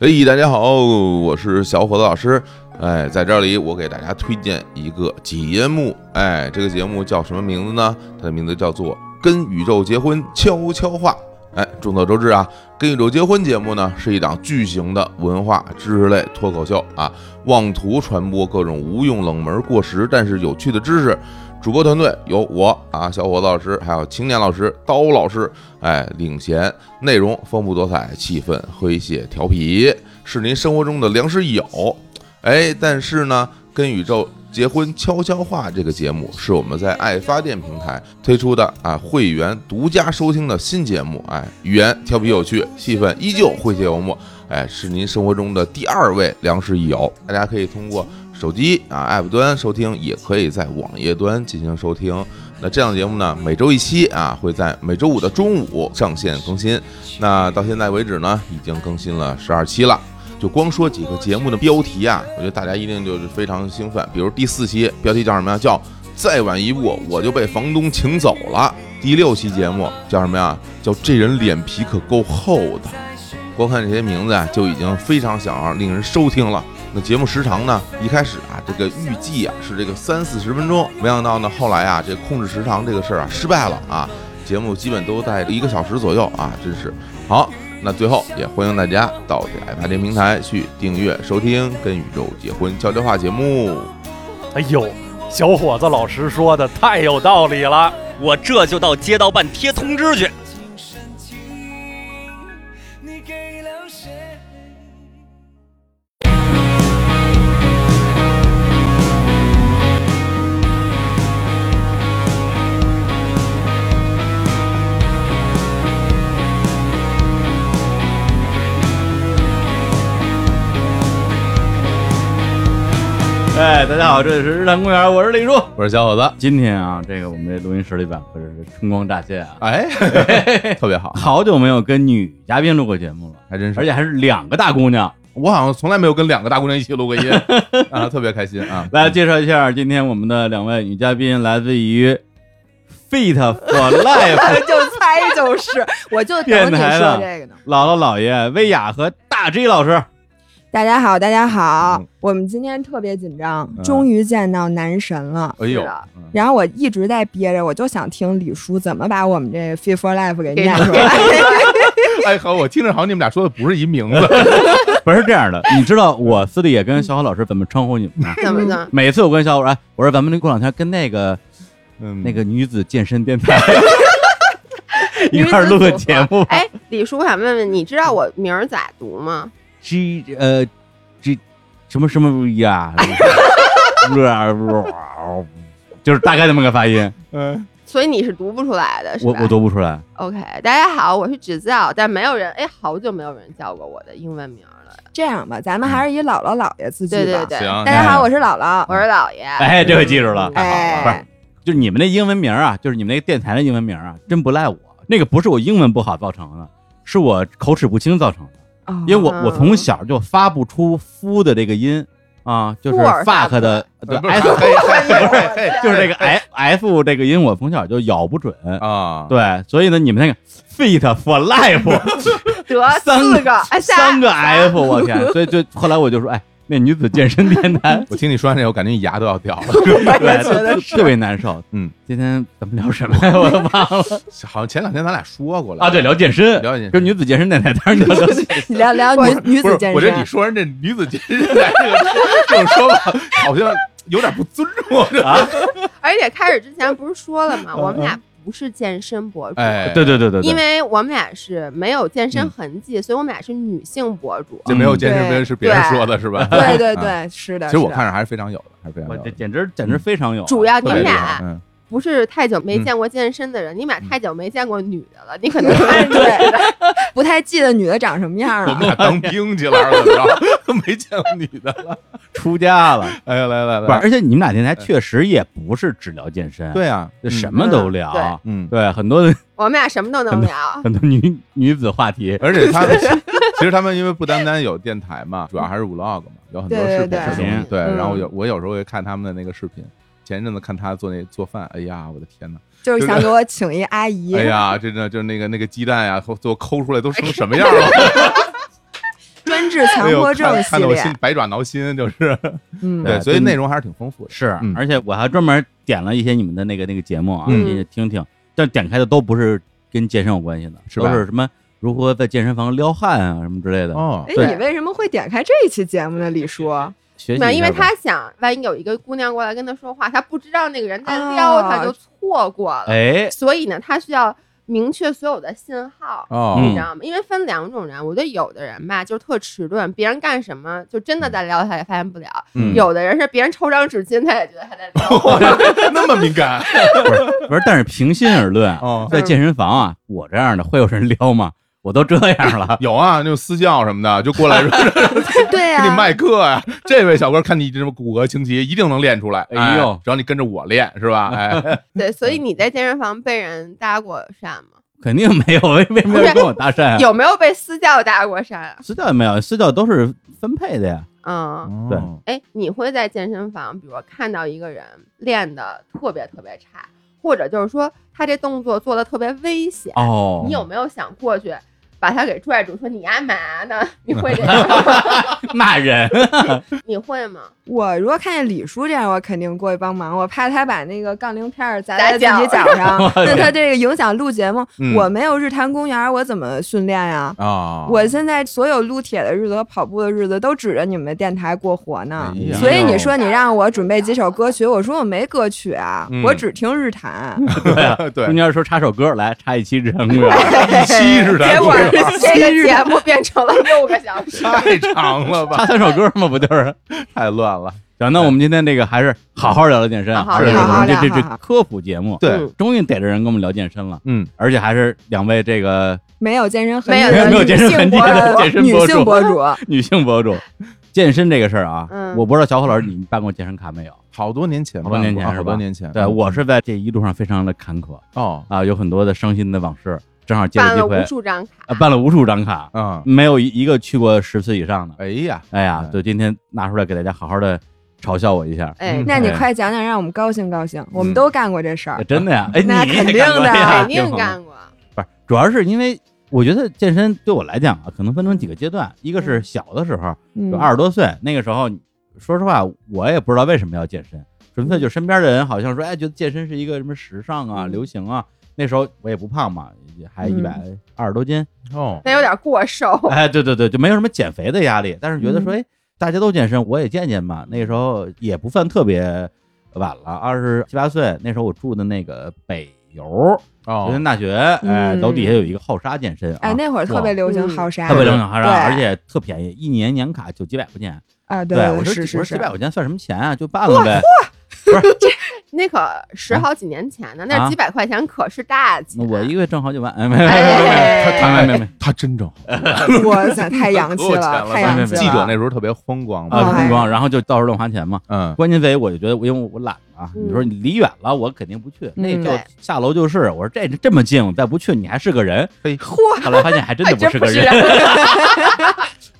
嘿，哎大家好，我是小伙子老师。哎，在这里我给大家推荐一个节目，哎，这个节目叫什么名字呢？它的名字叫做《跟宇宙结婚悄悄话》。哎，众所周知啊，《跟宇宙结婚》节目呢是一档巨型的文化知识类脱口秀啊，妄图传播各种无用、冷门、过时但是有趣的知识。主播团队由我啊，小伙子老师，还有青年老师刀老师，哎，领衔，内容丰富多彩，气氛诙谐调皮，是您生活中的良师益友。哎，但是呢，跟宇宙结婚悄悄话这个节目是我们在爱发电平台推出的啊，会员独家收听的新节目。哎，语言调皮有趣，气氛依旧诙谐幽默。哎，是您生活中的第二位良师益友。大家可以通过手机啊 App 端收听，也可以在网页端进行收听。那这档节目呢，每周一期啊，会在每周五的中午上线更新。那到现在为止呢，已经更新了十二期了。就光说几个节目的标题啊，我觉得大家一定就是非常兴奋。比如第四期标题叫什么呀？叫“再晚一步我就被房东请走了”。第六期节目叫什么呀？叫“这人脸皮可够厚的”。光看这些名字啊，就已经非常想要令人收听了。那节目时长呢？一开始啊，这个预计啊是这个三四十分钟，没想到呢，后来啊，这控制时长这个事儿啊失败了啊，节目基本都在一个小时左右啊，真是好。那最后也欢迎大家到这爱发电平台去订阅收听《跟宇宙结婚悄悄话》节目。哎呦，小伙子老师说的太有道理了。我这就到街道办贴通知去。你给了谁？哎，大家好，这里是日坛公园，我是李叔。我是小伙子，今天啊，这个我们这录音室里边可是春光乍泄啊，哎， 特别好，好久没有跟女嘉宾录过节目了，还真是。而且还是两个大姑娘。我好像从来没有跟两个大姑娘一起录过音 啊，特别开心啊。来介绍一下今天我们的两位女嘉宾，来自于 Fit for Life 就猜就是， 我 就等你说这个呢。姥姥姥爷薇娅和大 G 老师。大家好，大家好嗯，我们今天特别紧张嗯，终于见到男神了。哎呦是的，嗯然后我一直在憋着，我就想听李叔怎么把我们这 “fit for life” 给念出来。哎，好，我听着好像你们俩说的不是一名字。不是这样的，你知道我私底下跟小虎老师怎么称呼你 们吗？怎么 的？每次我跟小虎说，哎，我说咱们过两天跟那个嗯，那个女子健身电 台 一块儿录个节目吧。哎，李叔，我想问问，你知道我名儿咋读吗？ G 呃 G 什么什么呀，就是大概那么个发音，嗯，所以你是读不出来的，是我吧我读不出来。 OK，大家好，我是指教，但没有人，哎，好久没有人叫过我的英文名儿了。 这样吧，咱们还是以姥姥姥爷自居吧。对对对，行，大家好，我是姥姥。我是姥爷。嗯哎，这回记住了。太嗯好了哎，就是你们那英文名啊，就是你们那个电台的英文名啊，真不赖我，那个不是我英文不好造成的，是我口齿不清造成的，哦因为我我从小就发不出“夫”的这个音啊，就是呼儿 fuck 的对 呃不是 f 嘿嘿嘿嘿就是这个 f f 这个音，我从小就咬不准。啊，对，所以呢，你们那个 fit for life 得三四个，哎，下三个 F，我天！所以就后来我就说，哎，那女子健身电 ，台我听你说完这，我感觉你牙都要掉了。 对，特特别难受。嗯，今天咱们聊什么 呀？我都忘了好像前两天咱俩说过了啊，对，聊健身，聊健身就女子健身电台，当然聊健身。你 聊聊女女不是子健，我觉得你身，说人这女子健身台这个这种说法， 好像有点不尊重我这。而且开始之前不是说了吗？我们俩不是健身博主，哎，对对嗯对对对，嗯因为我们俩是没有健身痕迹，所以我们俩是女性博主。这没有健身对跟是别人说的是吧？对对啊。对，是的。其实我是的看着还是非常有的，还是非常我有这的。简直简直非常有主要你特别们厉俩害嗯，不是太久没嗯见过健身的人，你们俩嗯太久没见过女的了，你 可能看着对，不太记得女的长什么样我了们。俩当兵去了，还是怎么着？ 没见过女的了。出家了，哎呀，来来不是，来，而且你们俩电台确实也不是只聊健身，，对啊，就嗯什么都聊，嗯，对，很多我们俩什么都能聊。很多女女子话题， 而且他们其实他们因为不单单有电台嘛， 主要还是 vlog 嘛，有很多对视频对对东西嗯对，嗯然后我有我有时候会看他们的那个视频。前一阵子看他做那做饭，哎呀，我的天呐！就是想给我请一阿姨。哎啊 呀，真的就是那个那个鸡蛋呀，后最后抠出来都成什么样了？专心智强迫症系啊哎看得我列心，百爪挠心，就是 嗯，对，对所以真内容还是挺丰富的。是嗯，而且我还专门点了一些你们的那个那个节目啊，嗯进去听听。但点开的都不是跟健身有关系的，是吧都是什么如何在健身房撩汉啊什么之类的。哦哎，，对你为什么会点开这一期节目呢？李叔，学习一没有，下吧，因为他想，万一有一个姑娘过来跟他说话，他不知道那个人在撩他，啊就错过了。哎，所以呢，他需要明确所有的信号，哦你嗯知道吗？因为分两种人，我觉得有的人吧，就是特迟钝，别人干什么就真的在撩他，也发现不了；嗯有的人是别人抽张纸巾，他也觉得他在哦 撩。 那么敏感不是，但是平心而论，哦，，在健身房啊，我这样的会有人撩吗？我都这样了 有啊，那种私教什么的就过来说对给呀、你卖课啊。这位小哥，看你这么骨骼清奇，一定能练出来。哎呦只要你跟着我练，是吧？哎，对，所以你在健身房被人搭过讪吗？肯定没有，为为什么要跟我搭讪啊？有没有被私教搭过讪啊？私教也没有，私教都是分配的呀。嗯，对哦哎，你会在健身房，比如看到一个人练的特别特别差，或者就是说他这动作做的特别危险，哦，你有没有想过去把他给拽住，说你干嘛呢？ 你会这样吗？ 骂 人？，你会吗？ 我如果看见李叔这样，我肯定过去帮忙，我怕他把那个杠铃片儿砸砸在自己脚脚上那他这个影响录节目。嗯我没有日坛公园，我怎么训练呀？啊，我现在所有撸铁的日子和跑步的日子都指着你们电台过活呢哎，呀所以你说你让我准备几首歌曲，我说我没歌曲啊嗯，我只听日坛。对啊，对中间说插首歌，来插一期啊日常 公园。一期是的 结果这个节目变成了六个小时。太长 了吧插，三首歌嘛，不就是？ 太乱了。行，那我们今天这个还是好好聊聊健身啊，好好是聊是是好好这聊这好这好科普节目，对嗯终于逮着人跟我们聊健身了，嗯，而且还是两位这个 没有健身痕迹没有的没有女健身痕迹性的博健身女博性主博主，女性博主，健身这个事儿啊，嗯我不知道小伙老师你办过健身卡没有？ 好多年前吧，好多年前啊是好吧多年前。对我是在这一路上非常的坎坷哦，啊，有很多的伤心的往事，正好借着办机了会无数张卡啊，办了无数张卡，嗯，没有一个去过十次以上的。哎呀，哎呀嗯，就今天拿出来给大家好好的嘲笑我一下，哎嗯，那你哎快讲讲，让我们高兴高兴。我们都干过这事儿呃哎，真的 呀，哎，啊那你肯也定干过的呀肯定挺好干过。不是，主要是因为我觉得健身对我来讲啊，可能分成几个阶段，一个是小的时候，嗯就，二十多岁那个时候，说实话，我也不知道为什么要健身，纯粹就身边的人好像说，哎，觉得健身是一个什么时尚啊、嗯流行啊。那时候我也不胖嘛，也还一嗯百二十多斤，哦，那有点过瘦， 哎，对对对，就没有什么减肥的压力，但是觉得嗯说，哎，大家都健身，我也健健吧。那个时候也不算特别晚了，二十七八岁，那时候我住的那个北邮哦邮，电大学，哎，嗯楼底下有一个浩沙健身啊，哎，那会儿特别流行嗯好啊杀，特别流行浩沙，对而且特便宜，一年年卡就几百块钱。啊，对对，我说是几是我说几是百，块钱算什么钱啊？就办了呗。那可十好几年前呢，那啊几百块钱可是大那钱。我一个月挣好几万，哎，没有没有没有没有哎 没有没有没有他真正 我操，太洋气了，太洋气了。哦记者那时候特别风光啊，嘛，风光，然后就到处乱花钱嘛。嗯，关键在于我就觉得，因为我懒嘛，嗯你说你离远了，我肯定不去。那嗯就对下楼就是，我说这这么近，我再不去，你还是个人。嘿嚯！后来发现还真的不是个人，哎还真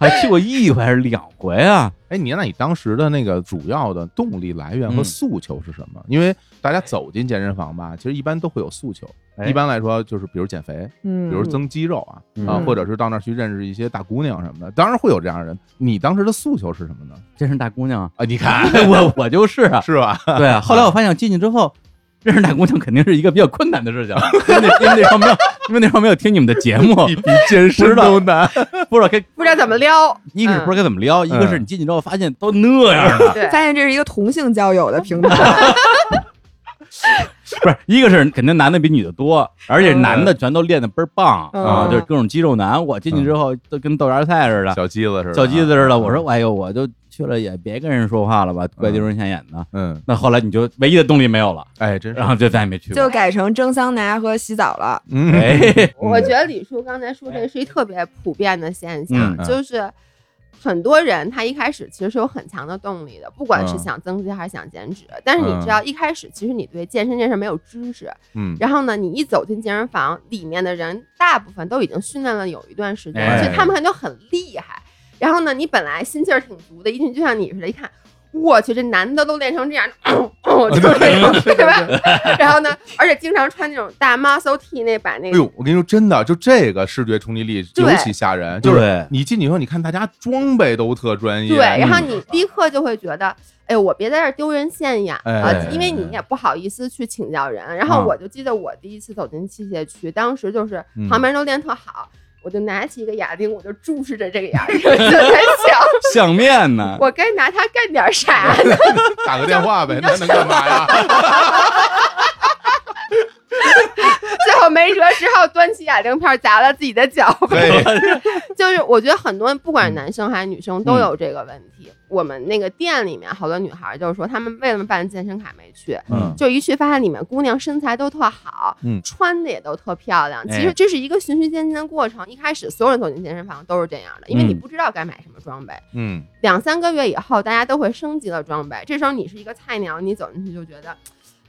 还去过一回还是两回啊？哎，你那你当时的那个主要的动力来源和嗯诉求是什么？因为大家走进健身房吧，其实一般都会有诉求，哎一般来说就是比如减肥，比嗯，如增肌肉啊，嗯啊，嗯或者是到那儿去认识一些大姑娘什么的，当然会有这样的人。你当时的诉求是什么呢？真是大姑 娘啊，啊，你看我我就是啊，是 吧？对啊。后来我发现我进去之后，认识大姑娘肯定是一个比较困难的事情，因为那因为那时候没有，因为那时候没有听你们的节目，比健不知道难。不知道该 不知道怎么撩，一个是不知道该怎么撩，一个是你进去之后发现都那样了，对，发现这是一个同性交友的 平台， 不是一个是肯定男的比女的多，而且嗯男的全都练的倍儿棒嗯啊，就是各种肌肉男。我进去之后都跟豆芽菜似的，小鸡子是吧？小鸡子似的。我说，哎呦，我就去了也别跟人说话了吧，怪丢人现眼的。嗯，那后来你就唯一的动力没有了，哎，真是然，后就再也没去就过。改成蒸桑拿和洗澡了。嗯，哎，我觉得李叔刚才说这是一特别普遍的现象，嗯就是很多人他一开始其实是有很强的动力的，不管是想增肌还是想减脂。但是你知道，一开始其实你对健身这事儿没有知识，嗯，然后呢，你一走进健身房，里面的人大部分都已经训练了有一段时间，哎所以他们还都很厉害。然后呢，你本来心气儿挺足的，一进去就像你似的，一看。我去，这男的都练成这样，哦就是那种，对吧？然后呢，而且经常穿那种大 muscle T 那版那哎个，呦，我跟你说，真的，就这个视觉冲击力尤对其吓人。对就是你进去以后，你看大家装备都特专业，对，然后嗯你立刻就会觉得，哎呦，我别在这儿丢人现眼哎了，因为你也不好意思去请教人。然后嗯我就记得我第一次走进器械区，当时就是嗯旁边都练特好。我就拿起一个哑铃，我就注视着这个哑铃， 我就在想，相面呢？我该拿它干点啥呢？ 打个电话呗，那能干嘛呀？最后没辙，只好端起哑铃片儿砸了自己的脚。对，就是我觉得很多人，不嗯管是男生还是女生，都有这个问题。我们那个店里面好多女孩就是说，她们为了办健身卡没去，嗯就一去发现里面姑娘身材都特好，嗯穿的也都特漂亮。哎其实这是一个循序渐进的过程。一开始所有人走进健身房都是这样的，因为你嗯不知道该买什么装备。嗯，两三个月以后，大家都会升级了装备。这时候你是一个菜鸟，你走进去就觉得。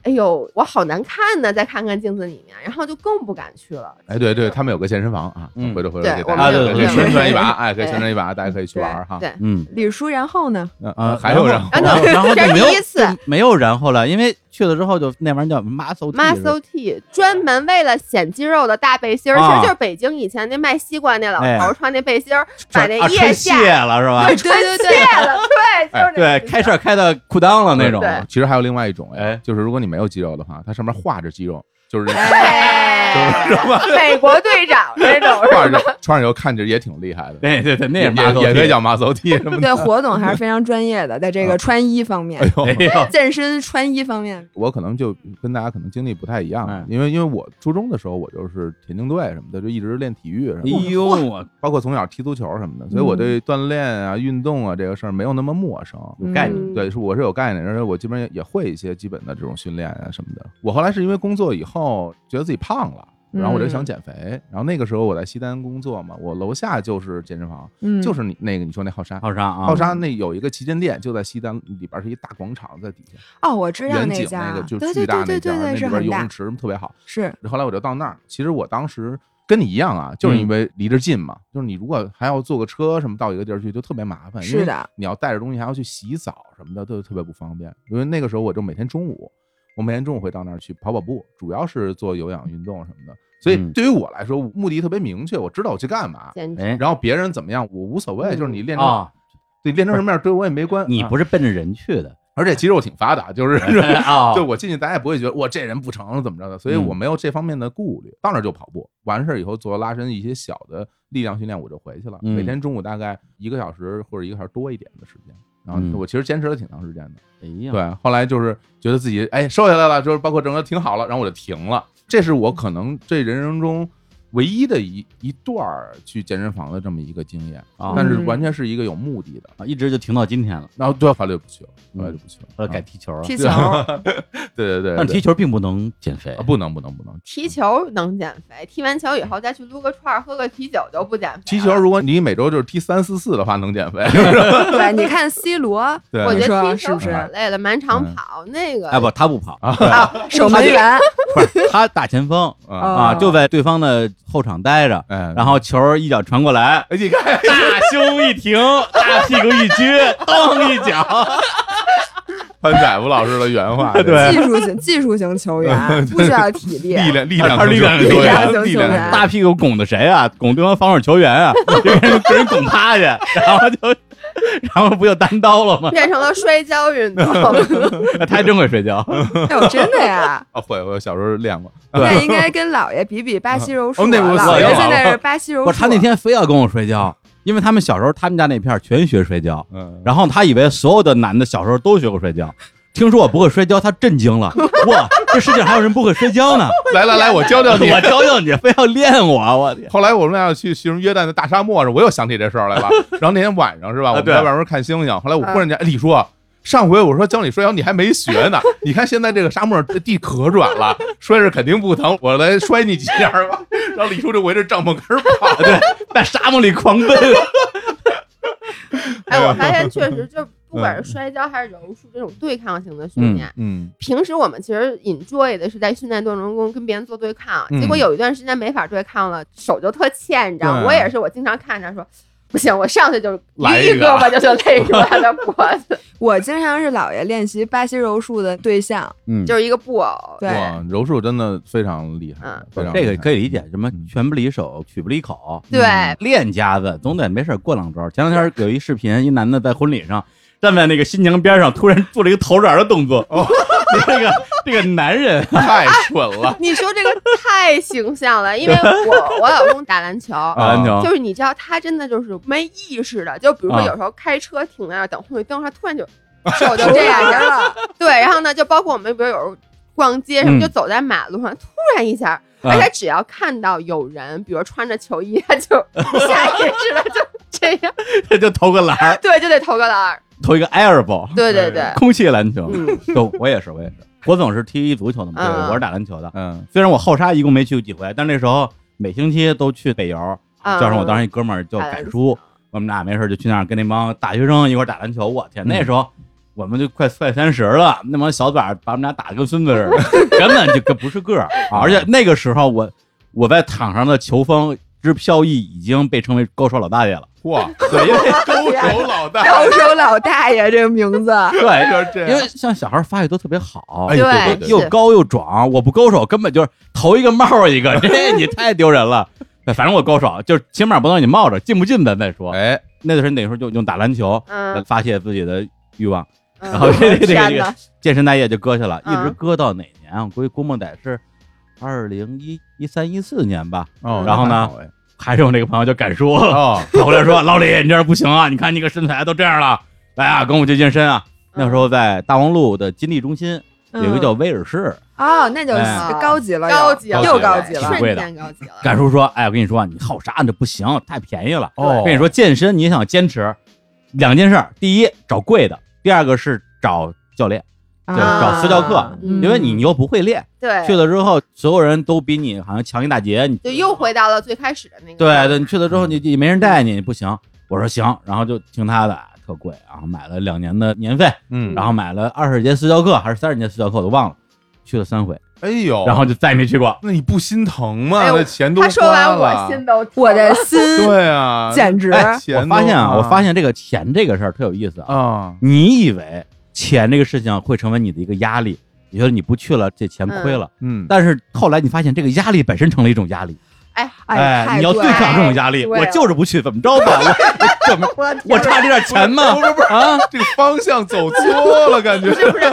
哎呦，我好难看呢！再看看镜子里面，然后就更不敢去了。哎，对对，他们有个健身房啊，嗯回头回头对给我大们家有可以对宣传一把，哎，可以对宣传一把，大家可以去玩儿哈。对，嗯李叔，然后呢？那啊呃，还有人然后然后然后这就是没有第一次就没有然后了，因为去了之后就那玩意儿叫 muscle muscle T 专门为了显肌肉的大背心儿，啊其实就是北京以前那卖西瓜那老头哎儿穿那背心儿，把穿那啊腋穿下卸了是吧？对对对了，哎对，就是那哎对，个开事儿开到裤裆了那种。对其实还有另外一种，哎哎，就是如果你没有肌肉的话，它上面画着肌肉，就是这哎就是什么美国队长那种 画是吧？着，穿上以后看着也挺厉害的，哎对对对，那也是马也也可以叫马走 T 什么的。对，火总还是非常专业的，在这个穿衣方面啊哎，呦，哎健身穿衣方面，我可能就跟大家可能经历不太一哎样，啊因为因为我初中的时候我就是田径队什么的，就一直练体育什么呦，的， 哎呦我包括从小踢足球什么的，所嗯以我对锻炼啊、运动啊这个事儿没有那么陌生。有概念。嗯对，是我是有概念，而且我基本上也也会一些基本的这种训练啊什么的。我后来是因为工作以后觉得自己胖了，然后我就嗯想减肥，然后那个时候我在西单工作嘛，我楼下就是健身房，嗯，就是你那个你说那浩沙。好伤啊！浩沙那有一个旗舰店，就在西单里边是一大广场，在底下哦，我知道远景家那个，就对巨对大对那对家，对那啊对，里是边很游泳大，池什么特别好。是后来我就到那儿，其实我当时跟你一样啊，就是嗯因为离着近嘛，就是你如果还要坐个车什么到一个地儿去，就特别麻烦。因为是的，你要带着东西还要去洗澡什么的，都特别不方便。因为那个时候我就每天中午，我每天中午会到那儿去跑跑步，主要是做有氧运动什么的。所以嗯对于我来说，目的特别明确，我知道我去干嘛。简直哎然后别人怎么样，我无所谓，嗯就是你练成、啊，对练成什么样，对我也没关。 你啊不是奔着人去的而且肌肉挺发达，就是。啊对我进去，大家也不会觉得我这人不成怎么着的，所以嗯我没有这方面的顾虑。到那儿就跑步，完事儿以后做拉伸一些小的力量训练，我就回去了。嗯每天中午大概一个小时或者一个小时多一点的时间，然嗯后我其实坚持了挺长时间的。哎呀，对，后来就是觉得自己哎瘦下来了，就是包括整个挺好了，然后我就停了。这是我可能这人生中唯一的一一段儿去健身房的这么一个经验，啊但是完全是一个有目的的。啊一直就停到今天了，然后对，后来就不去了，后来就不去了，后嗯呃来改啊踢球了。踢球， 对对对，但对踢球并不能减肥啊，不能不能不能，踢球能减肥，踢完球以后再去撸个串儿、喝个啤酒就不减肥了。踢球，如果你每周就是踢三四次的话，能 减肥。对，你看 C 罗，对我觉你得说踢是球不是可累了，满场嗯跑那个哎不，他不跑，守门员，不是他打前锋啊，啊，哦嗯就在对方的后场待着，哎，然后球一脚传过来，哎，你看，大胸一挺，大屁股一撅， 当一脚，潘仔夫老师的原话， 对技术型 技术型球员，不需要体力，力量力量他是力量球员球员力球员量大屁股拱的谁啊？拱对方防守球员啊，给人给人拱趴下，然后就，然后不就单刀了吗？变成了摔跤运 动。他还真会睡觉，哎呦，真的呀！啊，会，我小时候练过，那应该跟姥爷比比巴西柔术哦啊。那我姥我爷也现忘了在是巴西柔术。不啊是他那天非要跟我睡觉，因为他们小时候他们家那片儿全学睡觉，嗯，然后他以为所有的男的小时候都学过睡觉。听说我不会摔跤，他震惊了。哇，这世界上还有人不会摔跤呢！来来来，我教教你。 我教教 你，非要练我，我天！后来我们俩去形容约旦的大沙漠上，我又想起这事儿来 了。然后那天晚上是吧，我们啊对在外面看星星，嗯后来我忽然间，哎李叔。上回我说教你摔跤，你还没学 呢。你看现在这个沙漠地可软了，摔着肯定不疼，我来摔你几下吧。 然后李叔就围着帐篷根儿跑，对，在沙漠里狂奔。哎，我发现确实，就不管是摔跤还是柔术这种对抗型的训练，嗯，平时我们其实 enjoy 的是在训练过程中跟别人做对抗，嗯结果有一段时间没法对抗了，手就特欠，你知道吗？对我也是，我经常看着说。不行，我上去就来一一个个吧，就就 勒住他的脖子，我经常是姥爷练习巴西柔术的对象，嗯，就是一个布偶。对，哇，柔术真的非常厉害嗯，非常这个可以。以理解，什么嗯拳不离手，曲不离口，嗯对练家子总得没事儿过两招。前两天有一视频，一男的在婚礼上站在那个新娘边上，突然做了一个投篮的动作。 哦，这个这个男人太蠢 了你说这个太形象了，因为我我老公打 篮球，啊打篮球就是你知道他真的就是没意识的，就比如说啊有时候开车停在那儿等红绿灯，他突然就手就这 样人了。对，然后呢，就包括我们比如有时候逛街什嗯么，就走在马路上，突然一下，啊而且只要看到有人，比如穿着球衣，他就 下意识的就这样， 他 就投个篮儿，对，就得投个篮儿。投一个 air ball，对对对， 空气篮球。嗯，就我也是，我也是。我总是踢足球的嘛，嗯我是打篮球的。嗯，虽然我后沙一共没去过几回，但那时候每星期都去北邮，嗯叫上我当时一哥们儿叫改叔，我们俩没事就去那儿跟那帮大学生一块儿打篮球。我天，嗯那时候我们就快快三十了，那帮小崽儿把我们俩打得跟孙子似的，根本就跟不是个儿啊！而且那个时候我我在场上的球风之飘逸已经被称为高手老大爷了，哇，对，因为 勾哎手老大，高手老大爷这个名字，对，就是这因样为。像小孩儿发育都特别好，哎对对是又高又壮，我不勾手根本就是头一个冒一个， 这你太丢人了。反正我勾手，就是起码不能让你冒着，进不进咱再说。哎，那段时间等于说就用打篮球嗯，发泄自己的欲望，然嗯然后 这这这个天这哪个，健身大业就搁下了，一直嗯搁到哪年啊？我估计估摸得是二零一一三一四年吧。哦然后呢那还好哎还是我那个朋友叫敢说，哦，跑过来说：“老李，你这样不行啊！你看你个身材都这样了，来啊，跟我去健身啊！”嗯那时候在大望路的金地中心 有一个叫威尔士，哦，那就哎高级了又，高级了，又高级了了挺。贵瞬的间高级了。敢叔说：“哎，我跟你说，你好啥？你这不行，太便宜了。哦我跟你说，健身你想坚持，两件事儿：第一，找贵的；第二个是找教练，啊对找私教课嗯因为你又不会练，对，去了之后所有人都比你好像强一大截，你就又回到了最开始的那个。对对，你去了之后你你没人带你，你不行。我说行，然后就听他的，特贵，然后买了两年的年费，嗯，然后买了二十节私教课还是三十节私教课，我都忘了，去了三回，哎呦，然后就再也没去过。那你不心疼吗？哎呦那钱都他说完，花了我心都我的心对啊，简直哎钱我都发现啊，花我了发现这个钱这个事儿特有意思啊。啊，你以为钱这个事情会成为你的一个压力，你觉得你不去了，这钱亏了。嗯，但是后来你发现，这个压力本身成了一种压力。哎，太你要对对了抗这种压力，对了我就是不去，怎么着吧？我我怎么我差这点钱吗？不是不是啊，这个方向走错了，感觉是不是？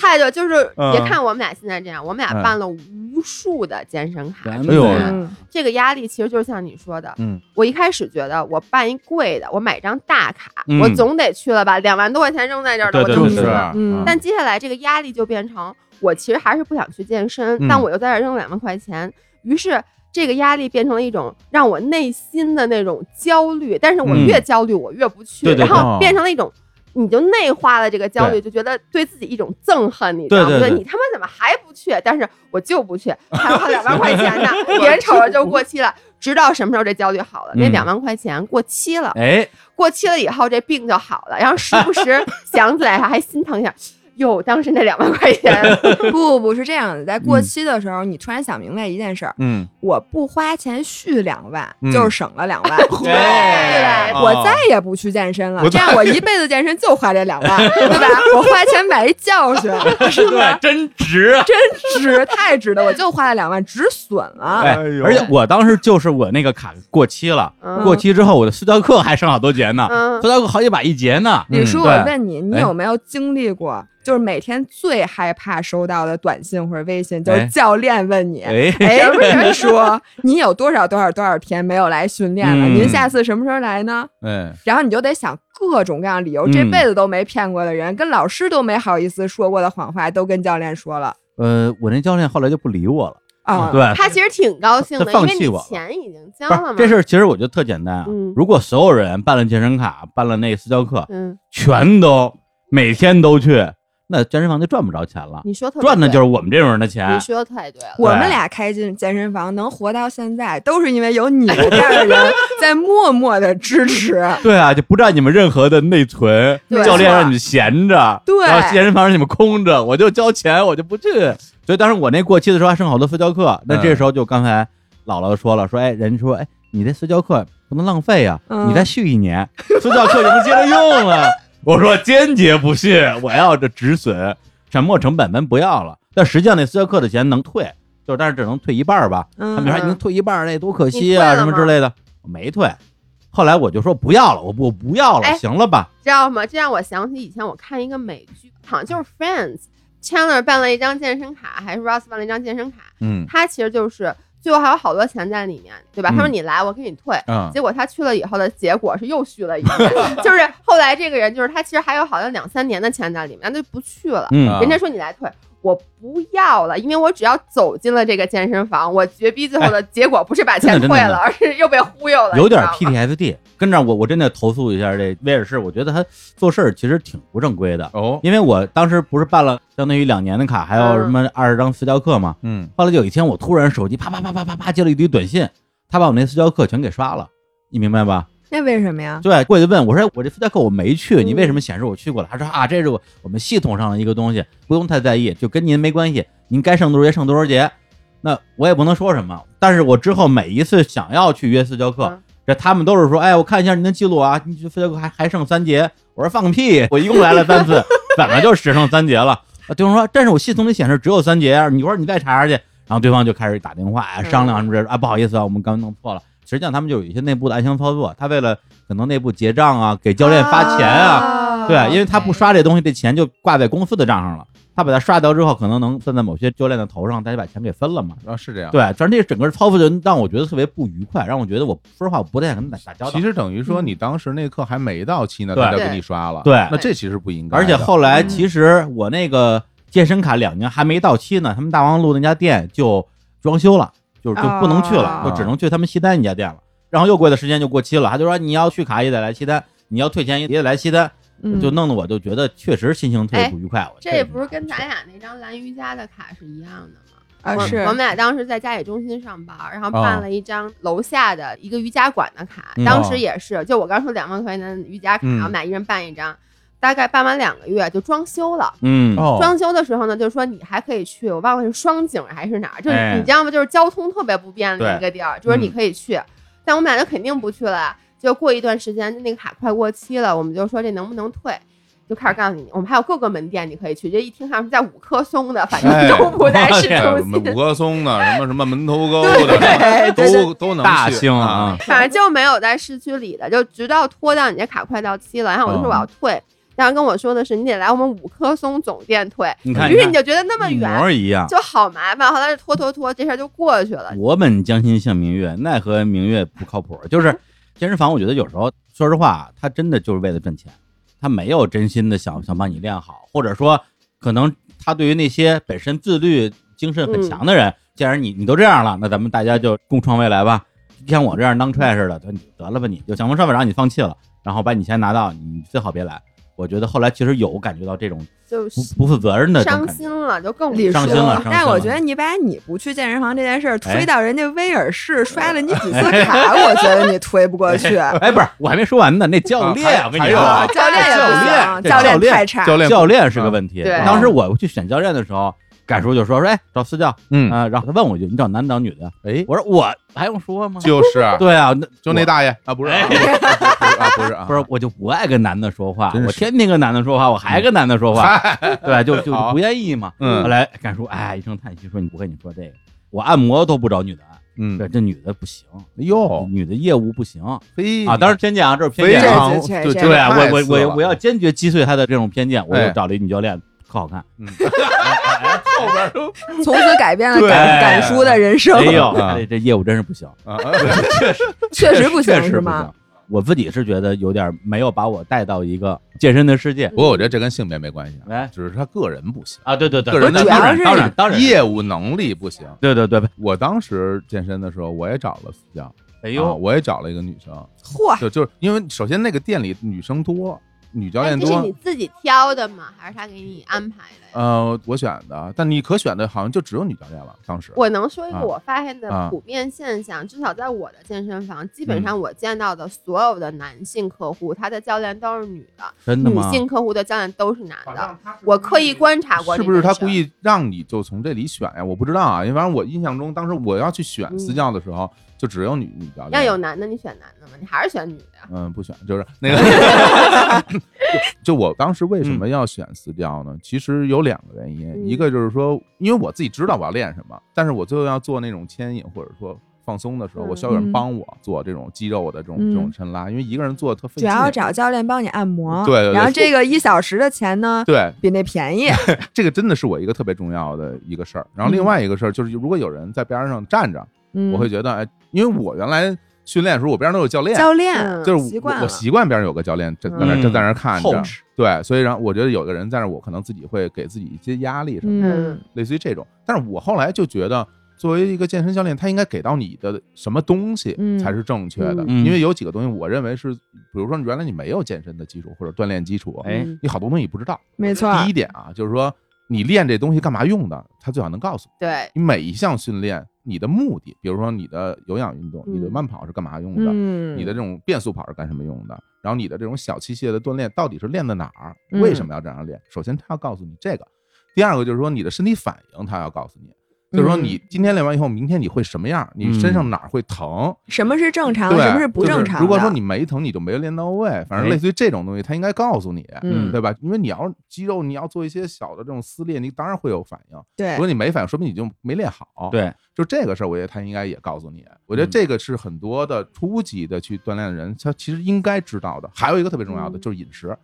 态度就是，嗯别看我们俩现在这样，我们嗯俩办了无数的健身卡，哎真呦的嗯这个压力其实就是像你说的，嗯，我一开始觉得我办一贵的，我买张大卡，嗯我总得去了吧，两万多块钱扔在这儿了，对我对就对去是对了。嗯但接下来这个压力就变成，我其实还是不想去健身，嗯但我又在这儿扔两万块钱，于是。这个压力变成了一种让我内心的那种焦虑，但是我嗯越焦虑我越不去，对对然对后变成了一种，你就内化了这个焦虑，就觉得对自己一种憎恨，你知道吗？对对对觉得你他妈怎么还不去？但是我就不去，还要花两万块钱 呢，眼瞅着就过期了。直到什么时候这焦虑好了，那嗯两万块钱过期了，哎，过期了以后这病就好了，然后时不 时想起来还心疼一下，哟，当时那两万块 钱，不不不是这样的，在过期的时候，你突然想明白一件事儿：嗯，我不花钱续两万嗯，就是省了两万。对哦我再也不去健身我了，这样我一辈子健身就花这两万，对吧？我花钱买一教训，是不是？真值啊！真值，太值得！我就花了两万，止损了。哎哎呦，而且我当时就是我那个卡过期了，嗯过期之后我的私教课还剩好多节呢，嗯私教课好几百一节呢。嗯嗯李叔，我对问你，啊你哎有没有经历过，就是每天最害怕收到的短信或者微信，就哎是教练问你，哎，哎，人说你有多少多少多少天没有来训练了？嗯您下次什么时候来呢？哎，然后你就得想各种各样的理由，嗯这辈子都没骗过的人，跟老师都没好意思说过的谎话，都跟教练说了呃，我那教练后来就不理我了。啊。嗯对，他其实挺高兴他的，因放为弃你我了钱已经交不了嘛是。这事儿，其实我觉得特简单啊嗯。如果所有人办了健身卡，办了那私教课，嗯，全都每天都去，那健身房就赚不着钱了，你说得特别赚的对就是我们这种人的你钱。说得太对了。我们俩开进健身房能活到现在，都是因为有你这样的人在默默的支 持。对啊，就不占你们任何的内存，对教练让你们闲着，对然后健身房让你们空着，我就交钱，我就不去。所以当时我那过期的时候还剩好多私教课，那嗯这时候就刚才姥姥说了，说哎，人说哎，你这私教课不能浪费呀、嗯你再续一年， 私教课就能接着用了。我说坚决不续，我要这止损，沉没成本咱不要了。但实际上那私教课的钱能退，就是但是只能退一半儿吧。嗯他们说已经退一半儿，那多可惜你退啊，了什么吗之类的，我没退。后来我就说不要了，我不我不要了，哎行了吧？知道吗？这让我想起以前我看一个美剧，好像就是 Friends。Chandler 办了一张健身卡，还是 Ross 办了一张健身卡？嗯他其实就是最后还有好多钱在里面，对吧？他嗯说你来，我给你退。啊，结果他去了以后的结果是又续了一 年，就是后来这个人就是他其实还有好像两三年的钱在里面，他就不去了。嗯，啊人家说你来退，我不要了，因为我只要走进了这个健身房，我绝逼最后的结果不是把钱真的真的退 了，而是又被忽悠了，嗯有点你知道吗 PTSD。跟这儿我我真的投诉一下这威尔士，我觉得他做事儿其实挺不正规的。哦，因为我当时不是办了相当于两年的卡，还嗯有什么二十张私教课嘛。嗯后来有一天，我突然手机啪啪啪啪啪啪接了一堆短信，他把我那私教课全给刷了，你明白吧？那为什么呀？对，过去问我说：“我这私教课我没去，嗯你为什么显示我去过了？”他说：“啊，这是我我们系统上的一个东西，不用太在意，就跟您没关系，您该上多少节上多少节。”那我也不能说什么，但是我之后每一次想要去约私教课，嗯这他们都是说：“哎，我看一下您的记录啊，你这私教课还还剩三节。”我说：“放个屁！我一共来了三次， 怎么就只剩三节了？”啊，对方说：“但是我系统里显示只有三节啊，你一会儿你再查查去。”然后对方就开始打电话哎嗯商量什么这啊，不好意思啊，我们刚刚弄错了。实际上他们就有一些内部的暗箱操作，他为了可能内部结账啊，给教练发钱啊，对，因为他不刷这东西，这钱就挂在公司的账上了。他把它刷掉之后，可能能算在某些教练的头上，大家把钱给分了嘛。啊是这样。对，反正这整个操作就让我觉得特别不愉快，让我觉得我说实话我不太想跟他打交道其。实等于嗯说你当时那课还没到期呢，对他就给你刷了。对那这其实不应该的。而且后来嗯其实我那个健身卡两年还没到期呢，他们大望路那家店就装修了，就是就不能去了，啊哦就只能去他们西单一家店了。然后又过一段时间就过期了，他就说你要续卡也得来西单，你要退钱也得来西单，嗯就弄得我就觉得确实心情特别哎不愉快。我这不是跟咱俩那张蓝瑜伽的卡是一样的吗？啊我是我们俩当时在家里中心上班，然后哦办了一张楼下的一个瑜伽馆的卡，嗯当时也是，就我刚说两万块钱的瑜伽卡，嗯我们俩一人办一张，大概办完两个月就装修了。嗯哦，装修的时候呢，就说你还可以去，我忘了是双井还是哪儿，就是哎你知道吗？就是交通特别不便的对一个地儿，就是嗯你可以去，但我们俩就肯定不去了。就过一段时间，那个卡快过期了，我们就说这能不能退？就开始告诉你，我们还有各个门店你可以去，这一听像是在五棵松的，反哎正都不在市哎 中我们 心，五棵松的，什么什么门头沟的，对对对都都能去大兴啊啊，，反正就没有在市区里的，就直到拖到你这卡快到期了，然后我哦就说我要退，然后跟我说的是你得来我们五棵松总店退，你看，于是看你就觉得那么一远模一样。就好麻烦，后来就拖拖拖，这事儿就过去了。我本将心向明月，奈何明月不靠谱。就是健身房，我觉得有时候说实话，他真的就是为了赚钱，他没有真心的想想把你练好，或者说可能他对于那些本身自律精神嗯很强的人，既然你你都这样了，那咱们大家就共创未来吧。就像我这样当踹似的，就你得了吧你，就想方设法让你放弃了，然后把你钱拿到，你最好别来。我觉得后来其实有感觉到这种就不是不负责任的这种伤感觉心了，就更李叔伤心了伤心了哎但我觉得你把你不去健身房这件事儿推到人家威尔士摔了你几次卡，我觉得你推不过去。 哎，不是，我还没说完呢。那教练，啊我跟你还有说啊啊，啊教练也不行，哎教练教练太差。教练啊嗯教练是个问题。对当时我去选教练的时候，改叔就说说，哎，找私教啊、嗯，然后他问我一句，你找男的找女的呀？哎，我说我还用说吗？就是对啊，那就那我大爷啊，不是啊，不是啊， 不是，我就不爱跟男的说话真，是我天天跟男的说话，我还跟男的说话，对，就就好不愿意嘛。嗯后来改叔哎一声叹息说，你不跟你说这个，我按摩都不找女的按，嗯，哦这哎这女的不行，呦，女的业务不行嘿啊。当然偏见啊，这是偏非见啊，常这这就这就对啊，太我我次了我我要坚决击碎他的这种偏见，我哎就找了一女教练，可好看。嗯后边都从此改变了对敢敢叔的人生 哎，呦，啊这这业务真是不行，啊， 确实不行确实是不吗行？。我自己是觉得有点没有把我带到一个健身的世界不。过我觉得这跟性别没关系啊，来只是他个人不行，啊，对对对，个人的当然主要是当然哎当然，业务能力不行。对对对，我当时健身的时候，我也找了私教，啊哎呦，我也找了一个女生，嚯，就就是因为首先那个店里女生多，女教哎练这是多你，自己挑的吗？还是他给你安排啊的呀？呃，我选的，但你可选的好像就只有女教练了，当时我能说一个啊我发现的啊普遍现象，至少在我的健身房，嗯基本上我见到的所有的男性客户，他的教练都是女的，真的女吗？性客户的教练都是男的。我刻意观察过是这件事儿，不是他故意让你就从这里选呀？我不知道啊，因为反正我印象中，当时我要去选私教的时候，就只有女女教练。嗯要有男的，你选男的嘛，你还是选女的呀？嗯，不选，就是那个 就，就我当时为什么要选私教呢？其实有两个原因，嗯一个就是说，因为我自己知道我要练什么，但是我最后要做那种牵引或者说放松的时候，嗯我需要有人帮我做这种肌肉的这种、这种嗯抻拉，因为一个人做特费主劲。要找教练帮你按摩，对对对然后这个一小时的钱呢，对，比那 便宜，这个真的是我一个特别重要的一个事儿。然后另嗯外一个事儿就是，如果有人在边上站着，嗯，我会觉得，哎，因为我原来训练的时候，我边上都有教练，教练嗯就是习我惯我了习惯边上有个教练正在那儿嗯正在那儿看着， Coach 对，所以然后我觉得有个人在那儿，我可能自己会给自己一些压力什么的，嗯类似于这种。但是我后来就觉得，作为一个健身教练，他应该给到你的什么东西嗯才是正确的？嗯因为有几个东西，我认为是，比如说原来你没有健身的基础或者锻炼基础，嗯哎，你好多东西不知道。没错，第一点啊，就是说你练这东西干嘛用的，他最好能告诉你。对，你每一项训练，你的目的，比如说你的有氧运动，你的嗯慢跑是干嘛用的？嗯，你的这种变速跑是干什么用的？然后你的这种小器械的锻炼到底是练的哪儿？嗯为什么要这样练？首先，他要告诉你这个；第二个就是说你的身体反应，他要告诉你，就是说嗯你今天练完以后，明天你会什么样？你身上哪儿会疼？什么是正常，对，什么是啊不正就是常的？如果说你没疼，你就没练到位。反正类似于这种东西，他应该告诉你，嗯对吧？因为你要是肌肉，你要做一些小的这种撕裂，你当然会有反应。对如果你没反应，说明你就没练好。对，就这个事儿，我觉得他应该也告诉你。我觉得这个是很多的初级的去锻炼的人，他其实应该知道的。还有一个特别重要的嗯就是饮食，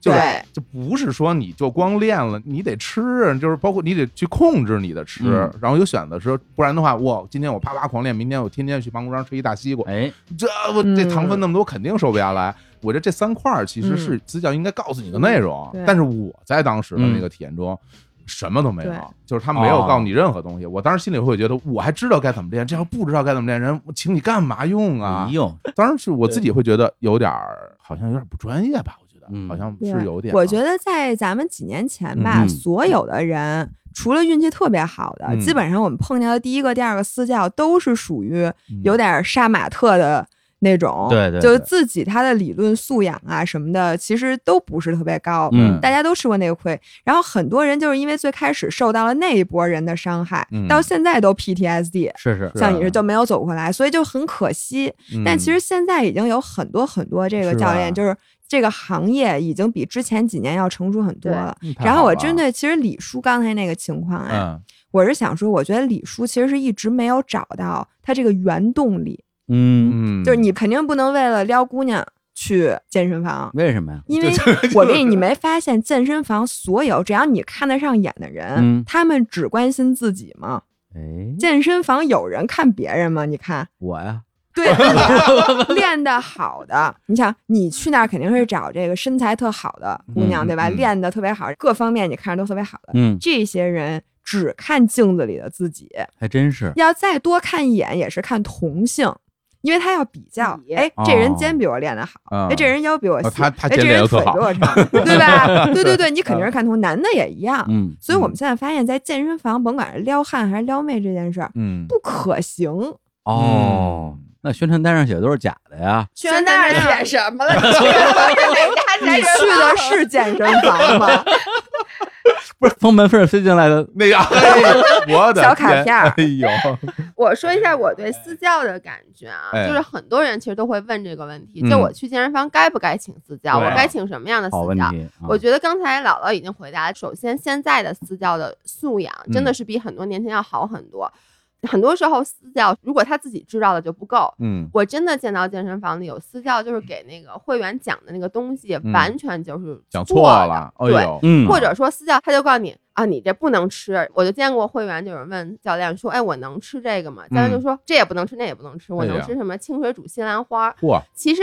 就是对，就不是说你就光练了，你得吃，就是包括你得去控制你的吃，嗯然后有选择时候，不然的话，哇，今天我啪啪狂练，明天我天天去办公室吃一大西瓜，哎，这我这嗯嗯糖分那么多，肯定瘦不下来。我觉得这三块儿其实是私教应该告诉你的内容，对但是我在当时的嗯那个体验中。什么都没有对，就是他没有哦告诉你任何东西。我当时心里会觉得，我还知道该怎么练，这要不知道该怎么练，人我请你干嘛用啊哎？呦，当然是我自己会觉得有点儿，好像有点不专业吧？我觉得嗯好像对是有点啊。我觉得在咱们几年前吧，嗯所有的人除了运气特别好的，嗯基本上我们碰见的第一个、第二个私教都是属于嗯有点杀马特的那种，对对就是对自己他的理论素养啊什么的，其实都不是特别高。嗯大家都吃过那个亏，然后很多人就是因为最开始受到了那一波人的伤害，嗯啊到现在都 PTSD，是是，啊嗯像你是就没有走过来，所以就很可惜。嗯但其实现在已经有很多很多这个是啊教练，吧就是这个行业已经比之前几年要成熟很多对了。嗯太然后好我了针对其实李叔刚才那个情况啊，哎嗯我是想说，我觉得李叔其实是一直没有找到他这个原动力，嗯，嗯，就是你肯定不能为了撩姑娘去健身房。为什么呀？因为我跟你，你没发现健身房所有只要你看得上眼的人，嗯他们只关心自己吗？哎，健身房有人看别人吗？你看，我呀， 对，那你练得好的，你想你去那儿肯定是找这个身材特好的姑娘，嗯对吧？嗯练得特别好，各方面你看着都特别好的，嗯，这些人只看镜子里的自己，还真是，要再多看一眼也是看同性。因为他要比较比，哎，这人哦肩比我练得好，嗯哎，这人腰比我哦细，他他哎，这肩练人得特腿好嗯比我长，对 吧？对对对，你肯定是看同，男的也一样。嗯，所以我们现在发现，在健身房，甭管是撩汉还是撩妹这件事儿，嗯不可行。哦，那宣传单上写的都是假的呀，宣单上写什么了？ 你去你的去的是健身 房吗？不是从门缝儿飞进来的，那个，哎我的小卡天片儿哎呦，我说一下我对私教的感觉啊，哎就是很多人其实都会问这个问题，嗯就我去健身房该不该请私教？对啊我该请什么样的私好问教？题，啊我觉得刚才姥姥已经回答了。首先，现在的私教的素养嗯真的是比很多年前要好很多。很多时候，私教如果他自己知道的就不够。嗯我真的见到健身房里有私教，就是给那个会员讲的那个东西，嗯完全就是讲错错的了，哎对呦，嗯，或者说私教他就告诉你啊，你这不能吃。我就见过会员就有人问教练说，哎，我能吃这个吗？教练就说、这也不能吃，那也不能吃，嗯我哎呀能吃什么清水煮西兰花？嚯，其实。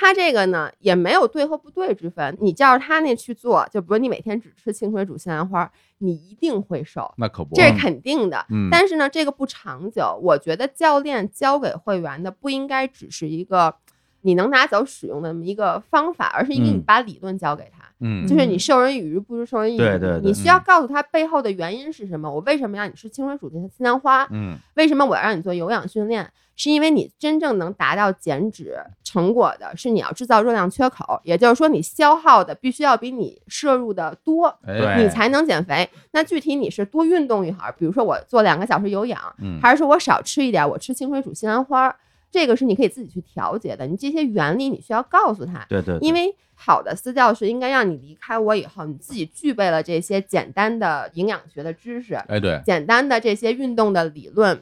他这个呢也没有对和不对之分，你照着他那去做，就比如你每天只吃清水煮西兰花，你一定会瘦，那可不，这是肯定的。嗯但是呢，这个不长久。我觉得教练教给会员的不应该只是一个你能拿走使用的一个方法，而是应该你嗯把理论教给他。嗯 就是你授人以鱼不如授人以渔，对对对你需要告诉他背后的原因是什么。我为什么让你吃清水煮的西兰花？嗯为什么我要让你做有氧训练？是因为你真正能达到减脂成果的是你要制造热量缺口，也就是说你消耗的必须要比你摄入的多，哎对你才能减肥。那具体你是多运动一会儿，比如说我做两个小时有氧，嗯还是说我少吃一点，我吃清水煮西兰花？这个是你可以自己去调节的，你这些原理你需要告诉他，对对，因为好的私教是应该让你离开我以后，你自己具备了这些简单的营养学的知识，哎，对，简单的这些运动的理论。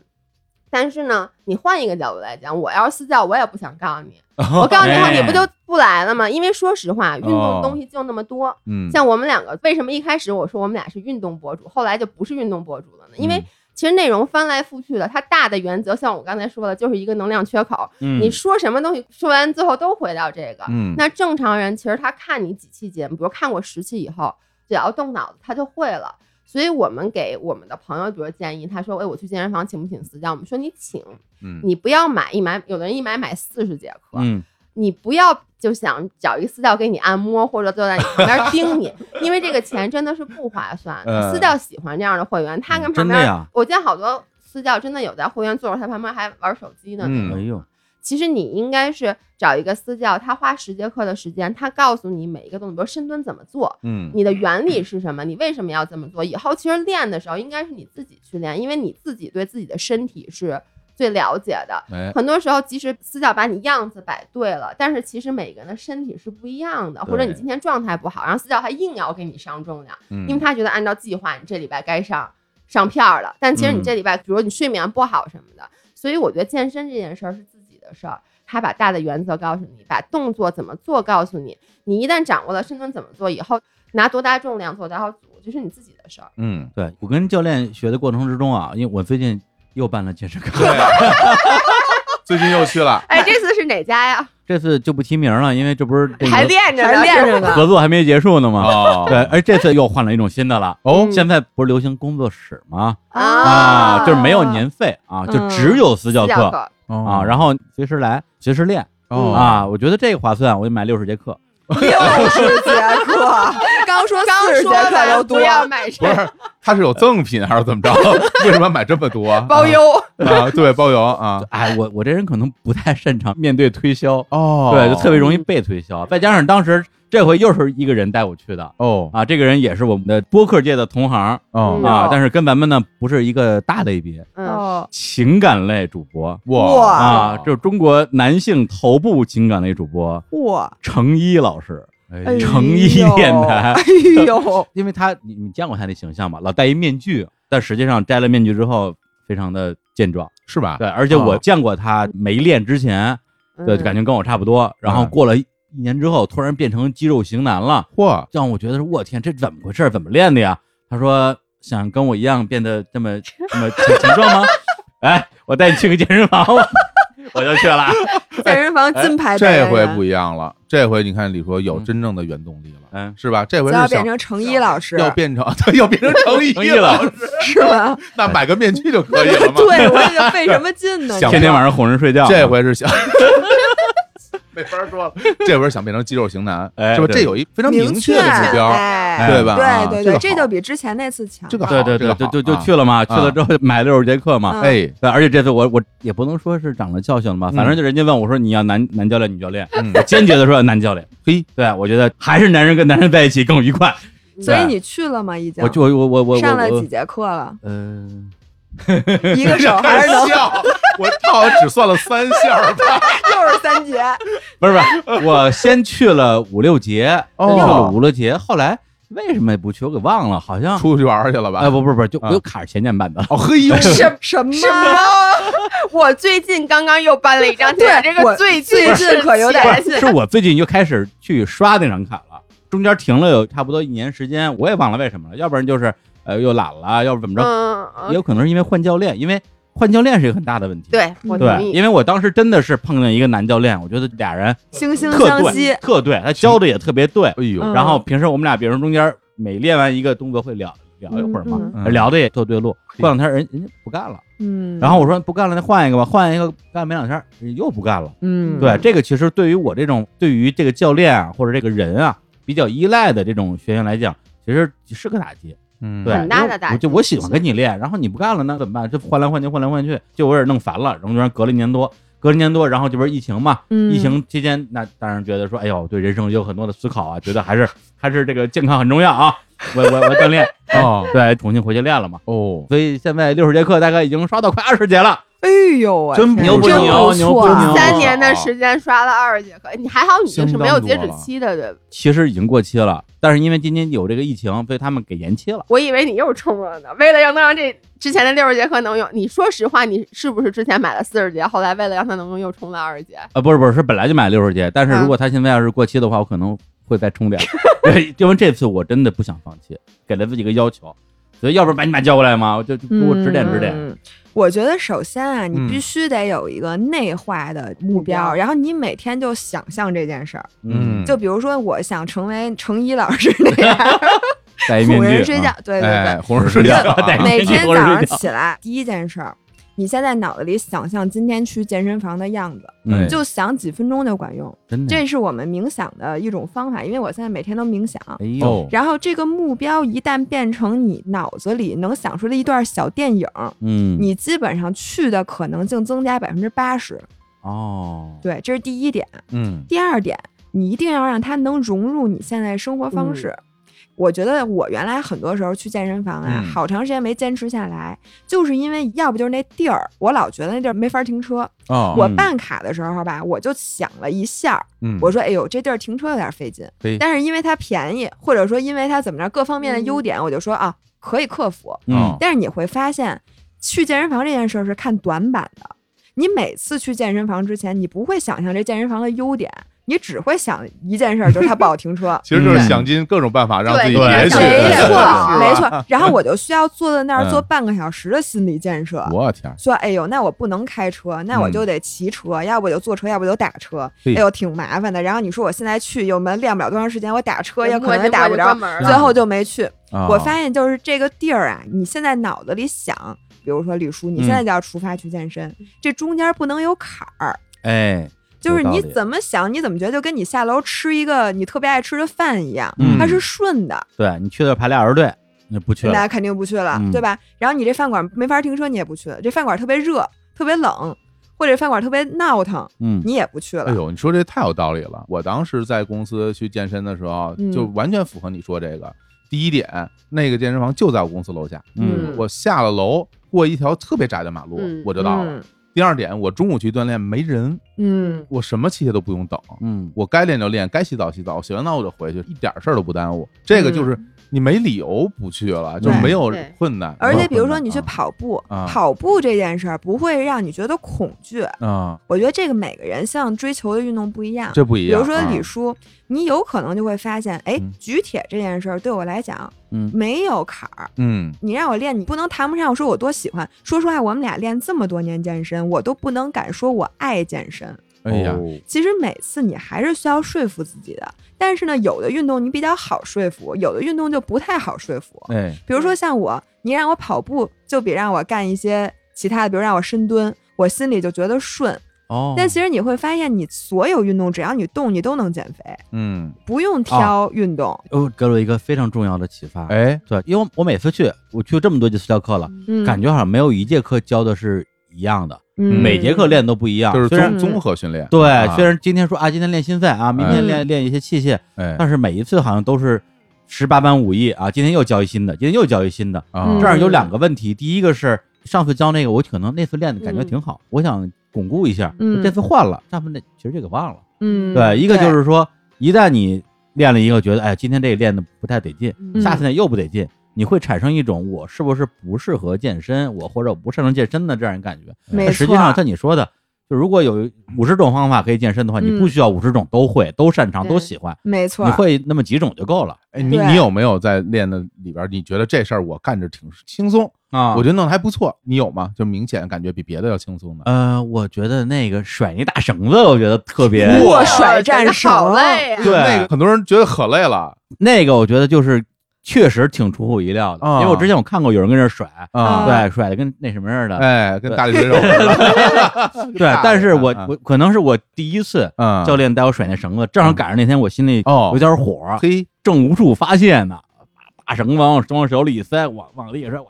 但是呢，你换一个角度来讲，我要是私教，我也不想告诉 你。我告诉你后，你不哎就不来了吗？因为说实话，运哎哦动东西就那么多。嗯，像我们两个，为什么一开始我说我们俩是运动博主，后来就不是运动博主了呢？因嗯为其实内容翻来覆去的，它大的原则，像我刚才说的，就是一个能量缺口。嗯你说什么东西，说完最后都回到这个。嗯那正常人其实他看你几期节目，比如看过十期以后，只要动脑子，他就会了。所以我们给我们的朋友，比如建议，他说：“哎，我去健身房请不请私教？”我们说：“你请，嗯你不要买一买，有的人一买买四十节课，嗯你不要就想找一个私教给你按摩，或者坐在你旁边盯 你，因为这个钱真的是不划算的。呃私教喜欢这样的会员，他嗯跟旁真的边，呀我见好多私教真的有在会员坐着，他旁边还玩手机呢。嗯哎呦，其实你应该是找一个私教，他花十节课的时间，他告诉你每一个动作，比如深蹲怎么做，嗯你的原理是什么，你为什么要这么做。以后其实练的时候，应该是你自己去练，因为你自己对自己的身体是最了解的。哎，很多时候，即使私教把你样子摆对了，但是其实每个人的身体是不一样的，或者你今天状态不好，然后私教还硬要给你上重量，嗯嗯因为他觉得按照计划你这礼拜该上上片儿了，但其实嗯你这礼拜，比如你睡眠不好什么的，所以我觉得健身这件事儿是自己的事儿。他把大的原则告诉你，把动作怎么做告诉你，你一旦掌握了深蹲怎么做以后，拿多大重量做多少组，这是你自己的事儿。嗯，对我跟教练学的过程之中啊，因为我最近又办了健身卡，对，最近又去了，哎，这次是哪家呀？这次就不提名了，因为这不是这还个练着呢，还练着呢合作还没结束呢嘛。哦，对，而这次又换了一种新的了。哦，现在不是流行工作室吗？啊啊，就是没有年费啊，就嗯只有私教私教课课，哦啊，然后随时来，随时练嗯后啊。我觉得这个划算，我就买六十节课。六十节课， 刚说刚四十节课说完都多不，要买不这是，他是有赠品还是怎么着？ 为什么买这么多？包邮。哦啊，对，包邮 啊，哎，我我这人可能不太擅长面对推销，哦，对，就特别容易被推销。再加上当时这回又是一个人带我去的哦啊，这个人也是我们的播客界的同行哦嗯啊，但是跟咱们呢不是一个大类别，嗯，情感类主播哇哦啊，就是中国男性头部情感类主播哇，程一老师，哎呦程一电台哎呦， 因为他你你见过他那形象吧，老戴一面具，但实际上摘了面具之后非常的健壮。是吧？对，而且哦我见过他没练之前，嗯对，感觉觉跟我差不多。然后嗯过了一年之后，突然变成肌肉型男了，嚯，让我觉得是我天，这怎么回事？怎么练的呀？他说想跟我一样变得这么 这么强强壮吗？哎，我带你去个健身房吧， 我就去了。健身房金牌代言哎这人回不一样了，这回你看李叔有真正的原动力了，嗯，是吧？这回咱要是变想成程一老师，要变成 要变成成毅成毅了了，是吧？ 那买个面具就可以了嘛。 对，我也费什么劲呢？想天天晚上哄人睡觉，啊这回是 想。没法说了，这回是想变成肌肉型男，哎是吧？这对有一非常明明确的目标，哎，对吧啊对对对，这这个好就比之前那次强。这个对对这个对，好就就啊就去了嘛，去啊了之后买六十节课嗯嘛。哎，对，而且这次我我也不能说是长了教训了吧，反正就人家问我说你要男男教练女教练，嗯我坚决的说要男教练。嘿，对我觉得还是男人跟男人在一起更愉快。所以你去了吗？已经我就我我我我上了我，几节课了嗯，一个 手还是能， 笑，我好像只算了三下吧。又是三 节。不是不是， 我先去了五六节，哦先去了五六节，后来为什么不去我给忘了，好像出去玩去了吧？哎不不不，就啊我又卡着前年办的，哦，嘿 呦，什什么？什 么？我最近刚刚又搬了一张对贴，这我个最最近是可有点钱是我最近又开始去刷那张卡了，中间停了有差不多一年时间，我也忘了为什么了，要不然就是呃又懒了，要不怎么着，嗯，嗯也有可能是因为换教练，因为换教练是一个很大的问题。对，我同对，意。因为我当时真的是碰见一个男教练，我觉得俩人惺惺特相惜对，，特对，他教的也特别对。哎呦，嗯然后平时我们俩，比如说中间每练完一个动作会聊聊一会儿嘛，嗯聊的也特对路。嘿过两天人人家不干了，嗯，然后我说不干了，那换一个吧，换一个干没两天人又不干了。嗯，对，这个其实对于我这种对于这个教练啊或者这个人啊比较依赖的这种学员来讲，其实是个打击。嗯对，很大的打击我就我喜欢跟你练，然后你不干了，那怎么办？这换来换去，换来换去，就有点弄烦了。然后就让隔了一年多，隔了一年多，然后这不是疫情嘛？嗯疫情期间，那当然觉得说，哎呦，对人生有很多的思考啊，觉得还是还是这个健康很重要啊。我我我锻炼，哦对，重新回去练了嘛。哦，所以现在六十节课大概已经刷到快二十节了，哎呦喂，真天牛真牛不牛错不牛啊！三年的时间刷了二十节课，你还好，你这是没有截止期的，对吧？其实已经过期了，但是因为今年有这个疫情，被他们给延期了。我以为你又充了呢，为了让能让这之前的六十节课能用，你说实话，你是不是之前买了四十节，后来为了让它能用又充了二十节？啊，不是不是，是本来就买六十节，但是如果他现在要是过期的话，我可能会再充点儿，对因为这次我真的不想放弃，给了自己个要求，所以要不然把你们俩叫过来嘛，我就就给我指点指点。嗯我觉得首先啊，你嗯必须得有一个内化的目标，标然后你每天就想象这件事儿。嗯，就比如说，我想成为程一老师那样， 戴一面 哄具，啊人睡觉，对对对，哎，哄人睡觉啊， 对每天天天早活着睡上觉起来第一件事儿，你先在脑子里想象今天去健身房的样子，嗯，就想几分钟就管用。真的，这是我们冥想的一种方法，因为我现在每天都冥想。哎哦呦，然后这个目标一旦变成你脑子里能想出的一段小电影，嗯，你基本上去的可能性增加百分之八十。哦，对，这是第一点。嗯，第二点，你一定要让它能融入你现在生活方式。我觉得我原来很多时候去健身房啊，嗯好长时间没坚持下来，就是因为要不就是那地儿，我老觉得那地儿没法停车。哦，我嗯办卡的时候吧，我就想了一下，嗯我说：“哎呦，这地儿停车有点费劲嘿，。但是因为它便宜，或者说因为它怎么着各方面的嗯优点，我就说啊，可以克服。嗯，但是你会发现，去健身房这件事儿是看短板的。你每次去健身房之前，你不会想象这健身房的优点，你只会想一件事儿，就是它不好停车 其实就是想尽各种办法让自己对别对去，没是啊错，吧没错。然后我就需要坐在那嗯儿做半个小时的心理建设。我天儿，说，哎呦，那我不能开车，那我嗯就得骑车，要不就坐车，要不就打车，对哎呦，挺麻烦的。然后你说我现在去又门练不了多长时间，我打车也可能也打不着，最后就没去。啊哦我发现就是这个地儿啊，你现在脑子里想，比如说李叔，你嗯现在就要出发去健身，这中间不能有坎儿。哎，就是有道你理怎么想，你怎么觉得，就跟你下楼吃一个你特别爱吃的饭一样，嗯它是顺的，对你去那儿排俩人队，那不去了，那肯定不去了，嗯对吧？然后你这饭馆没法停车，你也不去；这饭馆特别热，特别冷，或者饭馆特别闹腾，嗯，你也不去了。哎呦，你说这太有道理了！我当时在公司去健身的时候，嗯就完全符合你说这个。第一点，那个健身房就在我公司楼下，嗯我下了楼过一条特别窄的马路，嗯我就到了。第二点，我中午去锻炼没人，嗯，我什么器械都不用等，嗯，我该练就练，该洗澡洗澡，洗完澡我就回去，一点事儿都不耽误。这个嗯就是你没理由不去了，就对没有对困难。而没且有比如困说难你去啊跑步，啊跑步这件事儿不会让你觉得恐惧。啊，我觉得这个每个人向追求的运动不一样。这不一比样。如说啊李叔，你有可能就会发现，哎嗯，举铁这件事儿对我来讲嗯没有坎儿。嗯，你让我练，你不能谈不上说我多喜欢。说实话，我们俩练这么多年健身，我都不能敢说我爱健身。哎呀，哦其实每次你还是需要说服自己的，但是呢，有的运动你比较好说服，有的运动就不太好说服。哎，比如说像我，你让我跑步，就比让我干一些其他的，比如让我深蹲，我心里就觉得顺。哦，嗯但其实你会发现，你所有运动只要你动，你都能减肥，嗯，不用挑运动。哦，给了我一个非常重要的启发，，哎，对，因为我每次去，我去这么多节私教课了，嗯，感觉好像没有一节课教的是一样的，嗯每节课练都不一啊样，就是虽然综综合训练。对，啊虽然今天说啊，今天练心肺啊，明天嗯练练一些器械，哎，但是每一次好像都是十八般武艺啊，今天又教一新的，今天又教一新的。啊嗯这样有两个问题，第一个是上次教那个，我可能那次练的感觉嗯挺好，我想巩固一下，嗯这次换了，上次那其实这个忘了。嗯，对，一个就是说，一旦你练了一个，觉得哎，今天这个练的不太得劲，嗯下次呢又不得劲。你会产生一种我是不是不适合健身，我或者我不擅长健身的这样一个感觉。没但错，实际上，像你说的，就如果有五十种方法可以健身的话，你不嗯需要五十种都会、都擅长、都对喜欢，没错，你会那么几种就够了哎，你对你有没有在练的里边儿，你觉得这事儿我干着挺轻松，啊我觉得弄得还不错，你有吗？就明显感觉比别的要轻松的。呃，我觉得那个甩那大绳子，我觉得特别哇甩战神好绳累啊！对那个很多人觉得可累了那个，我觉得就是确实挺出乎意料的，啊因为我之前我看过有人跟这甩，啊，对，甩的跟那什么似的，哎，跟大力水手似的。 对。但是我啊我可能是我第一次啊，教练带我甩那绳子，正好赶上那天我心里哦有点火，嘿，正无处发泄呢，把大绳子往我往手里一塞，往往地下摔，我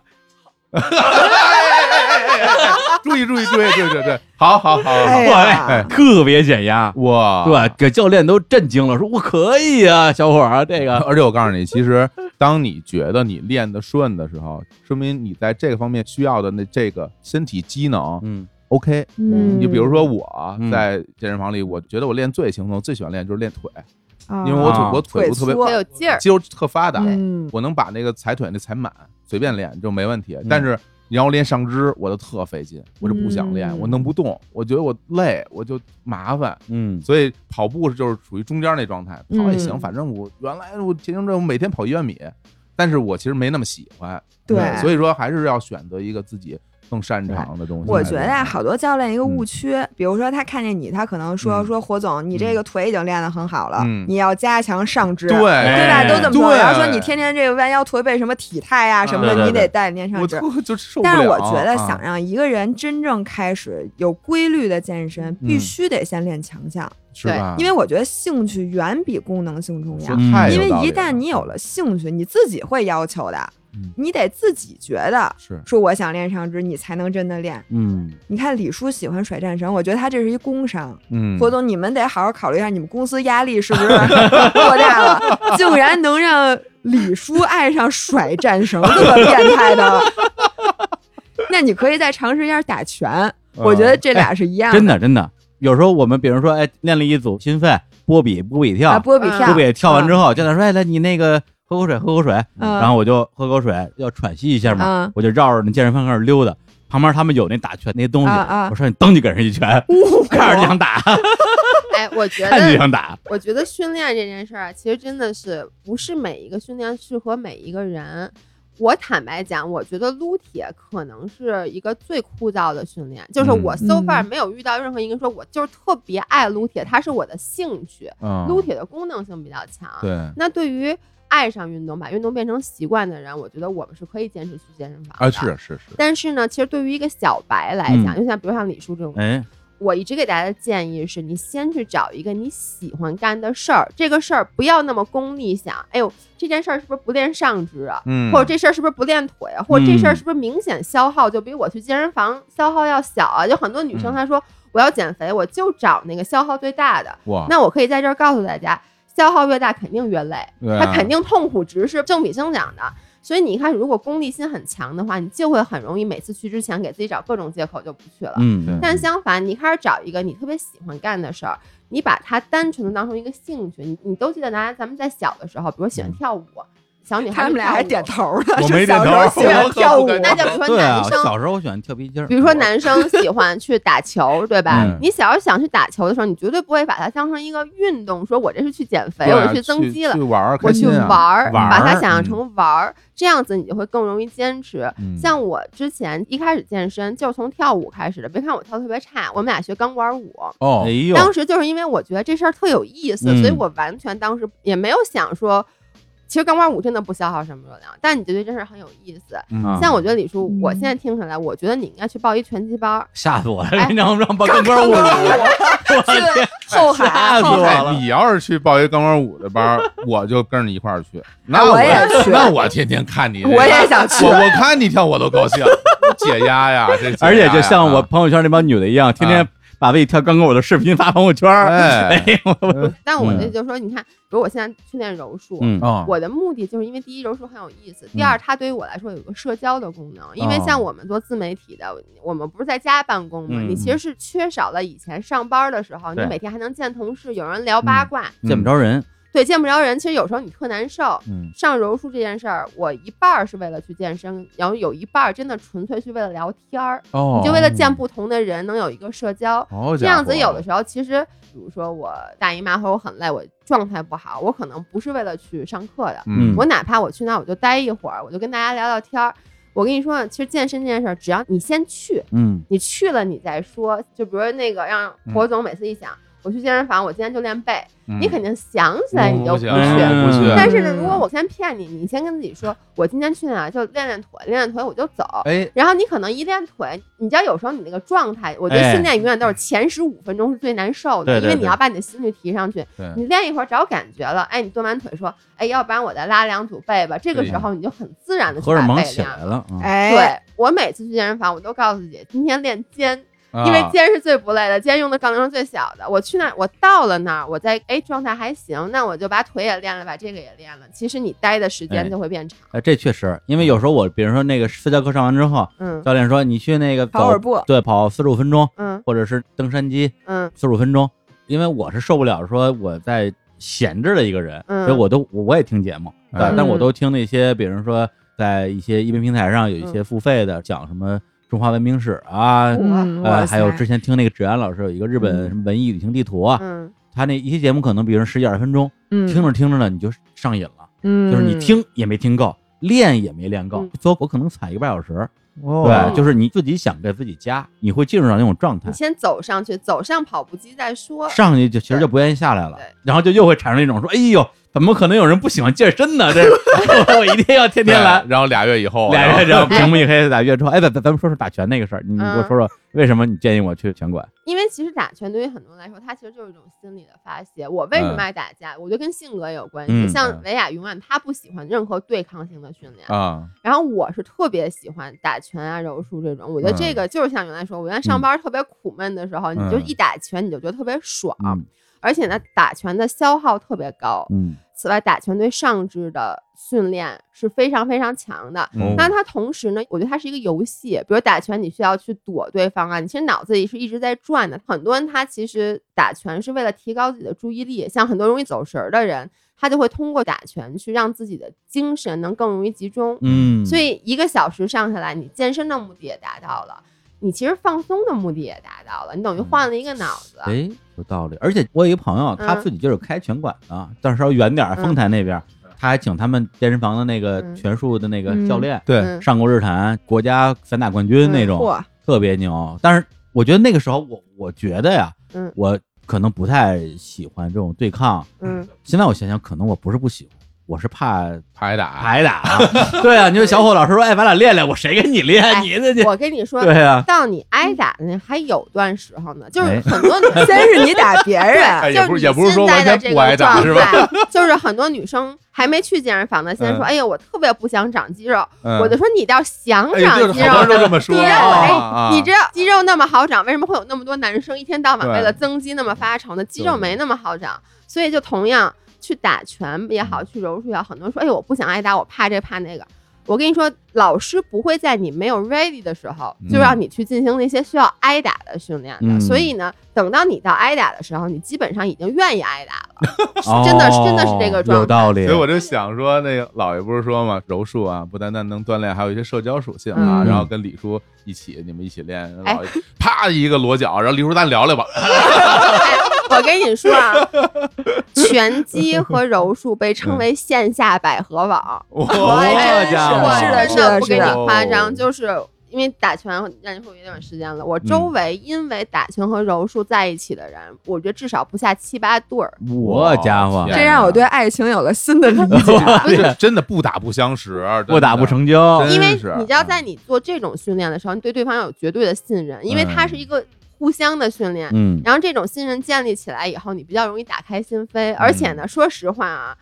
注意注意注意，对对 对，好好好好，哎好呀哎特别减压，哇，对，给教练都震惊了，说我可以啊，小伙儿，这个而且我告诉你，其实当你觉得你练得顺的时候，说明你在这个方面需要的那这个身体机能嗯 OK。嗯，你比如说我嗯在健身房里，我觉得我练最轻松，最喜欢练就是练腿，啊，哎因为我腿啊我腿腿部特别粗特有劲儿肌肉特发达，嗯，我能把那个踩腿那踩满，随便练就没问题。嗯但是你要练上肢，我就特费劲，我就不想练，嗯我弄不动，我觉得我累，我就麻烦。嗯所以跑步就是属于中间那状态，跑也行，嗯反正我原来我田径队我每天跑一万米，但是我其实没那么喜欢。对所以说还是要选择一个自己更擅长的东西。我觉得呀，好多教练一个误区，比如说他看见你，他可能说、嗯说火总，你这个腿已经练得很好了，嗯你要加强上肢，啊对对吧？哎都这么说，对啊然后说你天天这个弯腰驼背什么体态呀、什么的，对对你对得带练上我肢。特就受不了。但是我觉得，啊想让一个人真正开始有规律的健身，嗯必须得先练强项，是吧？因为我觉得兴趣远比功能性重要。说啊太有因为道理一旦了你有了兴趣，你自己会要求的，嗯你得自己觉得是说我想练上肢，你才能真的练。嗯，你看李叔喜欢甩战绳，我觉得他这是一工伤。嗯霍总，你们得好好考虑一下，你们公司压力是不 是过大了，啊竟然能让李叔爱上甩战绳这么变态的？ 那你可以再尝试一下打拳，我觉得这俩是一样真的真的，有时候我们比如说，哎，练了一组心肺、波比、波比啊，跳、波比跳，波比跳完之后，教练说：“哎，来你那个喝口水，喝口水。”嗯然后我就喝口水，要喘息一下嘛，嗯我就绕着那健身房开始溜达。旁边他们有那打拳那东西，啊啊我说你蹬就给人一拳，看着就想打，哎，我觉 看着就得，想打。我觉得训练这件事儿啊，其实真的是不是每一个训练适合每一个人。我坦白讲，我觉得撸铁可能是一个最枯燥的训练，就是嗯我 so far 嗯没有遇到任何一个人说我就是特别爱撸铁，它是我的兴趣。嗯撸铁的功能性比较强，对。那对于爱上运动、把运动变成习惯的人，我觉得我们是可以坚持去健身房的。啊，是。嗯是是，但是呢，其实对于一个小白来讲，就像比如像李叔这种，哎，我一直给大家的建议是，你先去找一个你喜欢干的事儿，这个事儿不要那么功利想，哎呦，这件事儿是不是不练上肢啊？嗯或者这事儿是不是不练腿啊？或者这事儿嗯是不是明显消耗就比我去健身房消耗要小啊？就很多嗯女生她说、我要减肥，我就找那个消耗最大的，哇，那我可以在这儿告诉大家，消耗越大肯定越累，对啊它肯定痛苦值是正比增长的。所以你一开始如果功利心很强的话，你就会很容易每次去之前给自己找各种借口就不去了。嗯，但相反，你开始找一个你特别喜欢干的事儿，你把它单纯的当成一个兴趣。你你都记得拿咱们在小的时候，比如喜欢跳舞，小女孩嗯他们俩还跳点舞。头呢，我没点头就小时候喜欢跳舞我可不敢那就比如说对啊，男生，小时候我喜欢跳皮筋儿，比如说男生喜欢去打球，对吧？嗯你小时候想去打球的时候，你绝对不会把它当成一个运动，说我这是去减肥，对啊我是去增肌了去，玩儿，我开去心啊玩儿，玩儿把它想象成玩儿，这样子你就会更容易坚持。嗯像我之前一开始健身就是从跳舞开始的，别看我跳得特别差，我们俩学钢管舞，哦哎，呦，当时就是因为我觉得这事儿特有意思，嗯所以我完全当时也没有想说，其实钢管舞真的不消耗什么热量，但你就觉得这事儿很有意思。啊像我觉得李叔嗯，我现在听下来，我觉得你应该去报一拳击班儿。吓死我了，哎让让帮钢管舞， 后海吓死 后我海。哎了你要是去报一钢管舞的班儿，我就跟着你一块儿去。那我也去那我天天看你这个，我也想去我我看你跳，我都高兴， 解压呀，这解压呀而且就像我，朋友圈那帮女的一样，天天啊把自己跳钢管舞的视频发朋友圈儿。哎 哎呦，我但我嗯这就说，你看，比如我现在去练柔术，嗯啊我的目的就是因为第一柔术很有意思，第二它对于我来说有个社交的功能，哦因为像我们做自媒体的，我们不是在家办公嘛，嗯你其实是缺少了以前上班的时候，你对嗯每天还能见同事，有人聊八卦，见不着人，对，见不着人，其实有时候你特难受。嗯上柔术这件事儿，我一半儿是为了去健身，然后有一半儿真的纯粹是为了聊天儿，哦你就为了见不同的人，能有一个社交。好这家样伙子有的时候，其实比如说我大姨妈或者我很累，我状态不好，我可能不是为了去上课的，嗯我哪怕我去那儿我就待一会儿，我就跟大家聊聊天儿。我跟你说，啊其实健身这件事儿，只要你先去，嗯，你去了你再说。就比如那个让火总每次一想，我去健身房，我今天就练背，你肯定想起来你就不不去。嗯不去。但是呢，嗯如果我先骗你，你先跟自己说，我今天去哪儿就练练腿，练练腿我就走。哎，然后你可能一练腿，你知道有时候你那个状态，我觉哎得训练永远都是前十五分钟是最难受的，对对因为你对要把你的心率提上去。对你练一会儿找感觉了，哎，你蹲完腿说，哎，要不然我再拉两组背吧。这个对时候你就很自然的去荷尔把蒙背起练来了。了。嗯哎，对我每次去健身房，我都告诉自己今天练肩，啊因为肩是最不累的，肩用的杠铃是最小的。我去那，我到了那儿，我在哎状态还行，那我就把腿也练了，把这个也练了。其实你待的时间就会变长。哎，这确实，因为有时候我，比如说那个私教课上完之后，嗯教练说你去那个跑会走儿步对，跑四十五分钟，嗯或者是登山机嗯四十五分钟，因为我是受不了说我在闲着的一个人，嗯所以我都我我也听节目，对，嗯但我都听那些，比如说在一些音频平台上有一些付费的，讲什么中华文明史啊，嗯，哇呃，还有塞之前听那个芷安老师有一个日本什么文艺旅行地图啊，嗯他那一期节目可能比如说十几二十分钟，嗯听着听着呢你就上瘾了，嗯，就是你听也没听够。练也没练够嗯，所以我可能踩一个半小时。哦对，就是你自己想给自己加，你会进入到那种状态你。先走上去，走上跑步机再说。上去就其实就不愿意下来了对，然后就又会产生一种说，哎呦，怎么可能有人不喜欢健身呢？这 我一定要天天来对。然后俩月以后， 俩月，然后然后屏幕一黑，打月之后，哎，咱咱咱们说说打拳那个事儿，你你给嗯我说说为什么你建议我去拳馆？因为其实打拳对于很多人来说，它其实就是一种心理的发泄。我为什么爱打架？我觉得跟性格有关系。嗯像维亚永远他不喜欢任何对抗性的训练，啊，然后我是特别喜欢打拳啊、柔术这种。我觉得嗯这个就是像原来说，我原来上班特别苦闷的时候，你就一打拳你就觉得特别爽，嗯而且呢，打拳的消耗特别高。嗯此外，打拳对上肢的训练是非常非常强的。嗯那它同时呢，我觉得它是一个游戏。比如打拳，你需要去躲对方啊，你其实脑子里是一直在转的。很多人他其实打拳是为了提高自己的注意力，像很多容易走神儿的人，他就会通过打拳去让自己的精神能更容易集中。嗯，所以一个小时上下来，你健身的目的也达到了，你其实放松的目的也达到了，你等于换了一个脑子。哎有道理。而且我有一个朋友，嗯他自己就是开拳馆的，但是稍微远点儿，嗯丰台那边，他还请他们健身房的那个嗯拳术的那个嗯教练，嗯上过日坛国家散打冠军那嗯种，嚯特别牛。但是我觉得那个时候我，我觉得呀，嗯我可能不太喜欢这种对抗。嗯，现在我想想，可能我不是不喜欢，我是怕拍打， 挨打。 对啊，你说小伙老师说，哎，咱俩练练，我谁跟你练？哎你那去。我跟你说，对啊，到你挨打的那还有段时候呢，就是哎很多 女 生。先是你打别人，啊哎也不就是也不是说你现完在的全这不挨个打状是吧？态，就是很多女生还没去健身房呢，先说：“嗯哎呀，我特别不想长肌肉。”嗯我就说：“你倒想哎，长就是肌好多人肉都呢，这么说，你让我哎啊，你这肌肉那么好长，为什么会有那么多男生一天到晚对为了增肌那么发愁呢？肌肉没那么好长，所以就同样去打拳也嗯好，去柔术也好，很多人说，哎呦，我不想挨打，我怕这怕那个。我跟你说，老师不会在你没有 ready 的时候嗯就让你去进行那些需要挨打的训练的。嗯所以呢，等到你到挨打的时候，你基本上已经愿意挨打了。哦真的是真的是这个状态有道理所以。我就想说，那个姥爷不是说嘛，柔术啊，不单单能锻炼，还有一些社交属性啊。嗯然后跟李叔一起，你们一起练，哎姥爷啪一个裸脚，然后李叔咱聊聊吧。 哎我跟你说啊，拳击和柔术被称为线下百合网。嗯哇啊哎这家伙真是的真是的不是给的你夸哦嗯张，就是因为打拳让你会有一段时间了。我周围因为打拳和柔术在一起的人，我觉得至少不下七八对儿。我家伙，天这让我对爱情有了新 的理解。这真的不打不相识，真的不打不。成交。真因为是啊嗯你知道，在你做这种训练的时候，你对对方有绝对的信任，因为嗯它是一个互相的训练。嗯，然后这种信任建立起来以后，你比较容易打开心扉。而且嗯呢，说实话啊，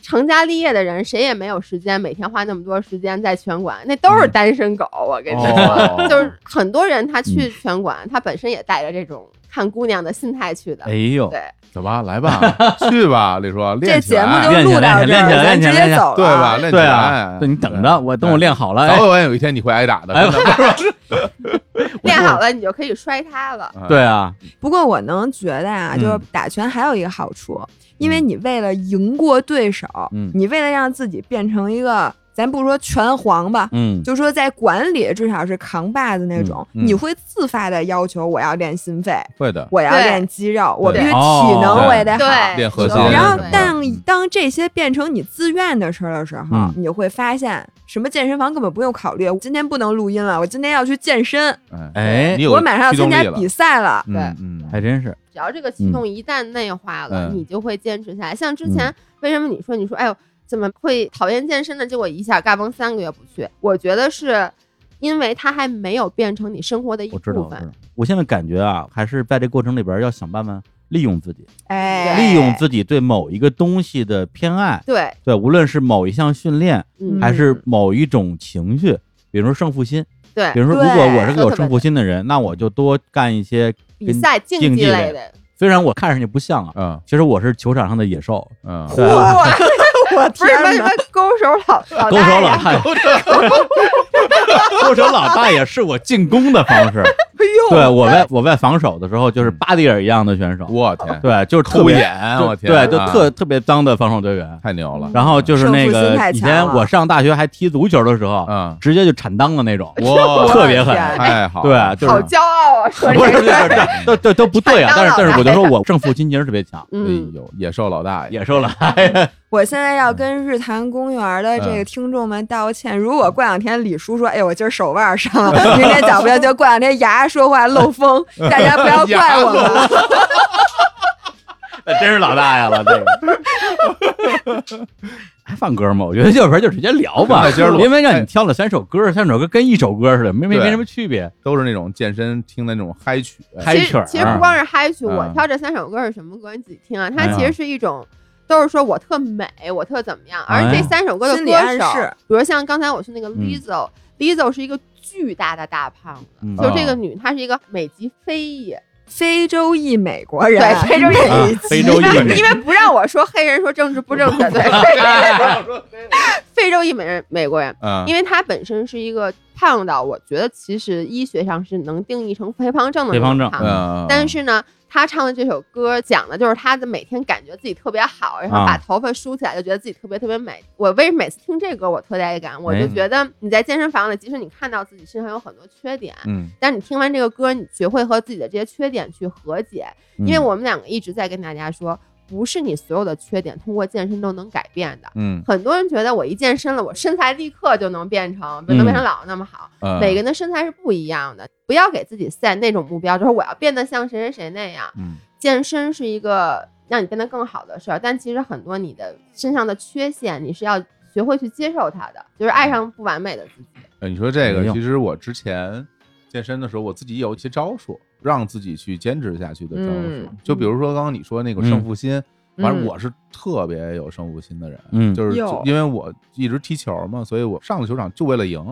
成家立业的人谁也没有时间每天花那么多时间在拳馆，那都是单身狗。我跟你嗯哦 嗯说，就是很多人他去拳馆，他本身也带着这种看姑娘的心态去的哎。呦，对，走吧，来吧，去吧，李叔这练起节来目就哎练起录来到这练起儿，来咱练起直来接走了，对吧？？练起对啊来，，对你等着，我等我练好了，早哎，晚有一天你会挨打的。哎真的练好了你就可以摔它了。对啊，不过我能觉得啊，嗯就是打拳还有一个好处，因为你为了赢过对手，嗯你为了让自己变成一个，咱不说拳皇吧。嗯，就说在管理，至少是扛把子那种，嗯嗯你会自发的要求我要练心肺，会的，我要对练肌肉，我必对须体哦能我也得好。对，练核对心对然后对，但嗯当这些变成你自愿的事儿的时候，嗯你就会发现什么健身房根本不用考虑，我今天不能录音了，我今天要去健身，哎，哎你，有我马上要驱动参加力了比赛了。嗯对嗯，还真是，只要这个嗯启动一旦内化了，嗯你就会坚持下来。像之前为什么你说你说哎呦怎么会讨厌健身呢？结果一下嘎嘣三个月不去，我觉得是因为它还没有变成你生活的一我知部道，我知分道。。我现在感觉啊，还是在这过程里边要想办法利用自己，哎，利用 自己对某一个东西的偏爱，对，对，无论是某一项训练，嗯，哎还是某一种情绪，比如说胜负心，对比如说，如对果我是个说有特别胜负心的人，那我就多干一些比跟赛竞竞技技类类的，虽然我看上去不像啊，嗯其实我是球场上的野兽，嗯，对哇，我不是 天什么什哪么！勾手老老勾手大老呀，太， 勾手老大爷是我进攻的方式。哎呦，对我外我外防守的时候就是巴蒂尔一样的选手，我天，对，就是特偷别眼，就我天，对，就啊特特别脏的防守队员。太牛了，然后就是那胜负个心太以强前了我上大学还踢足球的时候，嗯，直接就铲裆的那种，哇，特别狠我的。天太好，对，就好是骄傲啊！说这不是不是不个，是，都都都不对啊！铲裆但是但是老我就太说我胜负心情是特别强，哎嗯，呦，野兽老大爷，野兽了。我现在嗯要跟日坛公园的这个听众们道歉。如果过两天李叔说：“哎，我今儿手腕伤 了，明天脚不行，就过两天牙说话漏风。”大家不要怪我们，那真是老大爷了，这个。 还放歌吗？我觉得要不然就直接聊吧，哎今儿录因为让你挑了三首歌，三首歌跟一首歌似的，没没对没什么区别。都是那种健身听的那种嗨曲，嗨其曲儿实其实不光是嗨曲，嗯我挑这三首歌是什么歌？你自己听啊，它哎呀其实是一种。都是说我特美，我特怎么样，哎而这三首歌的心理歌暗手，示比如像刚才我说那个嗯 Lizzo，Lizzo、是一个巨大的大胖子，嗯就这个女，她是一个美籍非裔，非洲裔美国人，对非洲裔啊美，非洲裔因为美因为不让我说黑人说政治不正确，对， 非洲裔美人美国人，啊嗯，因为她本身是一个胖到，我觉得其实医学上是能定义成肥胖症的肥胖症那种胖嗯，但是呢，她唱的这首歌讲的就是她的每天感觉自己特别好，然后啊把头发梳起来就觉得自己特别特别美。我为什么每次听这歌我特带感？我就哎觉得你在健身房里，即使你看到自己身上有很多缺点，嗯，但是你听完这个歌，你学会和自己的这些缺点去和解，因为我们两个一直在跟大家说，不是你所有的缺点通过健身都能改变的。嗯很多人觉得我一健身了，我身材立刻就能变成，就能变成姥姥那么好。嗯，每个人的身材是不一样的，不要给自己 set 那种目标，就是我要变得像谁谁谁那样。嗯健身是一个让你变得更好的事儿，但其实很多你的身上的缺陷，你是要学会去接受它的，就是爱上不完美的自己。呃你说这没个，用其实我之前健身的时候，我自己有一些招数，让自己去坚持下去的招数嗯。就比如说刚刚你说那个胜负心，嗯反正我是特别有胜负心的人，嗯就是哟就因为我一直踢球嘛，所以我上了球场就为了赢。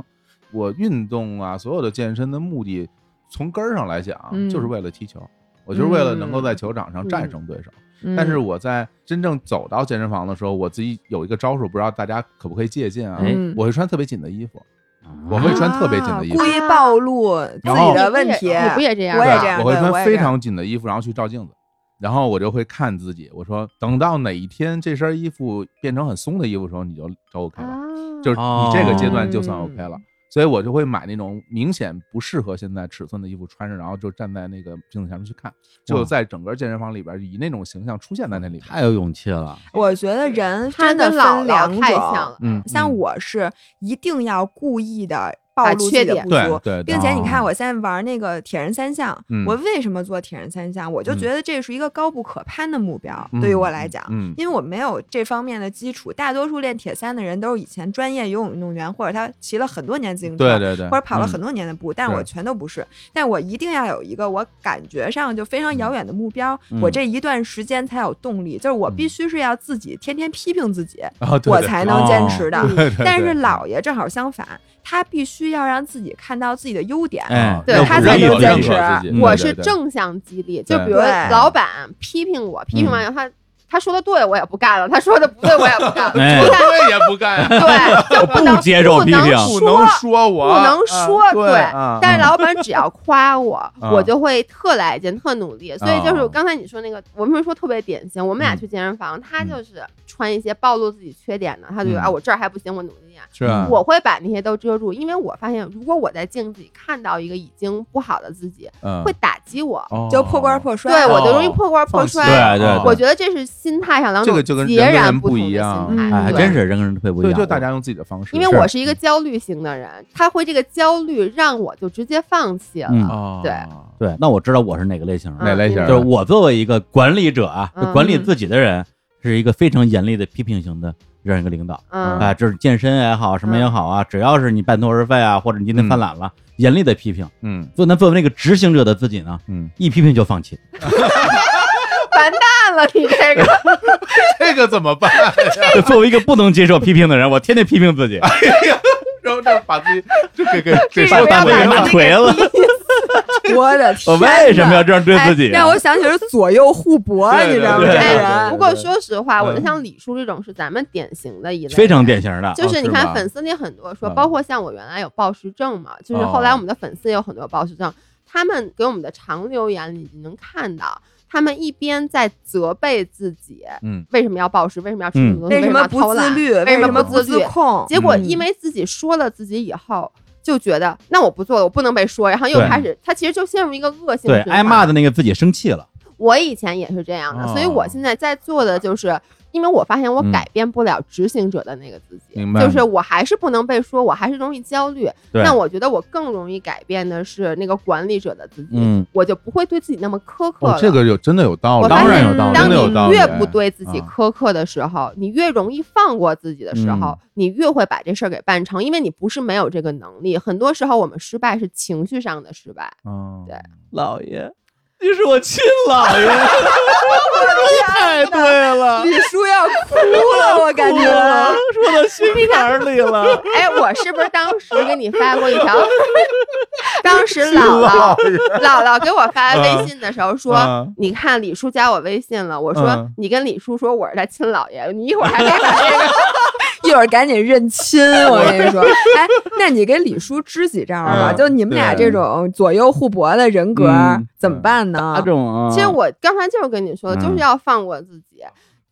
我运动啊，所有的健身的目的，从根儿上来讲，嗯就是为了踢球。我就是为了能够嗯在球场上战嗯胜对手，但是我在真正走到健身房的时候，我自己有一个招数，不知道大家可不可以借鉴啊？哎嗯我会穿特别紧的衣服，嗯我啊会穿特别紧的衣服故，意暴露自然后己的问题。你不也这样我吗？也这样我会对我穿非也这样常紧的衣服，然后去照镜子，然后我就会看自己，我说等到哪一天这身衣服变成很松的衣服的时候，你就就 OK 了，啊嗯就是你这个阶段就算哦 OK 了。所以我就会买那种明显不适合现在尺寸的衣服穿上，然后就站在那个镜子前面去看，就在整个健身房里边以那种形象出现在那里边。太有勇气了，我觉得人真的跟姥分两姥种，太像了。嗯，像嗯我是一定要故意的暴把露自缺己的点不对足，对对并且你看哦我现在玩那个铁人三项，嗯我为什么做铁人三项？我就嗯觉得这是一个高不可攀的目标，嗯对于我来讲。嗯因为我没有这方面的基础，大多数练铁三的人都是以前专业游泳运动员，或者他骑了很多年自行车，对对对，或者跑了嗯很多年的步，但对我全都不是。但我一定要有一个我感觉上就非常遥远的目标，嗯我这一段时间才有动力。就是我必须是要自己天天批评自己，啊，嗯对我对才能坚持的。哦 对对对但是姥爷正好相反，他必须要让自己看到自己的优点。啊哎，对要他鼓才励能自己坚持嗯啊我对是对对正向激励，就对嗯比如对老板批评我，批评完以后他他说的对我也不干了，他说的不对我也不干了，哎就对也不干，在对，就不能接受批评 不能不说能说我，不能说啊对啊但是老板只要夸我， 嗯我就会特来劲、特努力。所以就是哦刚才你说那个，我们说特别典型，我嗯们俩去健身房，他就是穿一些暴露自己缺点的，他就觉得嗯啊，我这儿还不行，我努力点。是啊我会把那些都遮住，因为我发现，如果我在镜子里看到一个已经不好的自己，嗯会打击我，哦就破罐破摔对了。我就容易破罐破放弃摔。对对对我觉得这是心态上两这种个就跟截人跟然人不不同一的样心态，嗯哎，对真是人跟人特别不一对，样。就大家用自己的方式，因为我是一嗯个焦虑型的人，他会这个焦虑让我就直接放弃了。嗯啊，对对，那我知道我是哪个类型嗯了，哪类型就儿？是我作为一个管理者啊，就嗯管理自己的人，是一个非常严厉的批评型的这样一个领导。嗯，哎啊，就是健身也好，什么也好啊，只要是你半途而废啊，或者你今天犯懒了，严厉的批评。嗯做那作为那个执行者的自己呢，嗯，一批评就放弃。 完蛋了，你这个这个怎么办？ 作为一个不能接受批评的人，我天天批评自己，然后这把自己就给给给这说个大要腿把上那大个腿了， 我的天我哪！为什么要这样对自己啊哎？让我想起了左右互搏，对你知道吗？ 对这对个哎，人不过说实话，嗯我觉得像李叔这种是咱们典型的一类，非常。典型的，哦就是你看粉丝丝里很多说，嗯哦包括像我原来有暴食症嘛，就是后来我们的粉丝也有很多暴食症，他们给我们的长留言里你能看到，他们一边在责备自己，嗯，为什么要暴食，为什么要吃嗯什么东西，为为什么么要不偷自懒，律？为什什么么不不自自控？结果嗯因为自己说了自己以后，就觉得那我不做了，我不能被说，然后又对开始，他其实就陷入一个恶性对循环。挨骂的那个自己生气了，我以前也是这样的，哦所以我现在在做的就是，因为我发现我嗯改变不了执行者的那个自己，明白就是我还是不能被说，我还是容易焦虑。对那我觉得我更容易改变的是那个管理者的自己，嗯我就不会对自己那么苛刻了。哦，这个有真的有道理，我发当然现有道理当哦真的有道你理嗯越不对自己苛刻的时候，你越容易放过自己的时候嗯，你越会把这事儿给办成，因为你不是没有这个能力。很多时候我们失败是情绪上的失败，嗯对老爷，你是我亲老爷，太对 了，李叔要哭了，我感觉。说到心坎儿 里了，哎，我是不是当时给你发过一条？当 时 姥姥姥姥给我发微信的时候说：“嗯你看李叔加我微信了。”我说：“嗯你跟李叔说我是他亲姥爷，你一会儿还得把这个。一会儿赶紧认亲，我跟你说。哎，那你给李叔支几招啊？嗯就你们俩对这种左右互搏的人格嗯怎么办呢哪？种啊？其实我刚才就是跟你说的，就是嗯要放过自己，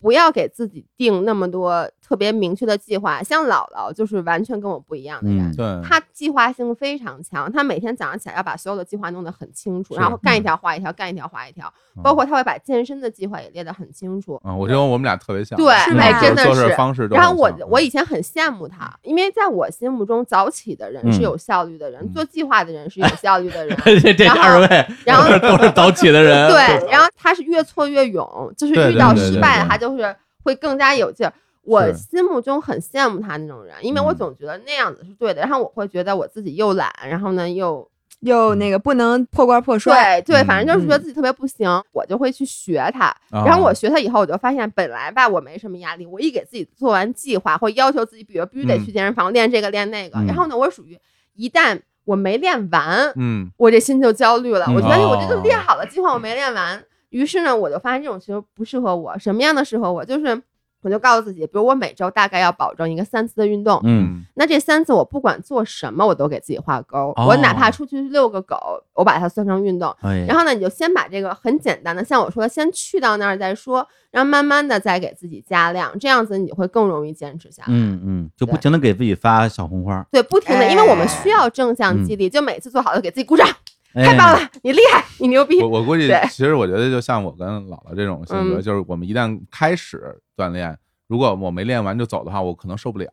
不要给自己定那么多特别明确的计划。像姥姥就是完全跟我不一样的人嗯。对，她计划性非常强，她每天早上起来要把所有的计划弄得很清楚，是然后干一条画一条，干一条画一条，包括她会把健身的计划也列得很清楚。嗯，我觉得我们俩特别像，对嗯哎就是真的做事是方式都很然像。后我我以前很羡慕她，因为在我心目中早起的人是嗯，有效率的人，嗯做计划的人是有效率的人 这这二位然后都是早起的人，对，然后他是越挫越勇，就是对遇对到对失对败了，对他就是会更加有劲儿。我是心目中很羡慕他那种人，因为我嗯总觉得那样子是对的，然后我会觉得我自己又懒，然后呢又又那个不能破罐破摔。对对，反正就是觉得嗯自己特别不行，我就会去学他。啊然后我学他以后，我就发现本来吧我没什么压力，我一给自己做完计划或要求自己，比如必须得嗯去健身房练这个练那个，嗯然后呢我属于一旦我没练完，嗯，我这心就焦虑了。嗯我觉得哎我这哦个列好了计划我没练完，于是呢，我就发现这种其实不适合我。什么样的适合我？就是我就告诉自己，比如我每周大概要保证一个三次的运动。嗯，那这三次我不管做什么，我都给自己画勾。哦我哪怕出去遛个狗，我把它算成运动。哎，然后呢，你就先把这个很简单的，像我说的，先去到那儿再说，然后慢慢的再给自己加量，这样子你会更容易坚持下来。嗯嗯，就不停的给自己发小红花，对，不停的，因为我们需要正哎向激励，就每次做好了给自己鼓掌，哎太棒了，你厉害，你牛逼我。我估计对，其实我觉得就像我跟姥姥这种性格，嗯就是我们一旦开始锻炼，如果我没练完就走的话，我可能受不了，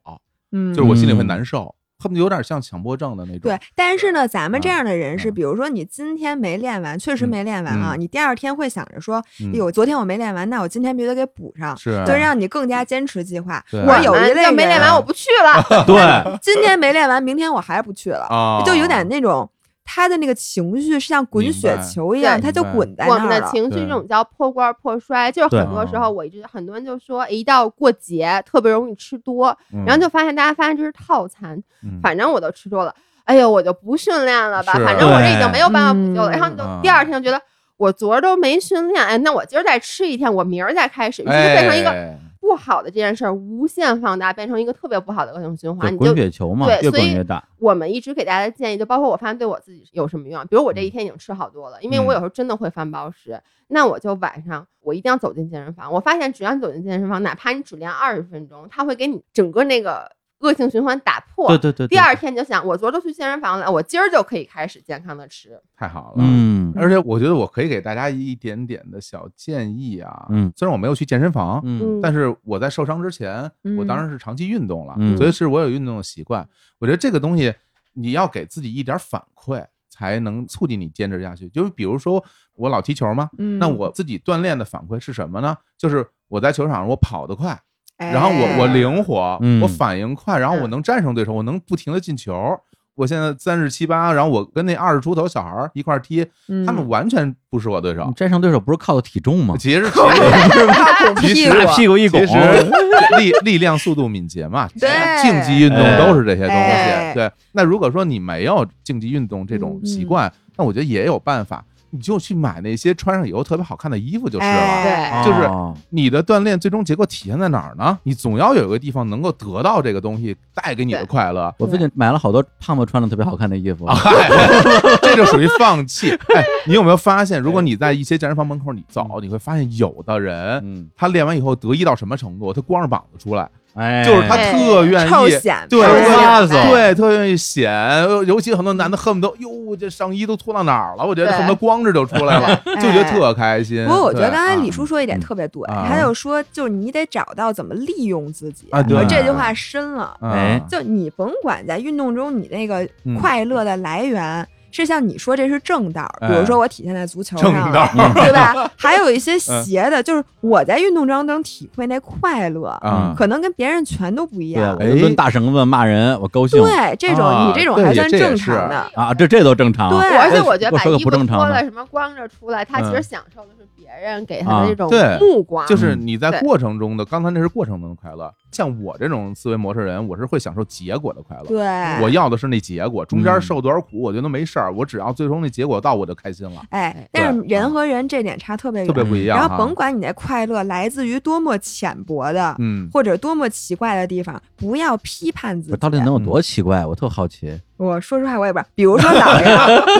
嗯，就是我心里会难受，恨不得有点像强迫症的那种。对，但是呢，咱们这样的人是，嗯比如说你今天没练完，确实没练完啊，嗯你第二天会想着说，嗯哎呦，昨天我没练完，那我今天必须得给补上，是啊嗯就让你更加坚持计划。对我有一类要没练人啊完我不去了。 对，今天没练完，明天我还不去了，啊，就有点那种他的那个情绪是像滚明雪白球一样，对他就明白滚在我那们儿的了。情绪这种叫破罐破摔，就是对很嗯多时候我一直很多人就说，哎一到过节特别容易吃多，然后就发现大家发现这是套餐，嗯反正我都吃多了，哎呦我就不训练了吧，是啊反正我这已经没有办法补救了。对然后你就嗯第二天就觉得我昨儿都没训练，哎，那我今儿再吃一天，我明儿再开始，于是就变成一个哎不好的这件事儿无限放大，变成一个特别不好的恶性循环，对你滚就雪球嘛，对越所滚以越大，我们一直给大家的建议，就包括我发现对我自己有什么用啊，比如我嗯这一天已经吃好多了，因为我有时候真的会翻暴食，那我就晚上我一定要走进健身房。我发现只要你走进健身房，哪怕你只练二十分钟，它会给你整个那个恶性循环打破。对对对，第二天你就想，我昨儿都去健身房了，我今儿就可以开始健康的吃。太好了，嗯而且我觉得我可以给大家一点点的小建议啊，嗯虽然我没有去健身房，嗯但是我在受伤之前，嗯我当然是长期运动了，嗯所以是我有运动的习惯。我觉得这个东西你要给自己一点反馈，才能促进你坚持下去。就是比如说我老踢球嘛，嗯，那我自己锻炼的反馈是什么呢？就是我在球场上我跑得快，哎，然后我我灵活嗯，我反应快，然后我嗯能战胜对手，我能不停的进球。我现在三十七八，然后我跟那二十出头小孩儿一块儿踢，嗯他们完全不是我对手你。战胜对手不是靠体 重吗？其实，其是吧？其屁实股，啊大屁股一拱实，其，实力力量、速度、敏捷嘛，对竞技运动都是这些东哎西。对，那如果说你没有竞技运动这种习惯，那我觉得也有办法，你就去买那些穿上以后特别好看的衣服就是了。哎就是哦你的锻炼最终结果体现在哪儿呢？你总要有一个地方能够得到这个东西带给你的对快乐。我最近买了好多胖子穿的特别好看的衣哦服，嗨，这就属于放弃。哎，你有没有发现，如果你在一些健身房门口你走，你会发现有的人嗯，他练完以后得意到什么程度？他光着膀子出来，哎，就是他特愿臭意。显对摆哎对，特愿意显，尤其很多男的恨不得，哟，这上衣都脱到哪儿了？我觉得对恨不得光着就出来了，就觉得特开心。哎不过我觉得对刚才啊李叔说一点特别对，啊他就说就是你得找到怎么利用自己。啊，对我这句话深了，哎啊就你甭管在运动中你那个嗯快乐的来源。是像你说这是正道，比哎如说我体现在足球正上了，道嗯对 吧？还有一些邪的，就是我在运动当中体会那快乐，嗯啊，可能跟别人全都不一对，我样。就哎抡大绳子骂人，我高兴。对，这种啊你这种对还算这也正是常的，啊，这这都正常。对而且我觉得把我说衣个服不正常啊脱了，的，什么光着出来，他其实享受的是别人给啊他的这种对目光，嗯就是你在对过程中的，刚才那是过程中的快乐。像我这种思维模式人，我是会享受结果的快乐。对，我要的是那结果，中嗯间受多少苦我觉得没事儿，我只要最终那结果到我就开心了，哎，但是人和人这点差特别远特，别不一样哎然哈。后甭管你的快乐来自于多么浅薄的，嗯，或者多么奇怪的地方，不要批判自我己。到底能有多奇怪？我特好奇。哎我说实话，我也不知道。比如说老 爷，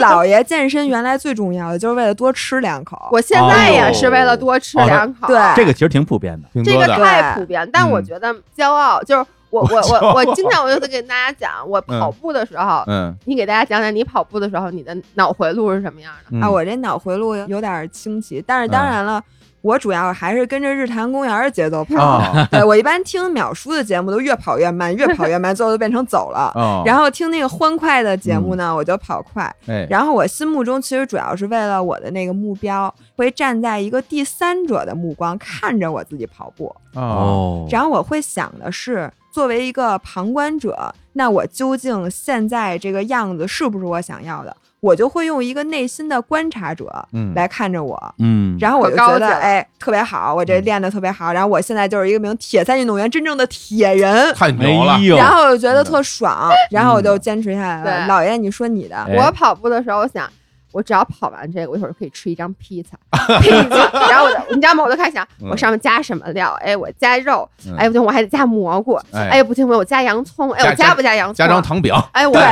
老爷健身原来最重要的就是为了多吃两口。我现在哦也是为了多吃哦两口，对这个其实挺普遍的。挺这多个的。嗯太普遍，但我觉得骄傲就是我我我我经常我就得跟大家讲，我嗯跑步的时候，嗯你给大家讲讲你跑步的时候你的脑回路是什么样的。嗯啊，我这脑回路有点清奇，但是当然了。我主要还是跟着日坛公园的节奏跑，啊对我一般听淼叔的节目都越跑越慢，越跑越慢，最后就变成走了。啊，然后听那个欢快的节目呢，我就跑快。嗯哎，然后我心目中其实主要是为了我的那个目标，会站在一个第三者的目光看着我自己跑步，哦，然后我会想的是，作为一个旁观者，那我究竟现在这个样子是不是我想要的？我就会用一个内心的观察者嗯，来看着我。嗯，然后我就可高觉得，级了哎，特别好，我这嗯练的特别好。然后我现在就是一个名铁三运动员，真正的铁人。太牛了哎，呦，然后我就嗯觉得特爽，然后我就坚持下来了。对老爷，你说你的，哎我跑步的时候，我想，我只要跑完这个，我一会儿可以吃一张 披萨，披萨。然后我就，你知道吗？我就开始想，嗯我上面加什么料？哎，我加肉嗯，哎不行，我还得加蘑菇，哎哎不行，我我加洋葱，哎加我加不加洋葱？加张，糖饼、哎我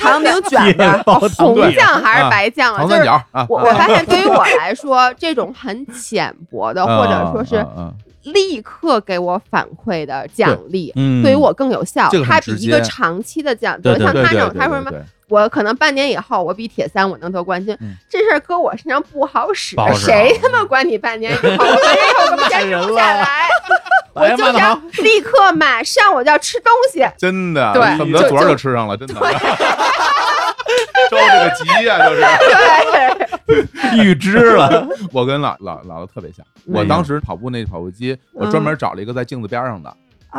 糖饼卷子， 红酱还是白酱啊？嗯糖就三是角啊，我我发现对于我来说，这种很浅薄的，或者说是嗯嗯嗯立刻给我反馈的奖励。嗯，对于我更有效这个，很它比直一个接长期的奖，对就对像对他对那种，对他说什对么对我可能半年以后我比铁三我能得冠军，嗯这事儿搁我身上不好使不好，使谁他妈管你半年以后？我半年以后我们坚持不下来，我哎呀就妈的要立刻马上我就要吃东西。真的，对恨不得就昨儿就就吃上了，真的， 着这个急呀，就是。对，预知了，我跟老老姥姥特别像，我当时跑步那跑步机，我专嗯门找了一个在镜子边上的，啊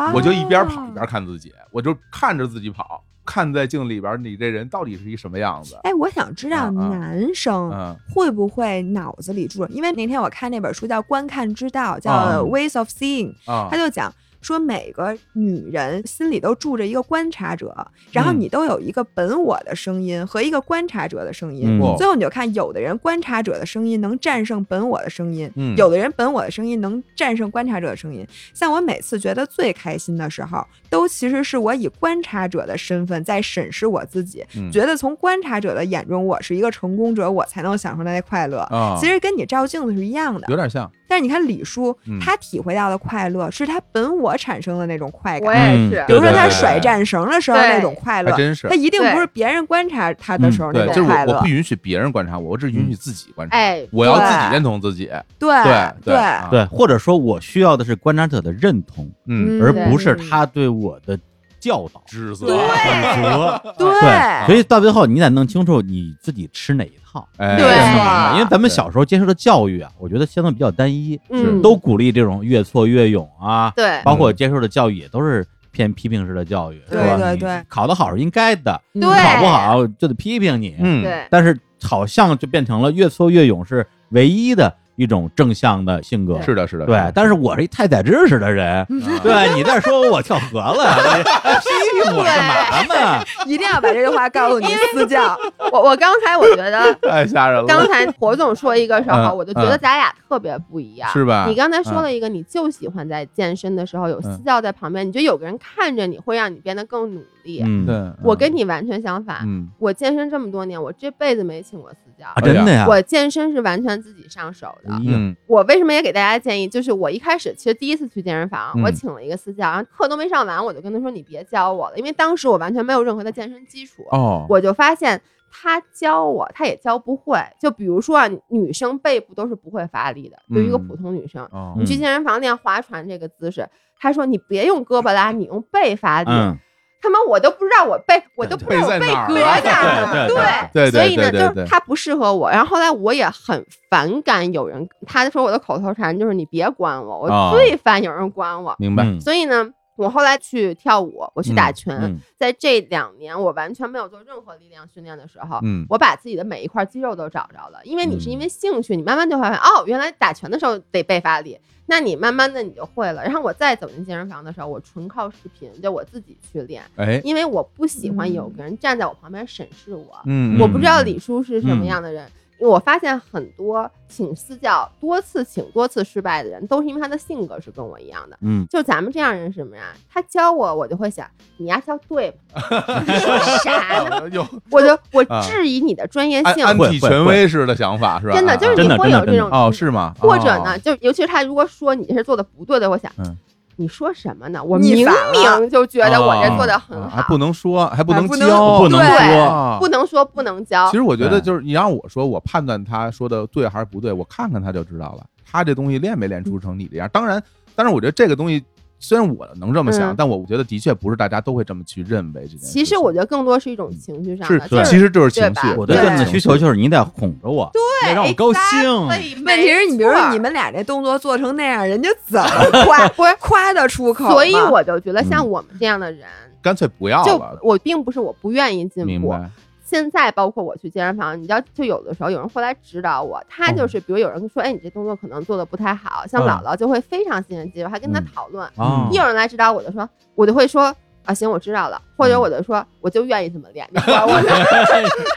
哎我就一边跑一边看自己，我就看着自己跑，看在镜里边你这人到底是一什么样子。哎，我想知道啊啊男生嗯，会不会脑子里住？因为那天我看那本书叫《观看之道》，叫啊《Ways of Seeing》，啊他，就讲说每个女人心里都住着一个观察者，然后嗯你都有一个本我的声音和一个观察者的声音。嗯最后你就看，有的人观察者的声音能战胜本我的声音，嗯有的人本我的声音能战胜观察者的声音。像我每次觉得最开心的时候，都其实是我以观察者的身份在审视我自己，嗯觉得从观察者的眼中我是一个成功者，我才能享受到那快乐。啊，其实跟你照镜子是一样的有，点像，但是你看李叔嗯，他体会到的快乐是他本我产生的那种快我感，也是嗯。比如说对他对甩对战绳的时候对那种快还乐，真是嗯他。一定对不是别人观察他的时候对那，就是种快我我乐不。允许别人观察我，我只允许自己观察。哎，我要自己对认同自己。对对啊对，对，或者说我需要的是观察者的认同，嗯，而不是他对我的教导、指责。选择。对对，所以到最后你得弄清楚你自己吃哪一套。哎对这弄明白因为咱们小时候接受的教育啊，我觉得相对比较单一，嗯，都鼓励这种越挫越勇啊，对包括接受的教育也都是偏批评式的教育，是对吧？对你对考得好是应该的，对考不好就得批评你。嗯，对，但是好像就变成了越挫越勇是唯一的一种正向的性格。是的，是的，，对，但是我是一太宰治似的人，对你再说我跳河了， 你批评我干嘛呢？一定要把这句话告诉你私教。 我我刚才我觉得 太吓 人刚了，才火总说一个时候，嗯我就觉得咱俩特别不一样。是吧嗯你？刚才说了一个，你就喜欢在健身的时候有私教在旁边，你觉得有个人看着你会让你变得更努力。嗯，对，，我跟你完全相反，嗯，哎我健身这么多年，我这辈子没请过私教。啊，真的呀，我健身是完全自己上手的。哎呀嗯我为什么也给大家建议，就是我一开始其实第一次去健身房，嗯我请了一个私教，然后课都没上完，我就跟他说你别教我了，因为当时我完全没有任何的健身基础。哦，我就发现他教我，他也教不会。就比如说啊，女生背部都是不会发力的，对于一个嗯普通女生，哦你去健身房练划船这个姿势，他说你别用胳膊拉，你用背发力。嗯，他妈，我都不知道我背，我都不知道我背在哪儿啊搁了哪儿了对对对对所以呢，对对就是对他不适合我。然后后来我也很反感有人，他说我的口头禅就是你别管我，哦我最烦有人管我。明白，嗯所以呢，我后来去跳舞，我去打拳，嗯在这两年我完全没有做任何力量训练的时候，嗯我把自己的每一块肌肉都找着了。因为你是嗯因为兴趣，你慢慢就会发现，哦，原来打拳的时候得背发力，那你慢慢的你就会了。然后我再走进健身房的时候，我纯靠视频，就我自己去练，哎，因为我不喜欢嗯有个人站在我旁边审视我。嗯，我不知道李叔是什么样的人。我发现很多请私教多次请多次失败的人，都是因为他的性格是跟我一样的。嗯，就咱们这样人是什么呀？他教我，我就会想，你丫教对吗？你说啥呢？啊有我就我啊质疑你的专业安性，安会体会权会威式的想法是吧？真的啊就是真你的会真的有真这种的哦，是吗？或者呢，哦，就尤其是他如果说你这是做的不对的，我想，嗯你说什么呢？我你明反了明就觉得我这哦做的啊很还好，不能说，还不还能不能教，不能对说，啊不能说不能教其。实我觉得对就是你让我说，我判断他说的对还是不对，我看看他就知道了。他这东西练没练出成你这样？当然，当然，我觉得这个东西虽然我能这么想，嗯但我觉得的确不是大家都会这么去认为这件事情。其实我觉得更多是一种情绪上是的，就，其实就是情对绪吧。我对对锻炼的需求就是你得哄着我，对，得让我高兴。哎问题是你比如说你们俩这动作做成那样，人家 怎么夸不是夸得出口吗？所以我就觉得像我们这样的人，干脆不要就了，我并不是我不愿意进明步。白？现在包括我去健身房，你知道，就有的时候有人会来指导我，他就是比如有人说，哎，你这动作可能做的不太好，像嗯姥姥就会非常信任肌肉，还跟他嗯讨论。啊 一有人来指导我就说，我就会说。啊，行，我知道了，或者我就说，我就愿意这么练，你管我呢？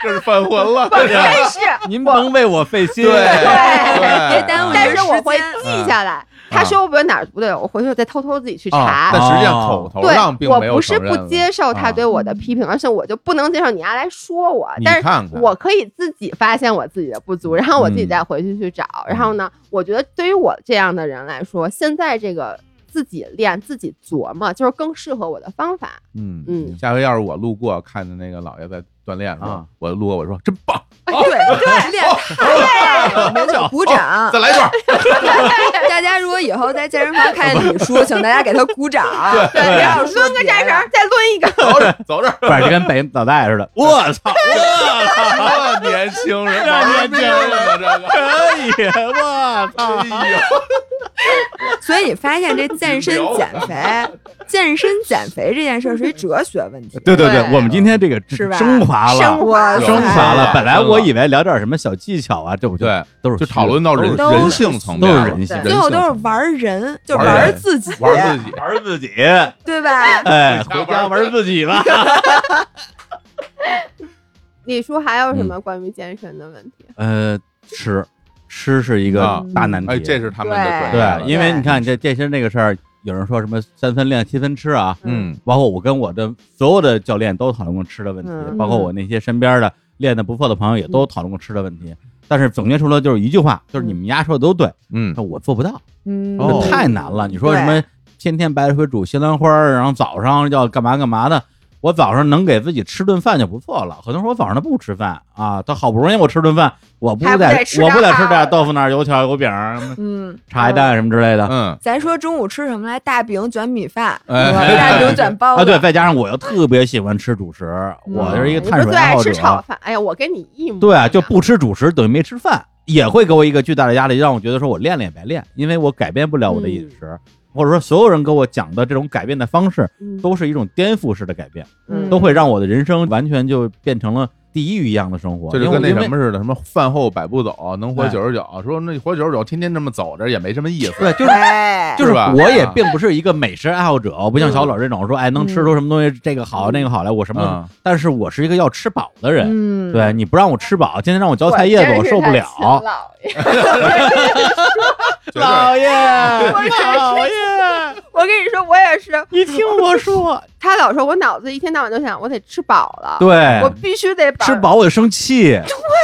这是犯浑 了，真是，您甭为我费心。啊对别耽误你但的是我时 会间。记下来。他说我哪儿不对，我回去再偷偷自己去啊查。但实际上口头上对，并我没有不是承认不接受啊他对我的批评，而是我就不能接受你丫来说我。你但是看看我可以自己发现我自己的不足，然后我自己嗯再回去去找。然嗯后呢，我觉得对于我这样的人来说，现在这个自己练、自己琢磨，就是更适合我的方法。嗯嗯下回要是我路过看见那个老爷在锻炼是吧啊？我路过我说真棒，对哦对，练太棒了没错，鼓掌再。来一 段儿。 大家如果以后在健身房看见李叔，请大家给他鼓 掌。 对，不要说抡个别战的绳，再抡一个。 走着走着，反正跟北脑袋似的。我操，我操，这年轻人，这年轻人这个。可以，我操，哎呦， 所以你发现这健身减肥、 健身减肥这件事儿是一哲学问题。对对对对，我们今天这个是吧升华升了。哇塞升华了了，本来我以为聊点什么小技巧啊，这不就哎对都是就讨论到人都是人性层面都了，是人性最人后性都是层面玩人，就玩玩人自己，玩自己。玩自己，对吧？ 哎，回家玩自己吧。李叔还有什嗯么关于健身的问题？ 呃，吃吃是一个啊大难题，哎，这是他们的专业了哎对，因为你看这健身这个事儿，有人说什么三分练七分吃啊，嗯包括我跟我的所有的教练都讨论过吃的问题，嗯包括我那些身边的练的不错的朋友也都讨论过吃的问题。但是总结出来就是一句话，就是你们丫说的都对，嗯但我做不到，嗯哦这太难了。你说什么天天白水煮西兰花儿，然后早上要干嘛干嘛的。我早上能给自己吃顿饭就不错了。很多人说我早上他不吃饭啊，他好不容易我吃顿饭，我不还不得得吃我不得点吃好点的豆腐脑、油条、油饼儿、嗯，茶叶蛋什么之类的。嗯，咱说中午吃什么来？大饼卷米饭，哎是吧大饼卷包啊，子，对，再加上我又特别喜欢吃主食，我就是一个嗯你不碳是水最爱爱好者吃。炒饭？哎呀，我跟你一模一对，啊样就不吃主食等于没吃饭，也会给我一个巨大的压力，让我觉得说我练了也白练，因为我改变不了我的饮食。或者说所有人给我讲的这种改变的方式，嗯都是一种颠覆式的改变，嗯都会让我的人生完全就变成了地狱一样的生活。这就因为跟那因为什么似的，什么饭后百步走，能活哎九十九。说那活九十九，天天这么走着也没什么意思。对， 就是哎，就是是吧我也啊并不是一个美食爱好者，我不像小老这嗯种说哎能吃出什么东西这个好那个好来，我什么都嗯但是我是一个要吃饱的人。嗯，对你不让我吃饱，今天让我嚼菜叶子，我受不了。绝对爷，老爷， 我跟你说，我也是，你听我说，他老说我脑子一天到晚都想我得吃饱了，对我，必须得吃饱我就生气。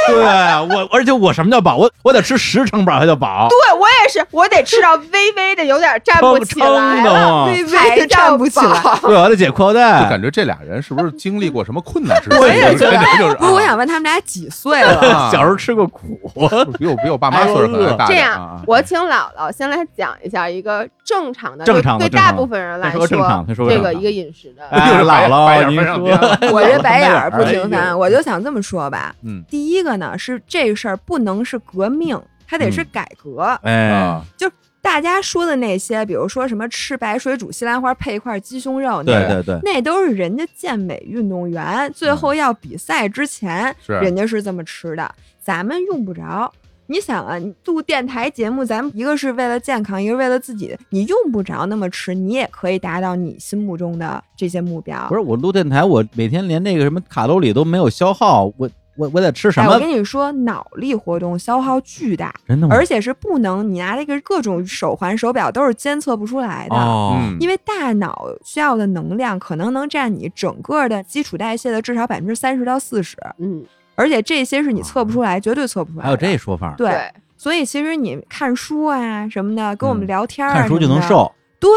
对，我而且我什么叫饱？我我得吃十成饱才叫饱，对我也是，我得吃到微微的有点站不撑起撑来的了，慌。微微才的嗯站不起来。 叫饱。对，我得解裤腰带。就感觉这俩人是不是经历过什么困难之事？我也觉得就是不是，我想问他们俩几岁了？啊小时候吃过苦，比我比我爸妈岁数可能还大这点儿样啊，。我请姥姥先来讲一下一个正常的，正常的对对正常大的部分人来他说正常他说这正个常一个饮食的，哎，又是白姥白眼姥，儿您翻上说天了 我这白眼儿不哎呦平凡，我就想这么说吧。嗯，第一个呢是这个事儿不能是革命，它得嗯是改革。哎，啊，大家说的那些，比如说什么吃白水煮西兰花配一块鸡胸肉，那对个对对，那都是人家健美运动员最后要比赛之前，嗯是人家是这么吃的，咱们用不着。你想啊，你录电台节目，咱们一个是为了健康，一个是为了自己，你用不着那么吃，你也可以达到你心目中的这些目标。不是我录电台，我每天连那个什么卡路里都没有消耗，我我我得吃什哎，么嗯我跟？你说，脑力活动消耗巨大，真的吗？而且是不能你拿这个各种手环、手表都是监测不出来的。哦，嗯，因为大脑需要的能量可能能占你整个的基础代谢的至少百分之三十到四十，嗯，而且这些是你测不出来，绝对测不出来的。还有这说法，对，对，所以其实你看书啊什么的，跟我们嗯聊天啊，看书就能，瘦，对，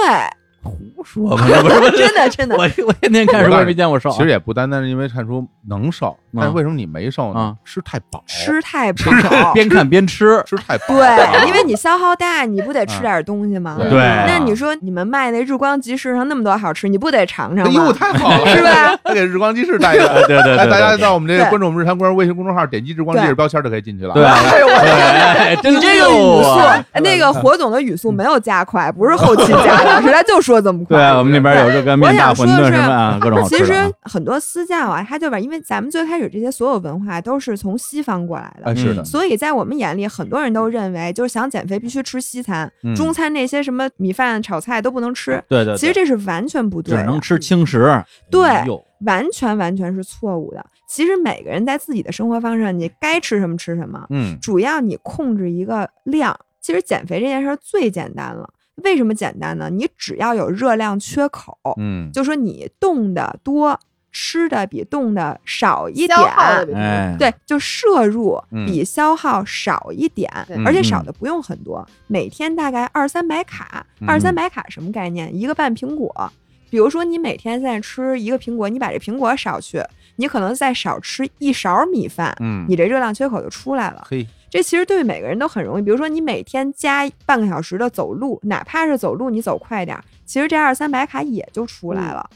胡说吧，这 不是 真的真的，我我天天看书，我也没见过瘦。其实也不单单是因为看书能瘦，但啊为什么你没瘦呢啊？吃太饱，吃太饱，边看边吃，吃太饱了，对，因为你消耗大，你不得吃点东西吗？对嗯对啊，那你说你们卖那日光集市上那么多好吃，你不得尝尝哎呦吗？太好了， 是吧？他给日光鸡翅 带的。对对哎，大家对到我们这个对关注我们日常官微信公众号，点击日光鸡对翅标签就可以进去了。啊对，哎真你这个语溜速啊！，哎那个火总的语速没有加快，不是后期加 的，是他就说这么对快。我们那边有热干面、大馄饨什 么啊，各种好吃其的。实很多私教啊，他就把，因为咱们最开始这些所有文化都是从西方过来的，哎，嗯是的，所以在我们眼里，很多人都认为就是想减肥必须吃西餐，嗯中餐那些什么米饭、炒菜都不能吃。对对，其实这是完全不对只的，能吃轻食。对哎呦完全完全是错误的。其实每个人在自己的生活方式上，你该吃什么吃什么，嗯，主要你控制一个量。其实减肥这件事儿最简单了，为什么简单呢？你只要有热量缺口，嗯，就说你动的多，吃的比动的少一点消，耗的比较哎，对，就摄入嗯比消耗少一点，对而且嗯少的不用很多，每天大概二三百卡。嗯二三百卡什么概念？一个半苹果。比如说你每天在吃一个苹果，你把这苹果少去，你可能再少吃一勺米饭，嗯，你这热量缺口就出来了。嘿，这其实对每个人都很容易。比如说你每天加半个小时的走路，哪怕是走路你走快点儿，其实这二三百卡也就出来了。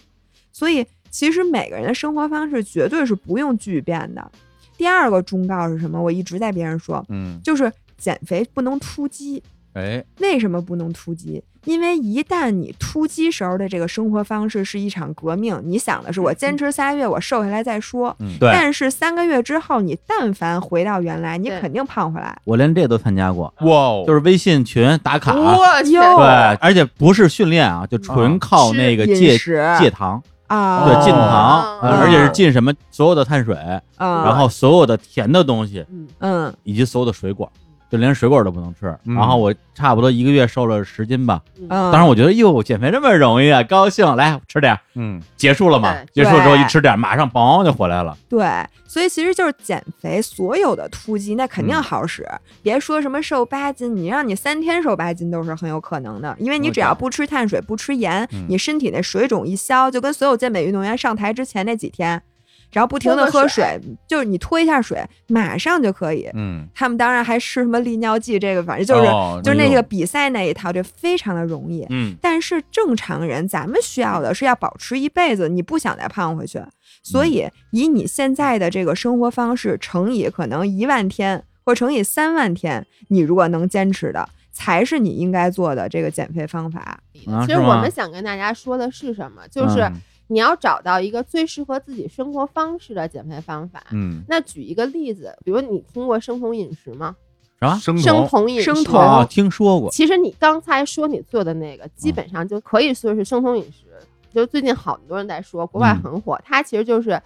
所以其实每个人的生活方式绝对是不用巨变的。第二个忠告是什么？我一直在别人说，嗯，就是减肥不能突击。哎，为什么不能突击？因为一旦你突击时候的这个生活方式是一场革命，你想的是我坚持仨月，我瘦下来再说。对，但是三个月之后，你但凡回到原来，你对肯定胖回来。我连这都参加过，哇哦，就是微信群打卡。我去，对哟，，而且不是训练啊，就纯靠那个吃饮戒食戒糖，啊，对，禁哦糖，呃而且是禁什么所有的碳水，啊，然后所有的甜的东西，嗯，嗯，以及所有的水果，就连水果都不能吃。嗯然后我差不多一个月瘦了十斤吧。当当时我觉得哟，减肥这么容易啊，高兴，来吃点儿。嗯，结束了嘛？对结束之后一吃点儿，马上嘣就回来了。对，所以其实就是减肥，所有的突击那肯定嗯好使，别说什么瘦八斤，你让你三天瘦八斤都是很有可能的，因为你只要不吃碳水、不吃盐，嗯你身体那水肿一消，就跟所有健美运动员上台之前那几天，然后不停的多喝喝水水，就是你拖一下水，马上就可以。嗯，他们当然还吃什么利尿剂，这个反正就是、哦就是那种个比赛那一套，就非常的容易。嗯，但是正常人，咱们需要的是要保持一辈子，你不想再胖回去，所以以你现在的这个生活方式乘以可能一万天，或乘以三万天，你如果能坚持的，才是你应该做的这个减肥方法。啊其实是我吗们想跟大家说的是什么，就是嗯你要找到一个最适合自己生活方式的减肥方法。嗯，那举一个例子，比如你听过生酮饮食吗？啊生生酮酮饮食，生酮啊，听说过嗯其实你刚才说你做的那个，基本上就可以说是生酮饮食。就最近好多人在说，国嗯外很火，它其实就是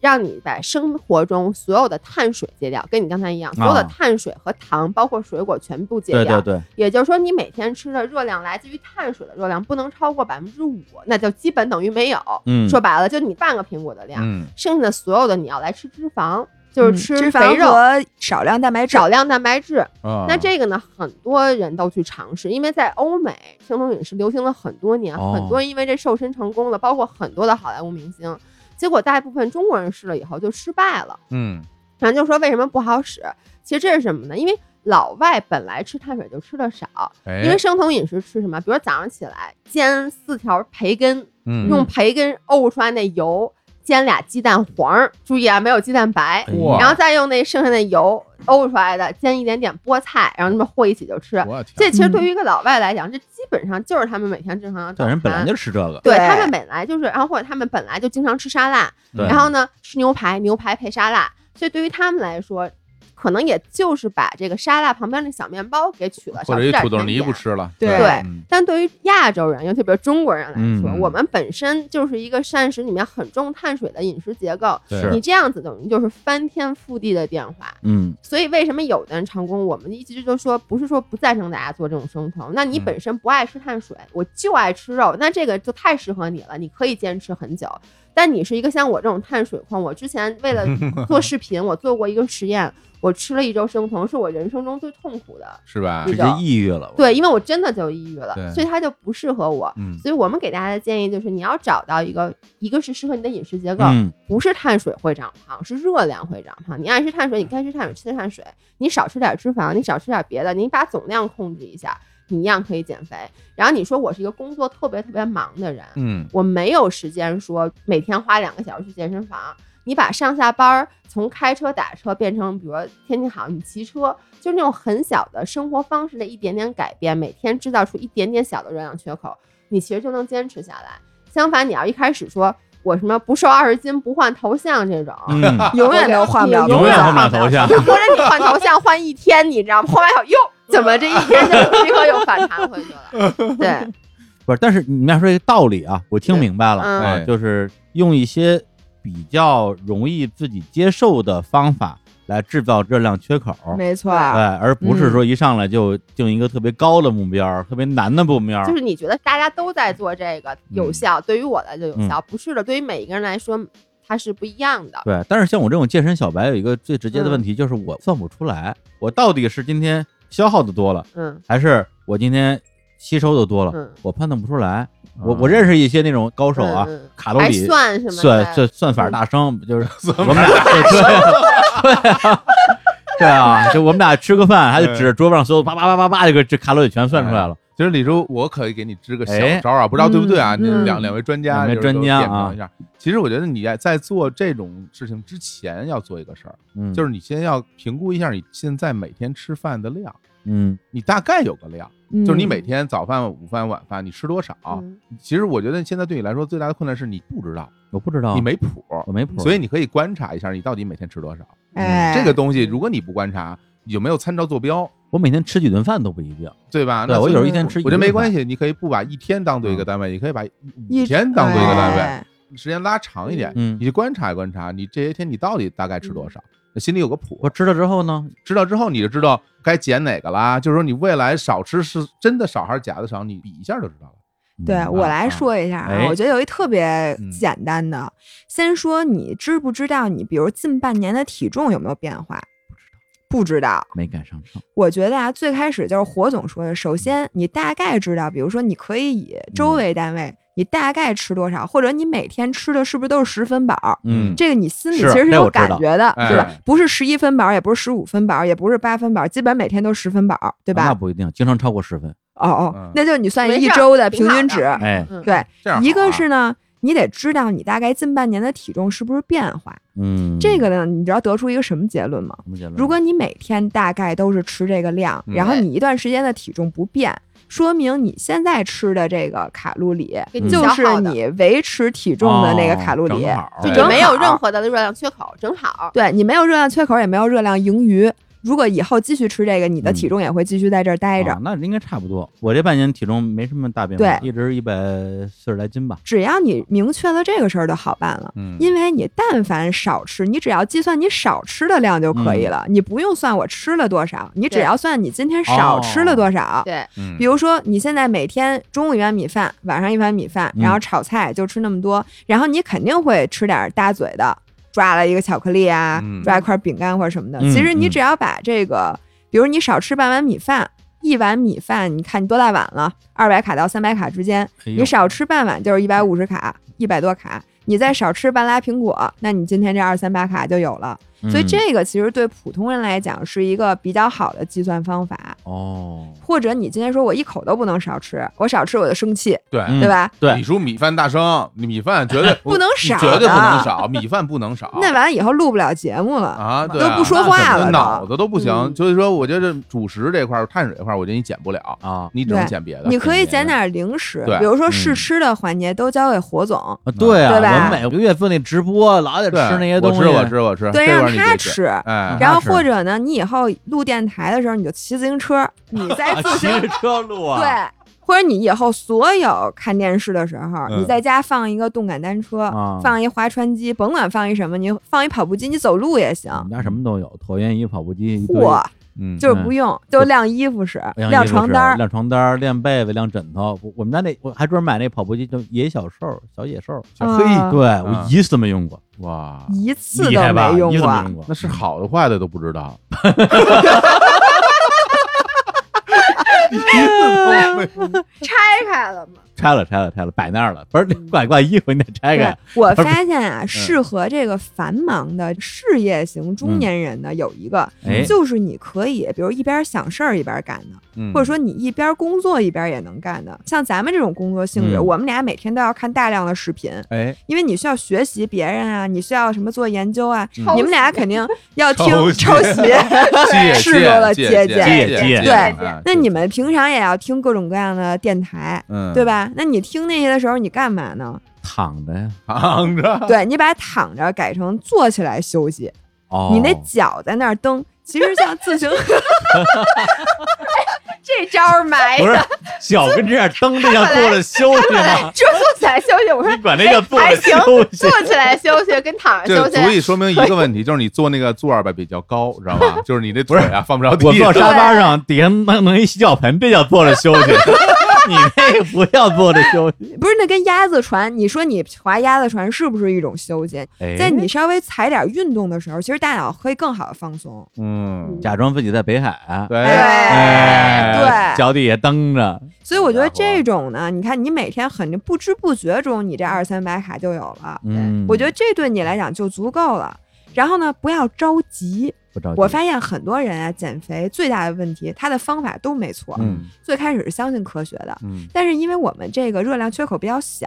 让你在生活中所有的碳水戒掉，跟你刚才一样，所有的碳水和糖，包括水果全部戒掉。啊对对对，也就是说，你每天吃的热量来自于碳水的热量不能超过百分之五，那就基本等于没有。嗯说白了，就你半个苹果的量，嗯，剩下的所有的你要来吃脂肪，就是嗯吃脂肥肪肉、和少量蛋白质少量蛋白质。啊那这个呢，很多人都去尝试，因为在欧美，生酮饮食流行了很多年，哦很多人因为这瘦身成功了，包括很多的好莱坞明星。结果大部分中国人试了以后就失败了，嗯然后就说为什么不好使？其实这是什么呢？因为老外本来吃碳水就吃的少，哎，因为生酮饮食吃什么？比如早上起来煎四条培根，嗯用培根沤出来那油，煎俩鸡蛋黄儿，注意啊，没有鸡蛋白，哇然后再用那剩下的油沤出来的，煎一点点菠菜，然后那么和一起就吃。我的天，这嗯其实对于一个老外来讲，这基本上就是他们每天正常的早对，餐。人本来就吃这个，对对他们本来就是，然后或者他们本来就经常吃沙拉，对然后呢吃牛排，牛排配沙拉，所以对于他们来说，可能也就是把这个沙拉旁边那小面包给取了，或少者吃一点土豆甜泥不点吃了，对对嗯但对于亚洲人，尤其比如中国人来说，嗯我们本身就是一个膳食里面很重碳水的饮食结构，是你这样子等于就是翻天覆地的变化。嗯，所以为什么有的人成功，我们一直就说不是说不赞成大家做这种生酮，那你嗯本身不爱吃碳水，我就爱吃肉，那这个就太适合你了，你可以坚持很久。但你是一个像我这种碳水控，我之前 为了做视频，我做过一个实验，我吃了一周生酮，是我人生中最痛苦的。啊是吧你直？接抑郁了，对，因为我真的就抑郁了对，所以它就不适合我。嗯所以我们给大家的建议就是，你要找到一个，一个是适合你的饮食结构，嗯，不是碳水会长胖，是热量会长胖。你爱吃碳水，你该吃碳水吃碳水，你少吃点脂肪，你少吃点别的，你把总量控制一下，你一样可以减肥。然后你说我是一个工作特别特别忙的人，嗯我没有时间说每天花两个小时去健身房。你把上下班儿从开车打车变成，比如说天气好你骑车，就那种很小的生活方式的一点点改变，每天制造出一点点小的热量缺口，你其实就能坚持下来。相反，你要一开始说我什么不瘦二十斤不换头像这种，嗯，永远都换不了你多永远少换不了头像或者你换头像换一天，你知道吗？换完以后哟，怎么这一天就立刻又反弹回去了？对，不是，但是你们俩说这个道理啊，我听明白了嗯啊，哎就是用一些比较容易自己接受的方法来制造热量缺口， 没错，对，而不是嗯说一上来就定一个特别高的目标，特别难的目标，就是你觉得大家都在做这个有效，对于我来就有效，不是的，对于每一个人来说它是不一样的。对。但是像我这种健身小白，有一个最直接的问嗯题就是我算不出来，我到底是今天消耗的多了，嗯还是我今天吸收的多了，嗯，我判断不出来。我啊我认识一些那种高手啊，嗯嗯卡路还里算什么算的？算算嗯法大生，就是我们俩对对啊对啊，就我们俩吃个饭，他就指着桌子上所有叭叭叭叭叭，这个这卡路里全算出来了。其实李叔，我可以给你支个小哎招啊，不知道对不对啊？嗯你嗯两两位专家，两位专家啊点评一下。其实我觉得你在做这种事情之前要做一个事儿，嗯，就是你先要评估一下你现在每天吃饭的量，嗯你大概有个量，嗯就是你每天啊早饭、午饭、晚饭你吃多少。嗯其实我觉得现在对你来说最大的困难是你不知道，我不知道，你没谱，我没谱，所以你可以观察一下你到底每天吃多少。哎，这个东西如果你不观察，有没有参照坐标，我每天吃几顿饭都不一定。对吧？对那我有时候所以一天吃一我觉得顿嗯没饭关系，你可以不把一天当做一个单位，你可以把五一天当做一个单位，哎时间拉长一点，嗯你去观察观察，你这些天你到底大概吃嗯多少，心里有个谱我。知道之后呢，知道之后你就知道该减哪个啦。就是说你未来少吃是真的少还是假的少，你比一下就知道了。嗯对啊我来说一下哎啊，我觉得有一特别嗯简单的，先说你知不知道你，比如近半年的体重有没有变化？不知道，没赶上秤，我觉得啊，最开始就是火总说的，首先你大概知道，比如说你可以以嗯周为单位，你大概吃多少，或者你每天吃的是不是都是十分饱，嗯，这个你心里是其实是这我有知感道觉的，哎对吧？不是十一分饱，也不是十五分饱，也不是八分饱，基本每天都十分饱，对啊那吧？不一定，经常超过十分。哦嗯哦，那就是你算没一事儿周的挺平好均的值，哎，嗯对，这样好啊一个是呢，你得知道你大概近半年的体重是不是变化。嗯，这个呢，你知道得出一个什么结论吗？什么结论如果你每天大概都是吃这个量，嗯然后你一段时间的体重不变，说明你现在吃的这个卡路里给你就调是好的你维持体重的那个卡路里，嗯哦正好就正你没有好任何的热量缺口，正好。对你没有热量缺口，也没有热量盈余。如果以后继续吃这个，你的嗯体重也会继续在这儿待着。哦那应该差不多。我这半年体重没什么大变化，对一直一百四十来斤吧。只要你明确了这个事儿就好办了，嗯因为你但凡少吃，你只要计算你少吃的量就可以嗯了，你不用算我吃了多少，你只对要算你今天少吃了多哦少。对，嗯比如说你现在每天中午一碗米饭，晚上一碗米饭，嗯然后炒菜就吃那么多，然后你肯定会吃点大嘴的，抓了一个巧克力啊，嗯抓一块饼干或者什么的。嗯其实你嗯只要把这个，比如你少吃半碗米饭。一碗米饭，你看你多大碗了？二百卡到三百卡之间，哎呦你少吃半碗就是一百五十卡，一百多卡。你再少吃半拉苹果，那你今天这二三百卡就有了。所以嗯这个其实对普通人来讲是一个比较好的计算方法。哦，或者你今天说我一口都不能少吃，我少吃我就生气，对嗯对吧？对李叔米饭大生，你米饭绝对 不能少绝对不能的少，米饭不能少。 那完了以后录不了节目了。哦啊，对都啊不说那话怎么了脑都子都不行。嗯所以说，我觉得主食这块儿、碳水这块儿，我觉得你减不了，啊你只能对减别的。你可以捡点零食啊对，比如说嗯试吃的环节都交给火总，啊对啊，对吧我每个月做那直播，老得吃对那些东西。我吃，我吃，我吃。对，这块儿让嗯你他得减。吃。嗯哎，然后是或者呢，你以后录电台的时候，你就骑自行车，你在啊 自骑行着车录啊。对，或者你以后所有看电视的时候，嗯你在家放一个动感单车，啊放一划船机，甭管放一什么，你放一跑步机，你走路也行。我们家什么都有，椭圆仪、跑步机，一堆啊嚯，嗯，就是不用，就晾衣服使，晾晾衣服床是单儿。晾床单儿、晾被子、晾枕头。我我们家那我还专门买那跑步机，叫野小兽、小野兽。小黑啊对我一次都没用过，哇，一次厉都害吧？没一用次没过，用过。那是好的坏的都不知 道。 你 一次都没拆开了嘛，拆了，拆了，拆了，摆那儿了。不嗯是挂挂衣服，你得拆对开。，嗯我 发现啊，适合这个繁忙的事业型中年人呢，有一个嗯哎，就是你可以，比如一边想事儿一边干的，嗯或者说你一边工作一边也能干的。像咱们这种工作性质，嗯我们俩每天都要看大量的视频，哎，因为你需要学习别人啊，你需要什么做研究啊，抄你们俩袭肯定要听抄袭抄袭。 借是多了借借借鉴借借鉴对哎那你们平常也要听各种各样的电台，嗯对？吧？那你听那些的时候，你干嘛呢？躺着呀。扛着，对你把躺着改成坐起来休息，哦，你那脚在那儿蹬。其实像自行， 这招儿埋不是 的。脚跟这样蹬着像坐着休息对吗，？ 这坐起来休息，我说你管那叫坐还着行休息坐？起来休息跟躺着这休足息以说明一个问题，就是你坐那个座儿吧比较高，知道吗？就是你那腿啊放不着地。 我坐沙发上，底下弄弄一洗脚盆，这叫坐着休 息。你那个不叫坐着休息。不是那跟鸭子船，你说你划鸭子船是不是一种休息？哎在你稍微踩点运动的时候，其实大脑可以更好的放松。嗯，假装自己在北啊海，对，哎对脚底下蹬着，所以我觉得好家伙这种呢，你看你每天很不知不觉中，你这二三百卡就有了。嗯，我觉得这对你来讲就足够了。然后呢，不要着急。不着急。我发现很多人啊，减肥最大的问题，他的方法都没错。嗯最开始是相信科学的，嗯但是因为我们这个热量缺口比较小，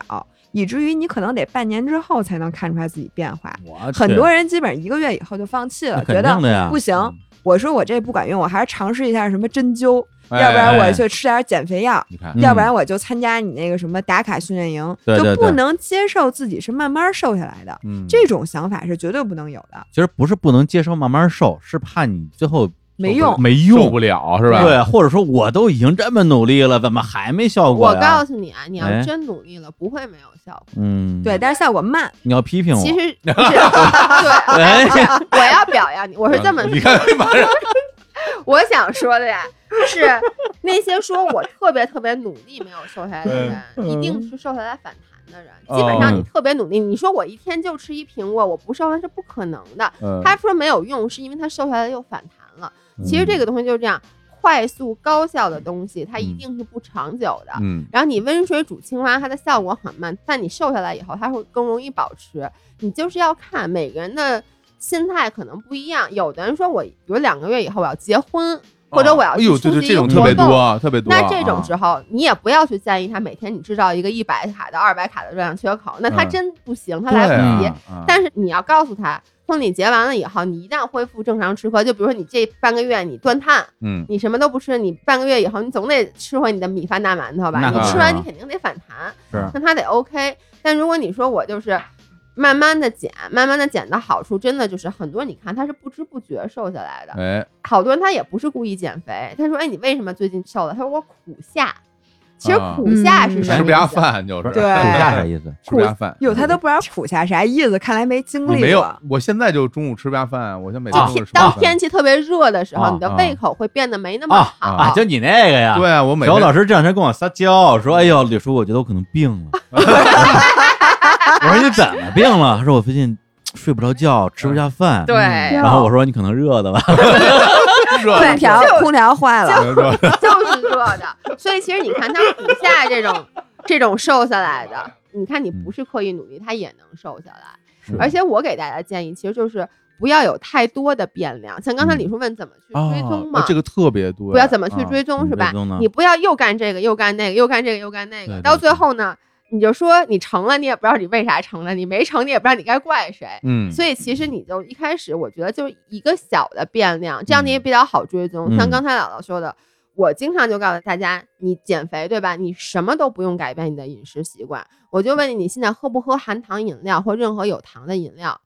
以至于你可能得半年之后才能看出来自己变化。我很多人基本上一个月以后就放弃了啊嗯那，觉肯定得的啊呀，不行。嗯我说我这不管用，我还是尝试一下什么针灸，哎要不然哎我就吃点减肥药，你看嗯，要不然我就参加你那个什么打卡训练营，对对就不对能接受自己是慢慢瘦下来的。嗯，这种想法是绝对不能有的，其实不是不能接受慢慢瘦，是怕你最后没用。没受用不，了是吧？对，或者说我都已经这么努力了，怎么还没效果我呀？告诉你啊，你要哎真努力了，不会没有效果。嗯，对，，但是效果慢，你要批评我，其实 不是对，哎我要表扬你，我是这么啊你看，马上 我想说的呀，是那些说我特别特别努力没有瘦下来的人，嗯一定是瘦下来反弹的人。基本上你特别努力，你说我一天就吃一苹果，我不瘦那是不可能的。嗯他说没有用，是因为他瘦下来又反弹了。其实这个东西就是这样，快速高效的东西，它一定是不长久的。嗯然后你温水煮青蛙，它的效果很慢，但你瘦下来以后，它会更容易保持。你就是要看每个人的心态可能不一样，有的人说我有两个月以后我要结婚，或者我要哎去呦，出对对，席一这种个特别活动多，啊，特别多啊。那这种时啊候，你也不要去建议他每天你制造一个一百卡的、二百卡的热量缺口，那他嗯真不行，他对来不及啊。，啊但是你要告诉他，婚礼结完了以后，你一旦恢复正常吃喝，就比如说你这半个月你断碳，嗯，你什么都不吃，你半个月以后你总得吃回你的米饭大馒头吧？那你当吃然完了你肯定得反弹，是那他得 OK。但如果你说我就是慢慢的减，慢慢的减的好处，真的就是很多，你看他是不知不觉瘦下来的，哎，好多人他也不是故意减肥，他说：“哎，你为什么最近瘦了？”他说：“我苦夏。”其实啊苦夏是什么？吃不下。饭啊就是哎对暑假啥意思？吃不下饭。有他都不知道苦下啥意思，看来没经我历没有过。，我现在就中午吃不下饭，我现在每天啊都是吃不下哦当饭。天气特别热的时候，啊你的啊胃口会变得没那么啊好。啊，就你那个呀？对啊，我每小天吴老师这两天跟我撒娇说：“哎呦，李叔，我觉得我可能病 了。”我说：“你怎么病了？”他说：“我最近睡不着觉，吃不下饭。”对，嗯然后我说：“你可能热的吧热空调就空调坏了，热就是热的。所以其实你看，他苦夏这种这种瘦下来的，你看你不是刻意努力，他也能瘦下来。是而且我给大家建议，其实就是不要有太多的变量。像刚才李叔问怎么去追哦踪嘛，啊，这个特别多，不要怎么去啊追踪、嗯是吧追踪呢？你不要又干这个又干那个又干这个又干那个，对对到最对后呢，你就说你成了，你也不知道你为啥成了，你没成你也不知道你该怪谁。嗯，所以其实你就一开始，我觉得就是一个小的变量，这样嗯你也比较好追踪。像嗯刚才姥姥说的，我经常就告诉大家，你减肥对吧？你什么都不用改变你的饮食习惯，我就问你，你现在喝不喝含糖饮料或任何有糖的饮料？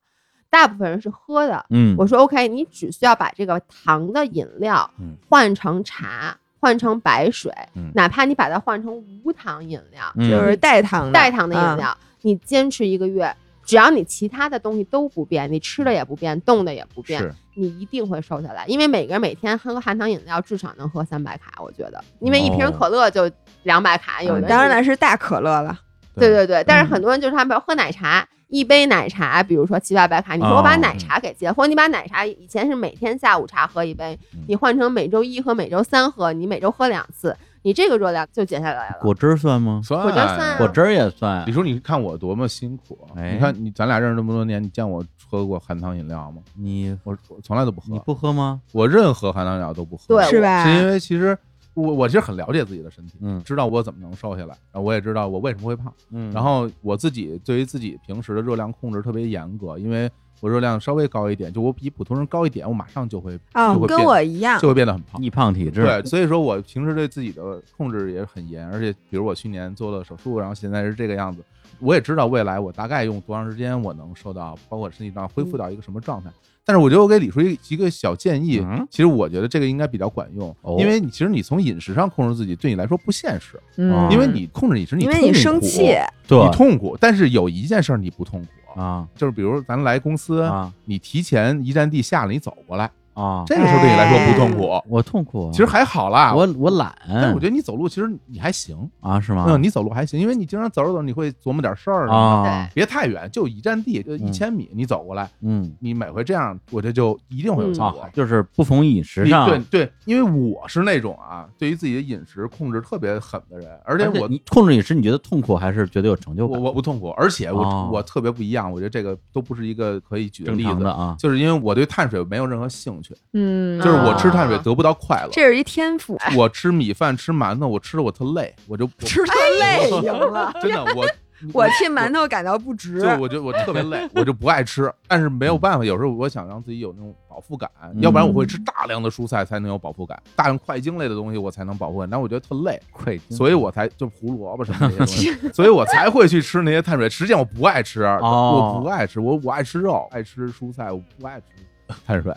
大部分人是喝的，？”嗯，我说 OK，你只需要把这个糖的饮料嗯换成茶，换成白水，嗯哪怕你把它换成无糖饮料，嗯就是代糖的代糖的饮嗯料，你坚持一个月，只要你其他的东西都不变，你吃的也不变，动的也不变是，你一定会瘦下来。因为每个人每天喝含糖饮料至少能喝三百卡，我觉得，因为一瓶哦可乐就两百卡，有的人嗯当然是了是大可乐了，对对对，但是很多人就是他们喝奶茶，一杯奶茶，比如说七八百卡，你说我把哦奶茶给戒，或者你把奶茶以前是每天下午茶喝一杯，你换成每周一和每周三喝，你每周喝两次，你这个热量就减下来了。果汁儿算吗？算果汁算啊果汁儿也算李。叔，你看我多么辛苦！啊哎你看你，咱俩认识这么多年，你见我喝过含糖饮料吗？你我我从来都不你喝，不喝吗？我任何含糖饮料都不喝。对是是吧？因为其实我我其实很了解自己的身体，嗯知道我怎么能瘦下来，然后我也知道我为什么会胖。嗯然后我自己对于自己平时的热量控制特别严格，因为我热量稍微高一点，就我比普通人高一点，我马上就会啊就会，变跟我一样就，会变得很胖。易胖体质，嗯对，所以说我平时对自己的控制也很严，而且比如我去年做了手术，然后现在是这个样子，我也知道未来我大概用多长时间我能瘦到，包括身体上恢复到一个什么状态。但是我觉得我给李叔一一个小建议，嗯其实我觉得这个应该比较管用，哦因为你其实你从饮食上控制自己，对你来说不现实，嗯，因为你控制饮食，你因为痛你苦生气，对你痛苦，但是有一件事儿你不痛苦，啊就是比如咱来公司，啊你提前一站地下了，你走过来，啊！这个时候对你来说不痛苦，我痛苦啊，其实还好啦。我我懒，但是我觉得你走路其实你还行，啊是吗？嗯，你走路还行，因为你经常走着走着你会琢磨点事儿，啊对，别太远，就一站地，就一千米，你走过来，嗯你每回这样，我这就一定会有嗯效果啊，。就是不从饮食你上对对，因为我是那种啊，对于自己的饮食控制特别狠的人，而且而且我你控制饮食，你觉得痛苦还是觉得有成就我感？我不痛苦，而且我、哦我特别不一样，我觉得这个都不是一个可以举的正例常子的，啊，就是因为我对碳水没有任何兴趣，嗯，就是我吃啊碳水得不到快乐。这是一天赋，我吃米饭、吃馒头，我吃的我特累，我就我哎吃太累赢了， 真的我 我替馒头感到不值啊就。我觉得我特别累，我就不爱吃。但是没有办法，有时候我想让自己有那种饱腹感，嗯要不然我会吃大量的蔬菜才能有饱腹感，大量快茎类的东西我才能饱腹感。但我觉得特累，愧所以我才就胡萝卜什么这些东西，所以我才会去吃那些碳水。实际上我不爱吃，哦我不爱吃，我我爱吃肉，爱吃蔬菜，我不爱吃碳水，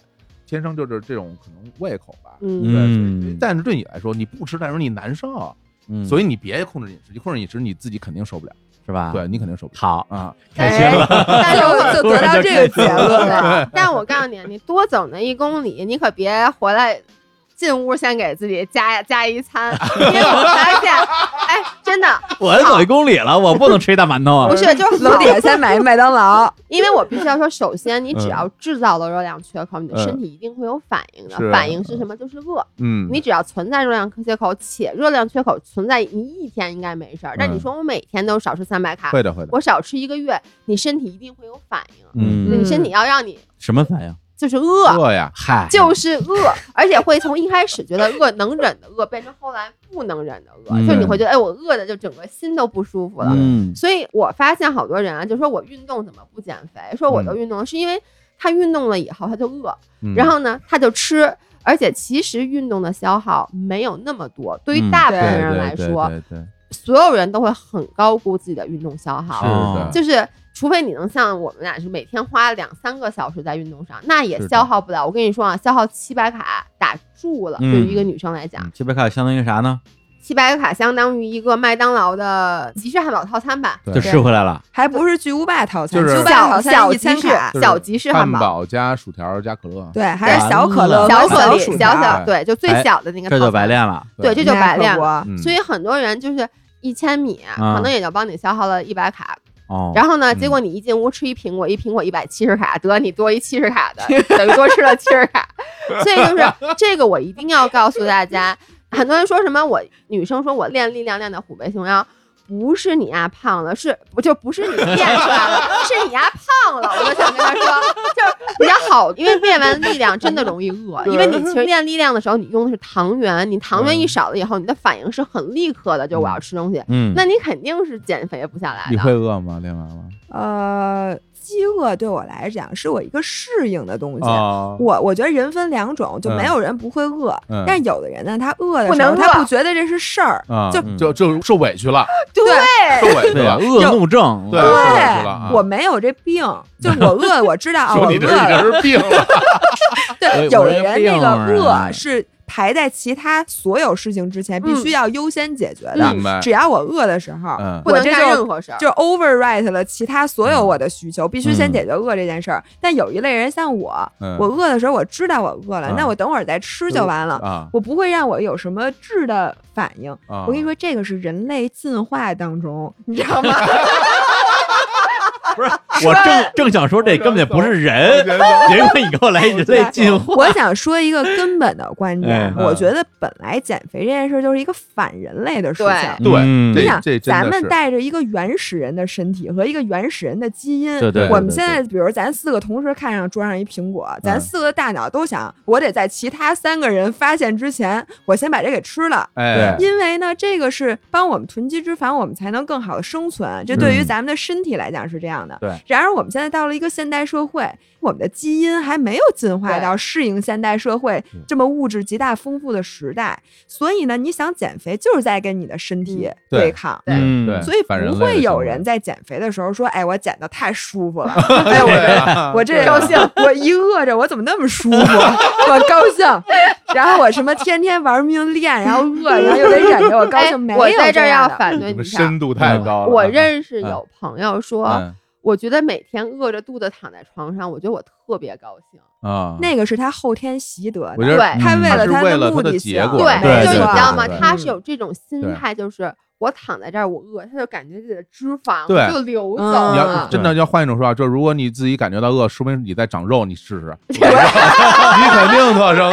天生就是这种可能胃口吧。嗯，嗯，但是对你来说，你不吃碳水你难受，嗯所以你别控制饮食，你控制饮食你自己肯定受不了，是吧？对，你肯定受不了啊好，啊。但是但 是我就就得到这个结论了， 但我告诉你，你多走那一公里，你可别回来进屋先给自己加加一餐，因为我发现，哎，真的我走一公里了，我不能吃一大馒头啊 不！是就是楼好底下先买一麦当劳，因为我必须要说，首先你只嗯要制造了热量缺口，你的嗯身体一定会有反应的。是反应是什么？就是饿。嗯，你只要存在热量缺口，且热量缺口存在你一天应该没事儿。但你嗯说我每天都少吃三百卡，会的会的，我少吃一个月，你身体一定会有反应。嗯，你身体要让你什么反应？就是饿，饿呀，嗨，就是饿，而且会从一开始觉得饿能忍的饿，变成后来不能忍的饿，嗯就你会觉得，哎，我饿的就整个心都不舒服了。嗯所以我发现好多人啊，就说我运动怎么不减肥？说我都运动了，是因为他运动了以后他就饿，嗯然后呢他就吃，而且其实运动的消耗没有那么多，对于大部分人来说，对对对所有人都会很高估自己的运动消是耗，哦的，就是。除非你能像我们俩是每天花两三个小时在运动上，那也是的消耗不了。我跟你说啊，消耗七百卡打住了。嗯对于一个女生来讲，这边看相当于啥呢？七百卡相当于一个麦当劳的吉士汉堡套餐吧。就吃回来了，还不是巨无霸套餐，就巨是无霸小套小餐一集千市卡，就是小集市汉汉堡，堡加薯条加可乐，对，还是小可乐、小小可可丽，薯小条小对，就最嗯哎小的那个，这就白。练了。对，这就白练了。了。嗯所以很多人就是一千米，啊可能也就帮你消耗了一百卡。哦，然后呢，嗯结果你一进屋吃一苹果，一苹果一百七十卡，得你多一七十卡 的，等于多吃了七十卡。所以就是这个，我一定要告诉大家，很多人说什么我女生说我练力量练的虎背熊腰。不是你呀胖了，是不就不是你练出来了，是你呀胖了。我就想跟他说，就是比较好，因为练完力量真的容易饿，因为你其实练力量的时候，你用的是糖原，你糖原一少了以后，你的反应是很立刻的，就是我要吃东西，嗯，那你肯定是减肥不下来的。你会饿吗？练完了呃，饥饿对我来讲是我一个适应的东西。啊我我觉得人分两种，就嗯没有人不会饿，嗯但有的人呢，他饿的不时候能他饿不觉得这是事儿，啊，就就就受委屈了，受对。委屈对啊，了，恶怒症，对，受委屈了啊，我没有这病，就是我饿，我 知道啊我说饿你这是了。人病了， 对，我有我的这人病那个啊饿是排在其他所有事情之前，必须要优先解决的。明白？只要我饿的时 候，嗯不能我这干就任何事儿。就 overwrite 了其他所有我的需求，必须先解决饿这件事儿。但有一类人像我，嗯我饿的时候我知道我饿了，嗯那我等会儿再吃就完了，啊我不会让我有什么质的反应。啊！我跟你说，这个是人类进化当中，你知道吗？不是，我正正想说这根本就不是人，结果你给 我来哎人类进化，我想说一个根本的观点，哎 我觉得本来减肥这件事儿就是一个反人类的事情。对对，嗯你这想这，真的咱们是带着一个原始人的身体和一个原始人的基因，对对，我们对现在，比如咱四个同时看上桌上一苹果，咱嗯四个大脑都想，我得在其他三个人发现之前，我先把这给吃了。哎，因为呢，这个是帮我们囤积脂肪，我们才能更好的生存。这对于嗯咱们的身体来讲是这样的。对。然而，我们现在到了一个现代社会，我们的基因还没有进化对到适应现代社会嗯这么物质极大丰富的时代，所以呢，你想减肥就是在跟你的身体对对抗。对嗯，对所以反人类不的会行有为人在减肥的时候说：“哎，我减的太 舒服了，哎，我啊我这高兴，我一饿着我怎么那么舒服，我高 兴。然后我什么天天玩命练，然后饿，然后又得忍着，我高哎兴。没有我在这儿要样的嗯反对你你们一下。深度太高了，我认识有朋友说，嗯我觉得每天饿着肚子躺在床上，我觉得我特别高兴。啊，那个是他后天习得我的，觉得对他为他了是他为了他目的的结性，果对就对是对你知道吗？对嗯他是有这种心对态，就是我躺在这儿，我饿，他就感觉自己的脂肪对就流走嗯你了要。真的要换一种说法，就是如果你自己感觉到饿，说明你在长肉，你试试， 你 对肯定特生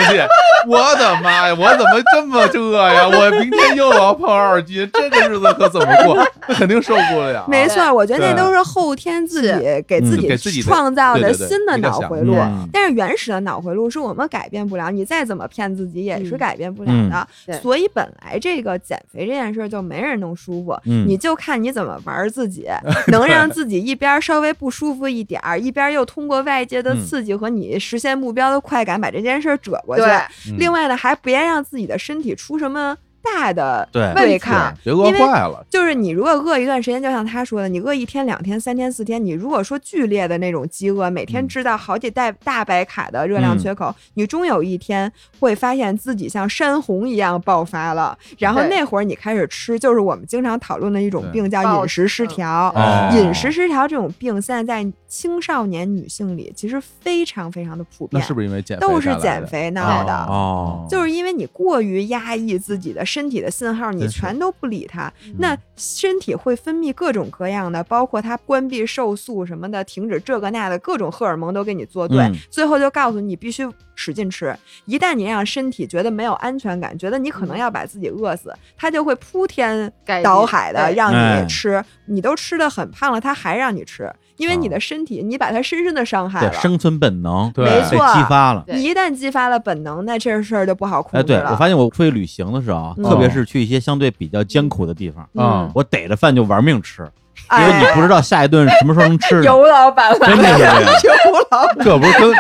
气。我的妈呀！我怎么这么这呀？我明天又要胖二斤，这个日子可怎么过？那肯定受不了。啊没错，我觉得那对都是后天自己给自嗯给自己己的创造对的对对新的一个脑想回法路。嗯但是原始的脑回路是我们改变不了，你再怎么骗自己也是嗯改变不了的。对所以本来这个减肥这件事儿就没人能舒服，嗯你就看你怎么玩儿自己，能让自己一边儿稍微不舒服一点儿，一边儿又通过外界的嗯刺激和你实现目标的快感把这件事儿折过去。对嗯另外呢，还别让自己的身体出什么大的对对对抗。，别饿因为坏了。就是你如果饿一段时间，就像他说的，你饿一天、两天、三天、四天，你如果说剧烈的那种饥饿，每天知道好几袋大白卡的热嗯量缺口，你终有一天会发现自己像山洪一样爆发了。然后对那会儿你开始吃，就是我们经常讨论的一种病叫暴饮食失调。哦饮食失调这种病现在在青少年女性里其实非常非常的普那遍，是不是因为减肥带来都的？是减肥闹的。哦，就是因为你过于压抑自己的身体的信号，你真是全都不理它，那身体会分泌各种各样的，包括它关闭瘦素什么的，停止这个那的各种荷尔蒙都给你作对，嗯最后就告诉你必须使劲吃。一旦你让身体觉得没有安全感，觉得你嗯可能要把自己饿死，它就会铺天改倒变海的对让哎你吃，你都吃的很胖了，它还让你吃。因为你的身体，你把它深深的伤害哦对，了。生存本能对被没错激发了。对你一旦激发了本能，那这事儿就不好控哎，制对了。我发现我出去旅行的时候啊，嗯特别是去一些相对比较艰苦的地方，啊嗯，我逮着饭就玩命吃，因为哎你不知道下一顿什么时候能吃呢。尤老板来真的是了，这样尤 嗯老板这不是跟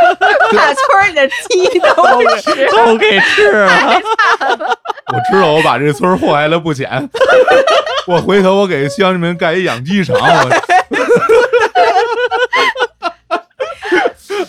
大村儿里的鸡都吃。都给吃了，我知道我把这村儿祸害了不浅， 我回头我给乡亲们盖一养鸡场。我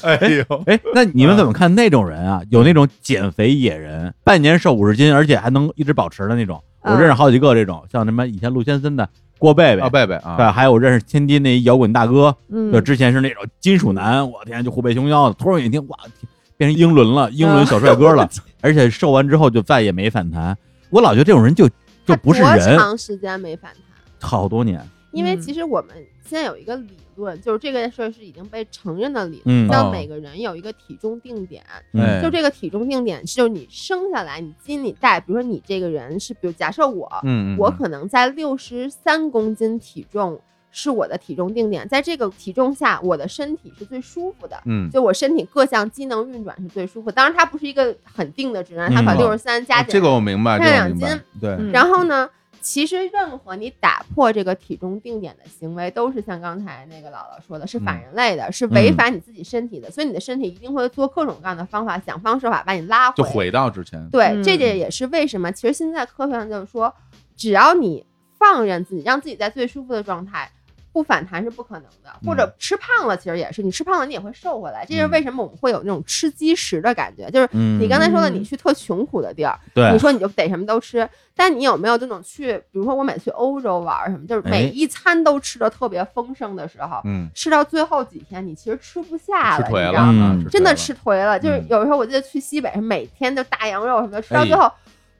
哎呦，哎，那你们怎么看那种人 啊？有那种减肥野人，半年瘦五十斤，而且还能一直保持的那种。我嗯认识好几个这种，像什么以前陆先生的郭贝贝啊，，贝贝啊，对，还有我认识天津那一摇滚大哥，就嗯，之前是那种金属男，我天，就虎背熊腰的，突然有一天，哇，天变成英伦了，英嗯伦小帅哥了，而且瘦完之后就再也没反弹。我老觉得这种人就就他不是多人，长时间没反弹？好多年，因为嗯其实我们现在有一个理论，就是这个事儿是已经被承认的理论，嗯，叫哦每个人有一个体重定点。嗯哎就这个体重定点，是就是你生下来，你基因里带，比如说你这个人是，比如假设我，嗯，嗯我可能在六十三公斤体重是我的体重定点，在这个体重下，我的身体是最舒服的。嗯就我身体各项机能运转是最舒服，当然它不是一个很定的值啊，它嗯可能六十三加啊这减个我明白，这这个我两明白斤，对，嗯然后呢，其实任何你打破这个体重定点的行为，都是像刚才那个姥姥说的，是嗯反人类的，是违反你自己身体的，所以你的身体一定会做各种各样的方法，想方设法把你拉就回。回到之前，嗯对，嗯这这也是为什么，其实现在科学上就是说，只要你放任自己，让自己在最舒服的状态。不反弹是不可能的，或嗯者吃胖了，其实也是，你吃胖了你也会瘦回来，这就是为什么我们会有那种吃积食的感觉，就是嗯，你刚才说的，嗯你去特穷苦的地儿，对你说你就得什么都吃，但你有没有这种去，比如说我每次去欧洲玩儿什么，就是每哎一餐都吃的特别丰盛的时候，嗯，吃到最后几天你其实吃不下吃了，你腿知了道嗯吗？啊，嗯腿真的了吃腿了，就是嗯有时候我记得去西北，每天就大羊肉什么的，吃到哎嗯最后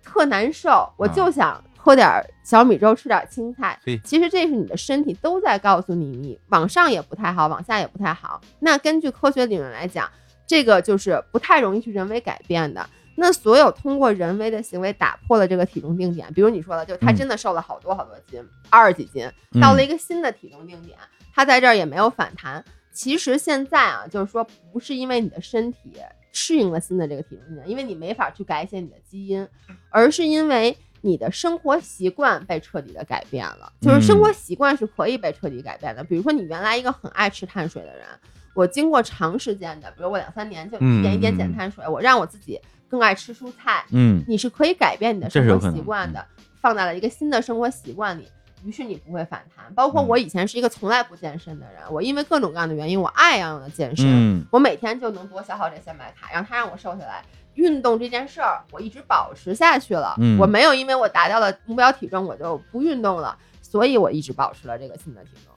特难受，我就想喝点儿小米粥，吃点儿青菜嘿。其实这是你的身体都在告诉你，你往上也不太好，往下也不太好。那根据科学理论来讲，这个就是不太容易去人为改变的。那所有通过人为的行为打破了这个体重定点，比如你说的，就他嗯真的瘦了好多好多斤，二十几斤，到了一个新的体重定点，它在这儿也没有反弹。其实现在啊，就是说不是因为你的身体适应了新的这个体重定点，因为你没法去改写你的基因，而是因为你的生活习惯被彻底的改变了。就是生活习惯是可以被彻底改变的，比如说你原来一个很爱吃碳水的人，我经过长时间的，比如我两三年就一点一点减碳水，我让我自己更爱吃蔬菜，嗯你是可以改变你的这生活是有可能嗯习惯的，放在了一个新的生活习惯里，于是你不会反弹。包括嗯我以前是一个从来不健身的人，我因为各种各样的原因，我爱上了健身，嗯我每天就能多消耗这些白卡，让它让我瘦下来。运动这件事儿，我一直保持下去了，嗯我没有因为我达到了目标体重我就不运动了，所以我一直保持了这个新的体重。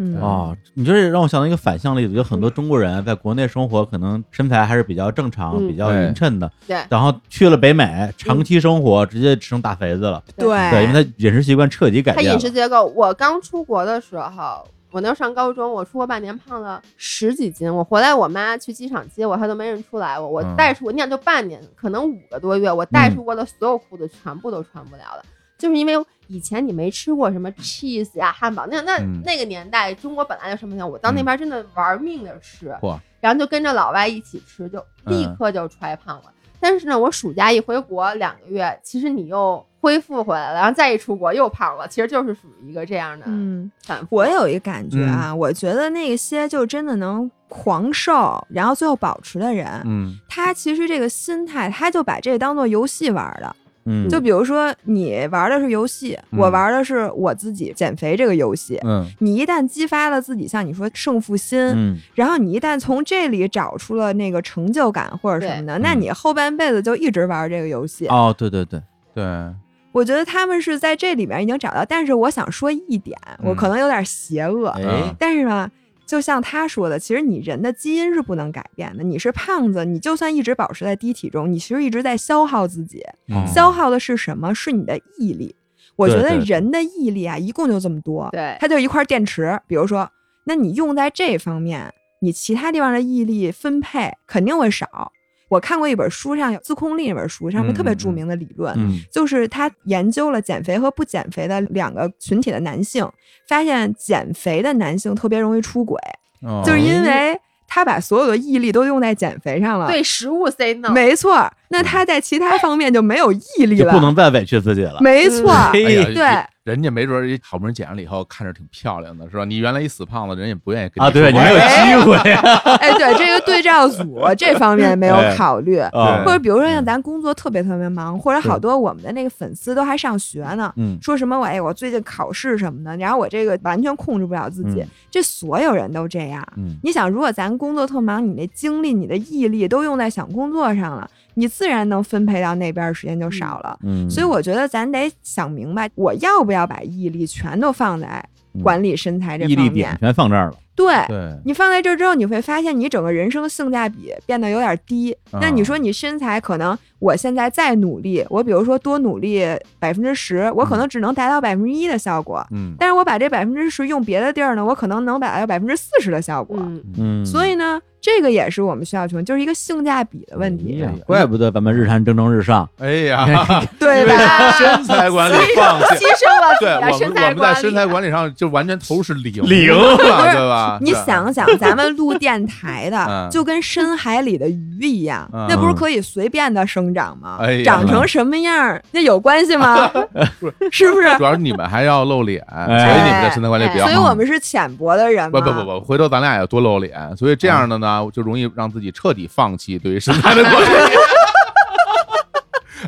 嗯哦，你这让我想到一个反向例子，有很多中国人在国内生活，可能身材还是比较正常、嗯比哎较匀称的，对然后去了北美，长期生活直接成大肥子了，对，因为他饮食习惯彻底改嗯他变饮了，食结构，我刚出国的时候，我那时候上高中，我出国半年，胖了十几斤。我回来，我妈去机场接我，她都没认出来我。我嗯带出我那样就半年，可能五个多月，我带嗯出国的所有裤子全部都穿不了了。就是因为以前你没吃过什么 cheese 呀、汉堡，那那、嗯那个年代中国本来就什么样，我到那边真的玩命的吃，嚯然后就跟着老外一起吃，就立嗯刻就揣胖了。但是呢，我暑假一回国两个月，其实你又恢复回来了，然后再一出国又胖了，其实就是属于一个这样的嗯，反复。我有一个感觉啊，我觉得那些就真的能狂瘦，然后最后保持的人，嗯，他其实这个心态，他就把这当做游戏玩儿了。嗯，就比如说你玩的是游戏，嗯我玩的是我自己减肥这个游戏。嗯你一旦激发了自己，像你说胜负心，嗯然后你一旦从这里找出了那个成就感或者什么的，那你后半辈子就一直玩这个游戏。哦，对对对，对，我觉得他们是在这里面已经找到，但是我想说一点，我可能有点邪恶，哎，但是呢。就像他说的，其实你人的基因是不能改变的。你是胖子，你就算一直保持在低体重，你其实一直在消耗自己。嗯消耗的是什么？是你的毅力。我觉对得对对人的毅力啊，一共就这么多。对它就一块电池。比如说，那你用在这方面，你其他地方的毅力分配肯定会少。我看过一本书上有《自控力》那本书上面嗯特别嗯著名的理论，嗯就是他研究了减肥和不减肥的两个群体的男性，发现减肥的男性特别容易出轨，哦就是因为他把所有的毅力都用在减肥上了。对食物 say no，没错儿，那他在其他方面就没有毅力就了。不能再委屈自己了。没错儿，嘿哎呀，对人家没准儿好不容易减上了以后，看着挺漂亮的，是吧？你原来一死胖子，人也不愿意跟啊，对你没有机会啊哎，对这个对照组这方面没有哎考虑，啊或者比如说像咱工作特别特别忙，或者好是多我们的那个粉丝都还上学呢，嗯说什么我哎我最近考试什么的，然后我这个完全控制不了自己，嗯这所有人都这样。嗯你想，如果咱工作特忙，你那精力、你的毅力都用在想工作上了，你自然能分配到那边儿时间就少了。嗯，所以我觉得咱得想明白，我要不要把毅力全都放在管理身材这嗯毅力方点面？哎全放这儿了。对，对，你放在这儿之后，你会发现你整个人生的性价比变得有点低。啊那你说你身材可能，我现在再努力，我比如说多努力百分之十，我可嗯能只能达到百分之一的效果。嗯，但是我把这百分之十用别的地儿呢，我可能能达到百分之四十的效果。嗯，嗯，所以呢，这个也是我们需要去问，就是一个性价比的问嗯题，啊哎呀怪不得咱们日韩蒸蒸日上。哎呀，对因为吧？身材管理放弃牺。牲了自己对的我们身我材们在管理，身材管理上就完全投入是零零了，对吧？你对想想，咱们录电台的嗯，就跟深海里的鱼一样嗯，那不是可以随便的生长吗哎呀？长成什么样儿，那有关 系吗？是不是？主要是你们还要露脸，哎所以你们的身材管理比较所以好。我们是浅薄的人不嘛。不不不，回头咱俩也多露脸，所以这样的哎呢，就容易让自己彻底放弃对于身材的管理。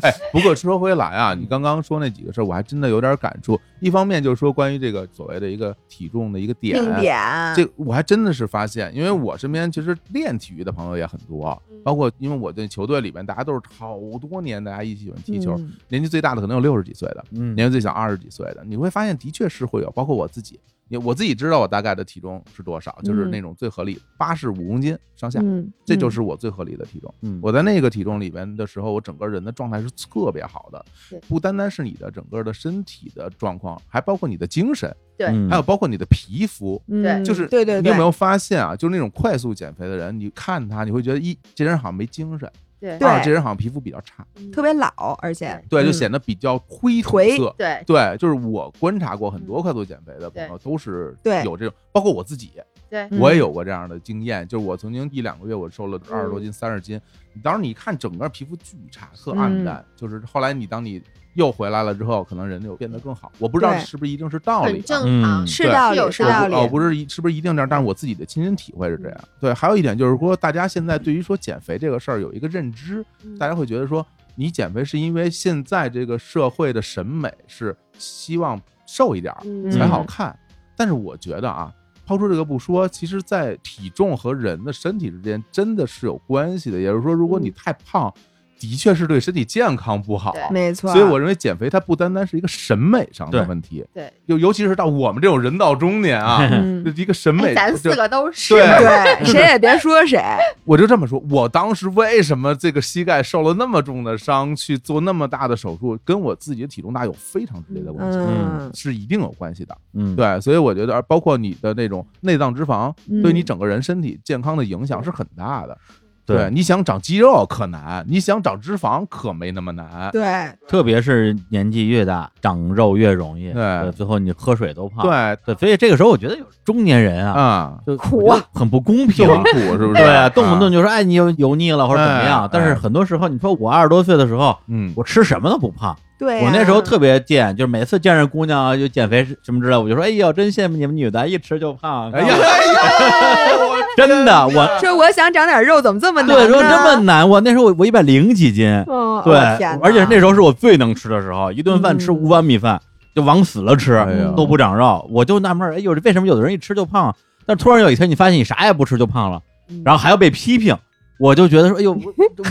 哎，不过说回来啊，你刚刚说那几个事儿，我还真的有点感触。一方面就是说关于这个所谓的一个体重的一个点，定点，哎这个我还真的是发现，因为我身边其实练体育的朋友也很多，包括因为我这球队里面大家都是好多年大家一起喜欢踢球，嗯年纪最大的可能有六十几岁的，嗯年纪最小二十几岁的，你会发现的确是会有，包括我自己，也我自己知道我大概的体重是多少，就是嗯那种最合理八十五公斤上下，嗯，哎这就是我最合理的体重。嗯我在那个体重里边的时候，我整个人的状态是特别好的对，不单单是你的整个的身体的状况，还包括你的精神，对嗯还有包括你的皮肤。嗯对就是对对你有没对。有发现啊？就是那种快速减肥的人，你看他，你会觉得一这人好像没精神，对对二这人好像皮肤比较差，嗯特别老，而且对，就嗯显得比较灰土颓色。对对，就是我观察过很多快速减肥的朋友，都是对有这种，包括我自己，对嗯我也有过这样的经验。就是我曾经一两个月，我瘦了二十嗯多斤、三十斤，当时你一看整个皮肤巨差，特暗嗯淡。就是后来你当你又回来了之后，可能人就变得更好。我不知道对是不是一定是道理很啊，正常嗯，是对道理，有是道道我理不。哦，不是一，是不是一定这样？但是我自己的亲身体会是这样。对，还有一点就是说，大家现在对于说减肥这个事儿有一个认知，嗯大家会觉得说，你减肥是因为现在这个社会的审美是希望瘦一点儿嗯才好看。但是我觉得啊，抛出这个不说，其实，在体重和人的身体之间真的是有关系的。也就是说，如果你太胖，的确是对身体健康不好。嗯对嗯没错。所以我认为减肥它不单单是一个审美上的对问题，对，尤尤其是到我们这种人到中年啊，嗯 就一个审美，哎咱四就个都是对对，谁也别说谁，我就这么说，我当时为什么这个膝盖受了那么重的伤，去做那么大的手术，跟我自己的体重大有非常直接的关系，嗯，是一定有关系的。嗯，对，所以我觉得，而包括你的那种内脏脂肪，嗯对你整个人身体健康的影响是很大的。对对，你想长肌肉可难，你想长脂肪可没那么难。对，特别是年纪越大，长肉越容易。对最后你喝水都胖。 对，对，所以这个时候我觉得有中年人啊，啊，就苦啊，很不公就平很。苦，是不是？对啊，动不动就就说哎，你油油腻了或者怎么哎样。但是哎很多时候，你说我二十多岁的时候，嗯，我吃什么都不胖。对啊呀。我那时候特别贱，就是每次见着姑娘啊就减肥什么之类，我就说哎呦，真羡慕你们女的，一吃就胖。哎呀，哎呀，我真的我 说我想长点肉，怎么这么难呢？对，说这么难，我那时候我我一百零几斤，嗯，对我天，哪而且那时候是我最能吃的时候，一顿饭吃嗯五碗米饭就往死了吃哎呀，都不长肉，我就纳闷儿，哎呦，为什么有的人一吃就胖啊？但突然有一天你发现你啥也不吃就胖了嗯，然后还要被批评，我就觉得说，哎呦，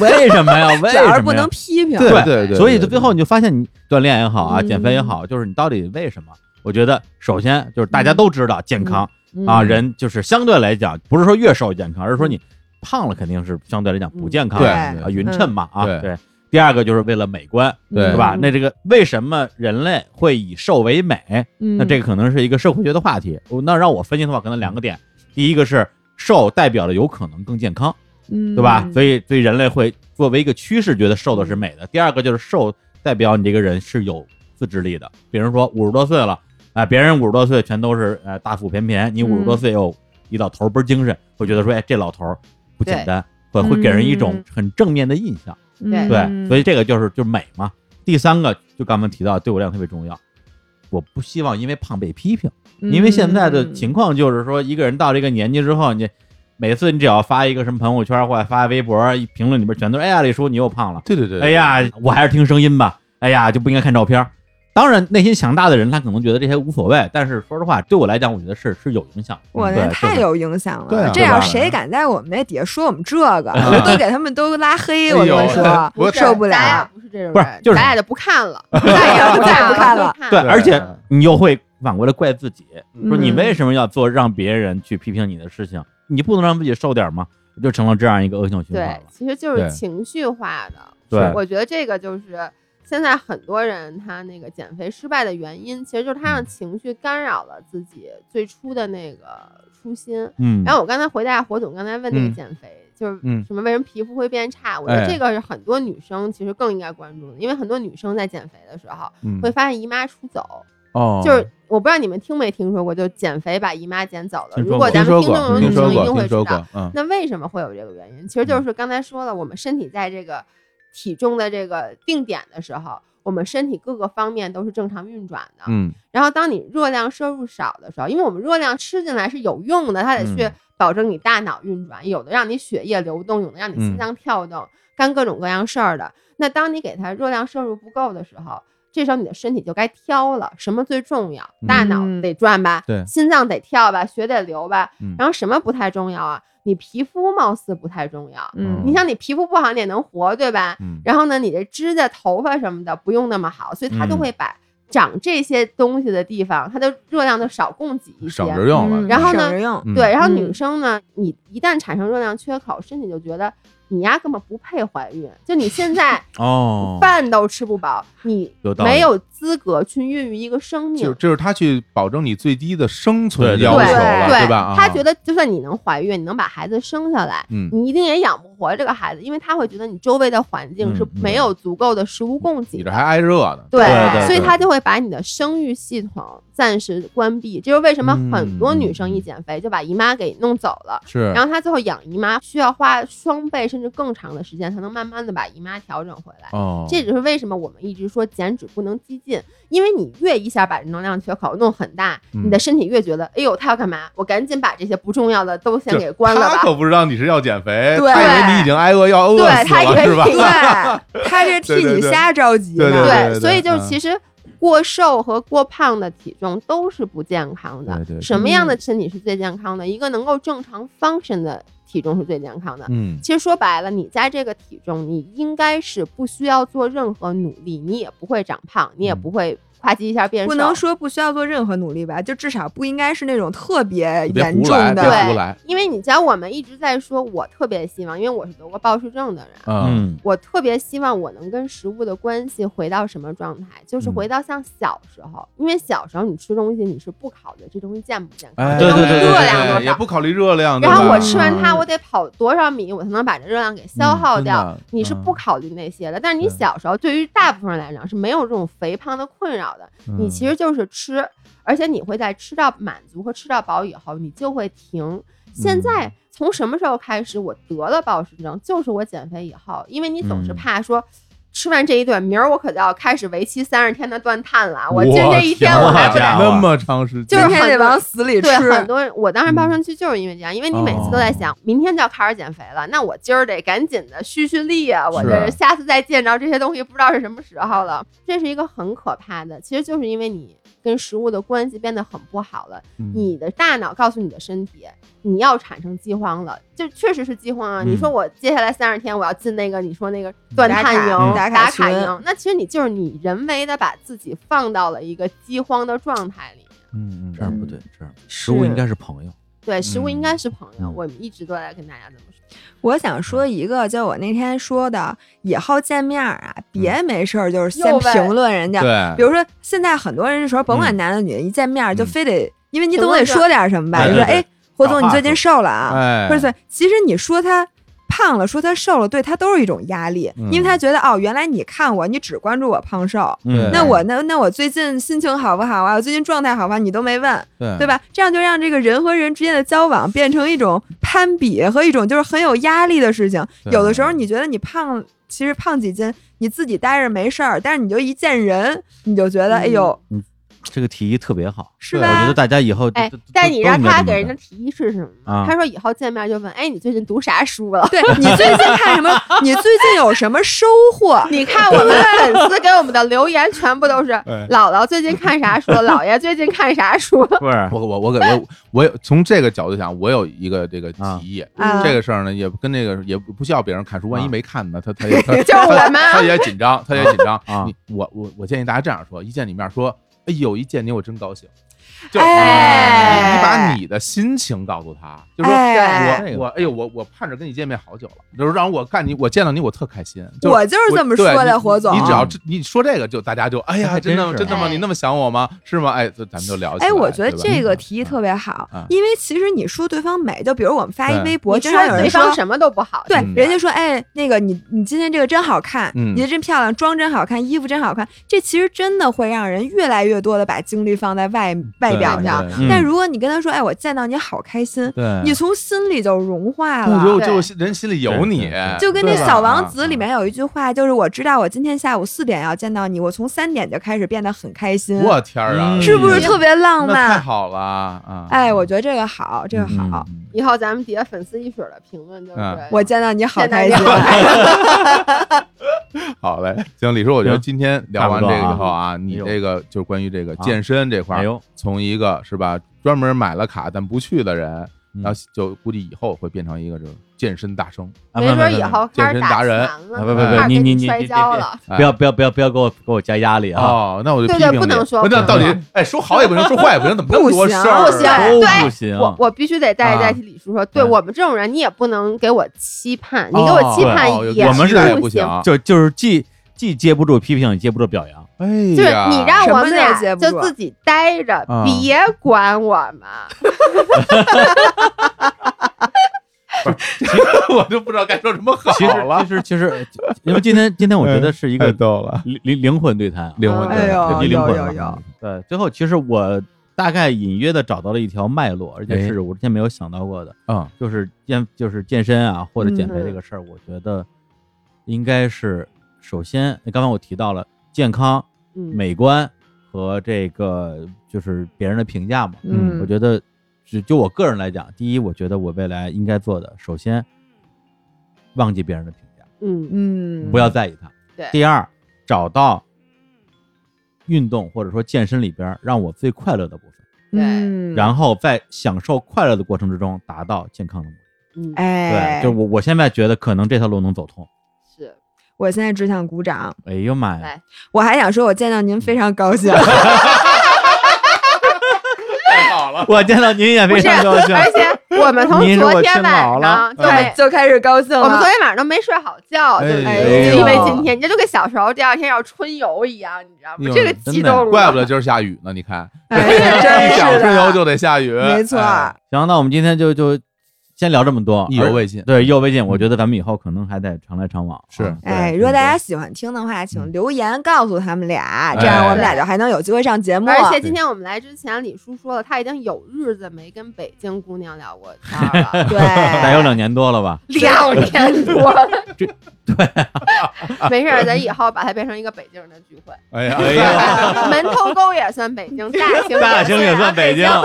为什 么呀？为小什么而呀？不能批评，对 对对对，所以对就最后你就发现，你锻炼也好啊，嗯减肥也好，就是你到底为什么？我觉得首先就是大家都知道健康嗯啊，人就是相对来讲，不是说越瘦越健康，而是说你胖了肯定是相对来讲不健康对的嗯对嗯啊，匀称嘛啊，对对。第二个就是为了美观，对是吧？嗯那这个为什么人类会以瘦为美？那那这个可能是一个社会学的话题。哦那让我分析的话，可能两个点，第一个是瘦代表了有可能更健康，嗯，对吧？所以，对人类会作为一个趋势，觉得瘦的是美的。第二个就是瘦代表你这个人是有自制力的。比如说五十多岁了，哎、别人五十多岁全都是呃大腹便便，你五嗯十多岁又一老头儿倍儿精神，会觉得说，哎，这老头儿不简单，会会给人一种嗯很正面的印象。对对，所以这个就是就是美嘛。第三个就刚刚提到对我量特别重要，我不希望因为胖被批评。嗯因为现在的情况就是说，一个人到这个年纪之后，你每次你只要发一个什么朋友圈或者发微博，一评论里边全都是“哎呀，李叔你又胖了对对”，“对，哎，呀，我还是听声音吧”，“哎呀，就不应该看照片”。当然，内心强大的人他可能觉得这些无所谓，但是说实话，对我来讲，我觉得是是有影响的。我对那太有影响对啊了，这要对吧谁敢在我们 那底下说我们这个，我都给他们都拉黑，哎我呦跟你说，我是受不了咱俩不是这种人，不是就是咱俩就不 看了，再也不再也不看看了。对，对而且你又会反过来怪自己，说你嗯为什么要做让别人去批评你的事情？你不能让自己瘦点吗？就成了这样一个恶性循环对了，。其实就对是情绪化的。对我觉得这个就是现在很多人他那个减肥失败的原因，其实就是嗯他让情绪干扰了自己最初的那个初心。嗯，然后我刚才回答火总刚才问那嗯个减肥，就是嗯什么为什么皮肤会变差？我觉得哎这个是很多女生其实更应该关注的，因为很多女生在减肥的时候嗯会发现姨妈出走，哦，就是我不知道你们听没听说过，就减肥把姨妈减走了。听说如过果咱听说们听众过，有听女说生一过，定会听知说道过，，嗯，那为什么会有这个原因？其实就是刚才说了，我们身体在这个体重的这个定点的时候，我们身体各个方面都是正常运转的。嗯，然后当你热量摄入少的时候，因为我们热量吃进来是有用的，它得去嗯保证你大脑运转，有的让你血液流动，有的让你嗯心脏跳动，干各种各样事儿的。那当你给它热量摄入不够的时候，这时候你的身体就该挑了，什么最重要？大脑嗯得转吧，对心脏得跳吧，血得流吧嗯，然后什么不太重要啊？你皮肤貌似不太重要，嗯，你像你皮肤不好，你也能活，对吧？嗯然后呢，你这指甲、头发什么的不用那么好，所以它就嗯会把长这些东西的地方，它的热量就少供给一些省。着用了，嗯然后呢省着 用，嗯对，然后嗯女生呢，你一旦产生热量缺口，身体就觉得你呀根本不配怀孕，就你现在哦，饭都吃不饱，你有道理没有资格去孕育一个生就命。就是他去保证你最低的生存对要对求了，对吧？啊他觉得就算你能怀孕，你能把孩子生下来，嗯你一定也养不活这个孩子，因为他会觉得你周围的环境是嗯嗯没有足够的食物供你给这的。还挨热呢，对对对所以对他就会把你的生育系统暂时关闭，这就是为什么很多女生一减肥就把姨妈给弄走了，是然后她最后养姨妈需要花双倍甚至更长的时间才能慢慢的把姨妈调整回来。哦，这就是为什么我们一直说减脂不能激进，因为你越一下把能量缺口弄很大，嗯你的身体越觉得，哎呦，他要干嘛？我赶紧把这些不重要的都先就给关了他吧。可不知道你是要减肥，对他以为你已经挨饿要饿死对他以了，为是吧？你对，他这替你瞎着急呢，对对对，所以就嗯是其实过瘦和过胖的体重都是不健康的。对对对什么样的身体是最健康的？一个能够正常 function 的体重是最健康的。嗯，其实说白了，你在这个体重，你应该是不需要做任何努力，你也不会长胖，你也嗯不会夸叽一下变瘦。不能说不需要做任何努力吧，就至少不应该是那种特别别严胡重来，别的，胡来，因为你知道，我们一直在说，我特别希望，因为我是得过暴食症的人，嗯嗯我特别希望我能跟食物的关系回到什么状态，就是回到像小时候，因为小时候你吃东西你是不考虑这东西健不健康，哎，这对东对西对对热量对多也少。不考虑热量，然后我对吃吧完它，我得跑多少米，我才能把这热量给消耗嗯真掉的？你是嗯不考虑那些的，但是你对小时候对于大部分人来讲是没有这种肥胖的困扰的，嗯你其实就是吃，而且你会在吃到满足和吃到饱以后，你就会停。嗯现在从什么时候开始，我得了暴食症，就是我减肥以后，因为你总是嗯怕说。吃完这一顿，明儿我可就要开始为期三十天的断碳了。我今天一天我还不天啊得，那么长时间，就是今天得往死里吃，对很多人，我当时暴嗯食区就是因为这样，因为你每次哦都在想，明天就要开始减肥了，那我今儿得赶紧的蓄蓄力啊！我是这下次再见着这些东西，不知道是什么时候了。这是一个很可怕的，其实就是因为你跟食物的关系变得很不好了，嗯你的大脑告诉你的身体，你要产生饥荒了，就确实是饥荒啊！嗯你说我接下来三十天我要进那个你说那个断碳营、嗯打卡嗯打打卡群营，那其实你就是你人为的把自己放到了一个饥荒的状态里。嗯，嗯这样不对，这样是食物应该是朋友。对，食物应该是朋友，嗯我们一直都在跟大家这么说。我嗯想说一个，就我那天说的，以后见面儿啊，别没事儿就是先又问评论人家。嗯对，比如说，现在很多人这时候甭管男的女的，一见面儿就嗯非得，因为你评总论得这说点什么吧？对你对说，对哎，霍找总，你话最说近瘦了啊？哎或者，说，其实你说他胖了，说他瘦了，对他都是一种压力，嗯因为他觉得哦，原来你看我，你只关注我胖瘦，嗯对那我那那我最近心情好不好啊？我最近状态好吧？你都没问，对对？吧？这样就让这个人和人之间的交往变成一种攀比和一种就是很有压力的事情。对有的时候你觉得你胖，其实胖几斤你自己待着没事儿，但是你就一见人，你就觉得、嗯哎呦，这个提议特别好，是我觉吧得？大家以后哎都都，但你都让应该他这么给人干的提议是什么啊吗？他说以后见面就问，哎，你最近读啥书了？对你最近 看什么？你最近有什么收获？你看我们粉丝给我们的留言全部 都是哎姥姥最近看啥书，姥爷最近看啥书。不是我我我给我我有从这个角度想，我有一个这个啊提议，啊这个事儿呢也跟那个也不不需要别人看书，万一啊没看呢，他他 也他就是我他们啊他也紧张，他也紧张啊你我我我建议大家这样说：一见你面说，哎呦，一见你我真高兴。就哎你你把你的心情告诉他，就说哎我我哎呦我我盼着跟你见面好久了，就是让我看你我见到你我特开心。就我就是这么说对的，你火总。你只要这你说这个，就大家就哎呀，还真真的是真的吗？哎你那么想我吗？是吗？哎，这咱们就聊起来。哎，我觉得对吧这个提议特别好嗯啊，因为其实你说对方美，就比如我们发一对微博，你经常有对人说方什么都不好，对嗯，人家说，哎，那个你你今天这个真好看，嗯你这真漂亮，妆真好看，衣服真好看。这其实真的会让人越来越多的把精力放在外外表上。对嗯但如果你跟他说，哎，我见到你好开心，嗯对，你从心里就融化不如了。就人心里有你对对，就跟那对吧嗯《小王子》里面有一句话，就是我知道我今天下午四点要见到你，我从三点就开始变得很开心，我天儿啊，嗯是不是特别浪那太漫？好了啊！哎，我觉得这个好，这个好，嗯，以后咱们底下粉丝一水儿的评论就是啊嗯我见到你好见到开你心。啊好开心。好嘞，行，李叔，我觉得今天聊完这个以后啊，你不多啊这个就是关于这个健身这块哎儿，呦，从一个是吧专门买了卡但不去的人，嗯然后就估计以后会变成一个这种健身大生， 啊没不准不以不后开健始身达打拳人了，啊不不不开始你跟你你你摔你跤你了。哎不要不要不要不要给我给我加压力啊！哦，那我就批对评你。对不能说不是那不能到底说哎说好也不行，说坏也不行，怎么那么多事儿啊？不行啊都对不行，我我必须得代啊代替李叔说，对嗯我们这种人，你也不能给我期盼，你给我期盼哦也我们期待是也不行行。，就就是既既接不住批评，也接不住表扬。哎就是呀，你让我们什么都接俩不住就自己待着啊，别管我们。我就不知道该说什么好其实了其，实其实，因为今天今天我觉得是一一个逗了，灵灵灵魂对谈啊，灵魂嗯 哎对呦对灵魂有有了有对，最后其实我大概隐约的找到了一条脉络，而且哎是我之前没有想到过的，嗯就是健就是健身啊或者减肥嗯这个事儿，我觉得应该是首先，刚刚我提到了健康、嗯，美观和这个就是别人的评价嘛，嗯我觉得只就我个人来讲，第一，我觉得我未来应该做的，首先忘记别人的评价，嗯，嗯，不要在意它。对第二，找到运动或者说健身里边儿让我最快乐的部分，嗯，然后在享受快乐的过程之中达到健康的目的。嗯，哎，对，就是我我现在觉得可能这条路能走通。是，我现在只想鼓掌，哎呦妈呀！来我还想说，我见到您非常高兴。嗯 太好哎了，我见到您也不非是，常高 兴。而且我们从您是我昨天亲姥晚了上对。哎就开始高兴我们昨了。天晚上都没睡好觉，对不哎对？就因为呦今天，你这就跟小时候第二天要春游一样，你知道哎吗呦？这个真激的动了，怪不得今儿下雨呢，你看。 哎呀，真一想是春游的，就得下雨，没错。哎行，那我们今天就就先聊这么多，意犹而未尽嗯对，意犹未尽。我觉得咱们以后可能还得常来常往。是啊哎，对如果大对家喜欢听的话，请留言告诉他们俩，这哎样我们俩就还能有机会上节目。而且今天我们来之前，李叔说了，他已经有日子没跟北京姑娘聊过天儿了，对，得有两年多了吧？两年多了。对，没事儿，咱以后把它变成一个北京人的聚会。哎呀，哎呀，门头沟也算北京，大兴大兴也算北 京啊，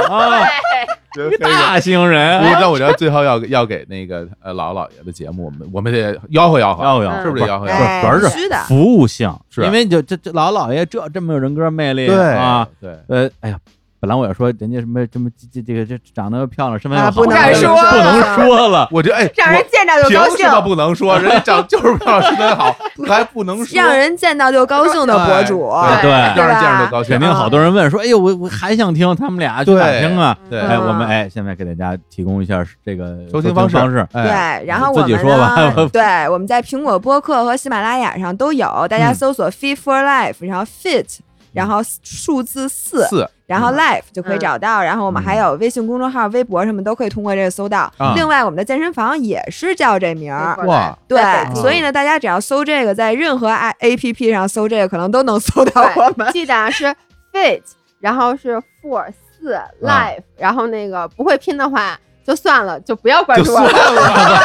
真对，黑人大兴人嗯不。是那我觉得最后要要给那个呃姥姥姥爷的节目，我们我们得吆喝吆喝，要要是不是得吆喝吆喝？哎主要是必须的。服务性，是因为就这这老老爷这这么有人格魅力对啊，对，呃，哎呀，本来我要说人家什么什么这这这个这长得又漂亮，身材又啊好，不能不说了能说了，我觉得哎， 让人见着我就高凭什兴。么不能说？人家长就是漂亮，身材好，还不能说，让人见到就高兴的博主，哎对让人见着就高兴，肯定好多人问说，哎呦，我我还想听他们俩去对哪听啊？对哎，我嗯们哎，现在给大家提供一下这个收听听方式式，哎，对，然后自我己们说吧 呢，对，我们在苹果播客和喜马拉雅上都有，大家嗯搜索 “Fit for Life”，然后 “Fit” 然后数字四，四然后 Life 就可以找到，然后我们还有微信公众号、微博什么都可以通过这个搜到。嗯啊另外，我们的健身房也是叫这名儿，哇，对在北，京所以呢，大家只要搜这个，在任何 A A P P 上搜这个，可能都能搜到我们。记得啊是 fit，然后是 for 四 life，然后那个不会拼的话就算了，就不要关就注算我了。了，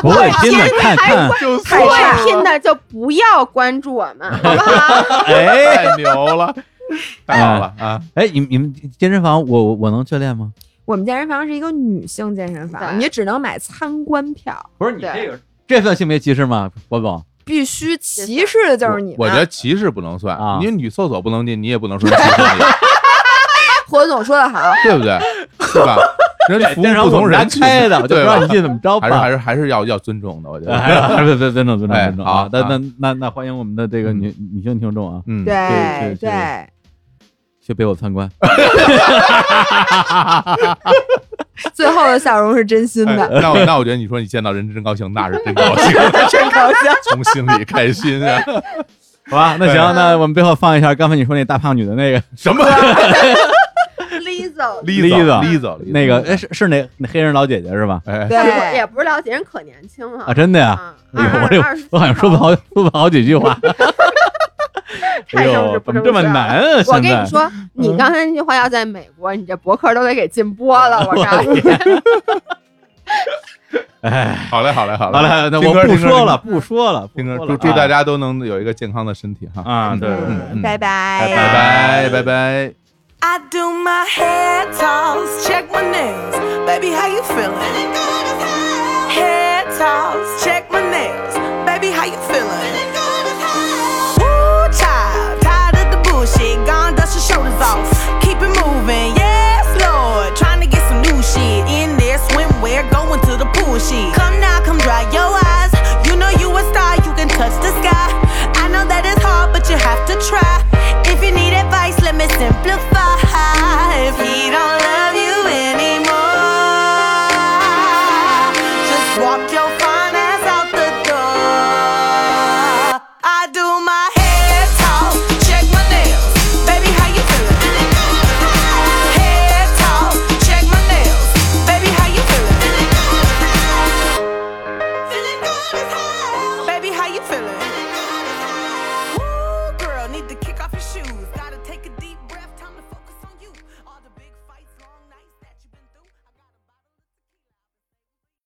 不会拼的看看，就不算了会拼的就不要关注我们，好不好？哎太牛 了，太好了啊！哎，你们你们健身房，我我我能去练吗？我们健身房是一个女性健身房，对你只能买参观票，不是你对这个，这算性别歧视吗，博总？必须歧视的就是你们。我觉得歧视不能算啊，因为女厕所不能进，你也不能说歧视你， 火总说的好，对 不对？是吧？人家服健身务房不我同们家人群，开的，我就不对知吧道你进怎么着还吧。是还是还是要要尊重的，我觉哎还 是得。还是尊尊重尊重哎尊重好啊！那那啊那那欢迎我们的这个女女性听众啊，嗯，对对对对去陪我参观。最后的笑容是真心哎的，那我那我觉得你说你见到人真高兴，那是真高 兴，真搞笑。 从心里开心啊！ 好吧，那行对，那我们最后放一下刚才你说那大胖女的 那个什么啊 Lizzo， Lisa Lisa 那个，哎，是是那那黑人老姐姐是吧？哎，对也，不是了解人可年轻了啊，真的呀！啊哎呦，二我二这十我好像说不好说不好几句 话。哎太正呦式，不怎正么这么式了难啊？我现跟你在嗯说，你刚才那句话要在美国，你这博客都得给禁播了。我告诉你，哎，好嘞，好嘞，好嘞，好了，那听我歌不听歌说了，不说了，不听歌，说祝了祝啊大家都能有一个健康的身体哈！啊，对，对对嗯嗯拜拜拜拜拜拜。 I do my hair toss, check my nails. Baby, how you feeling? Hair toss, check my nails. Baby, how you feeling? Woo, child, tired of the bullshit. Gone, dust your shoulders off. Keep it moving, yes, Lord. Trying to get some new shit in there. Swimwear, going to the pool shit. Come now, come dry your eyes. You know you a star, you can touch the sky. I know that it's hard, but you have to try. If you need advice, let me simplify. If he don't love you anymore, just walk your fine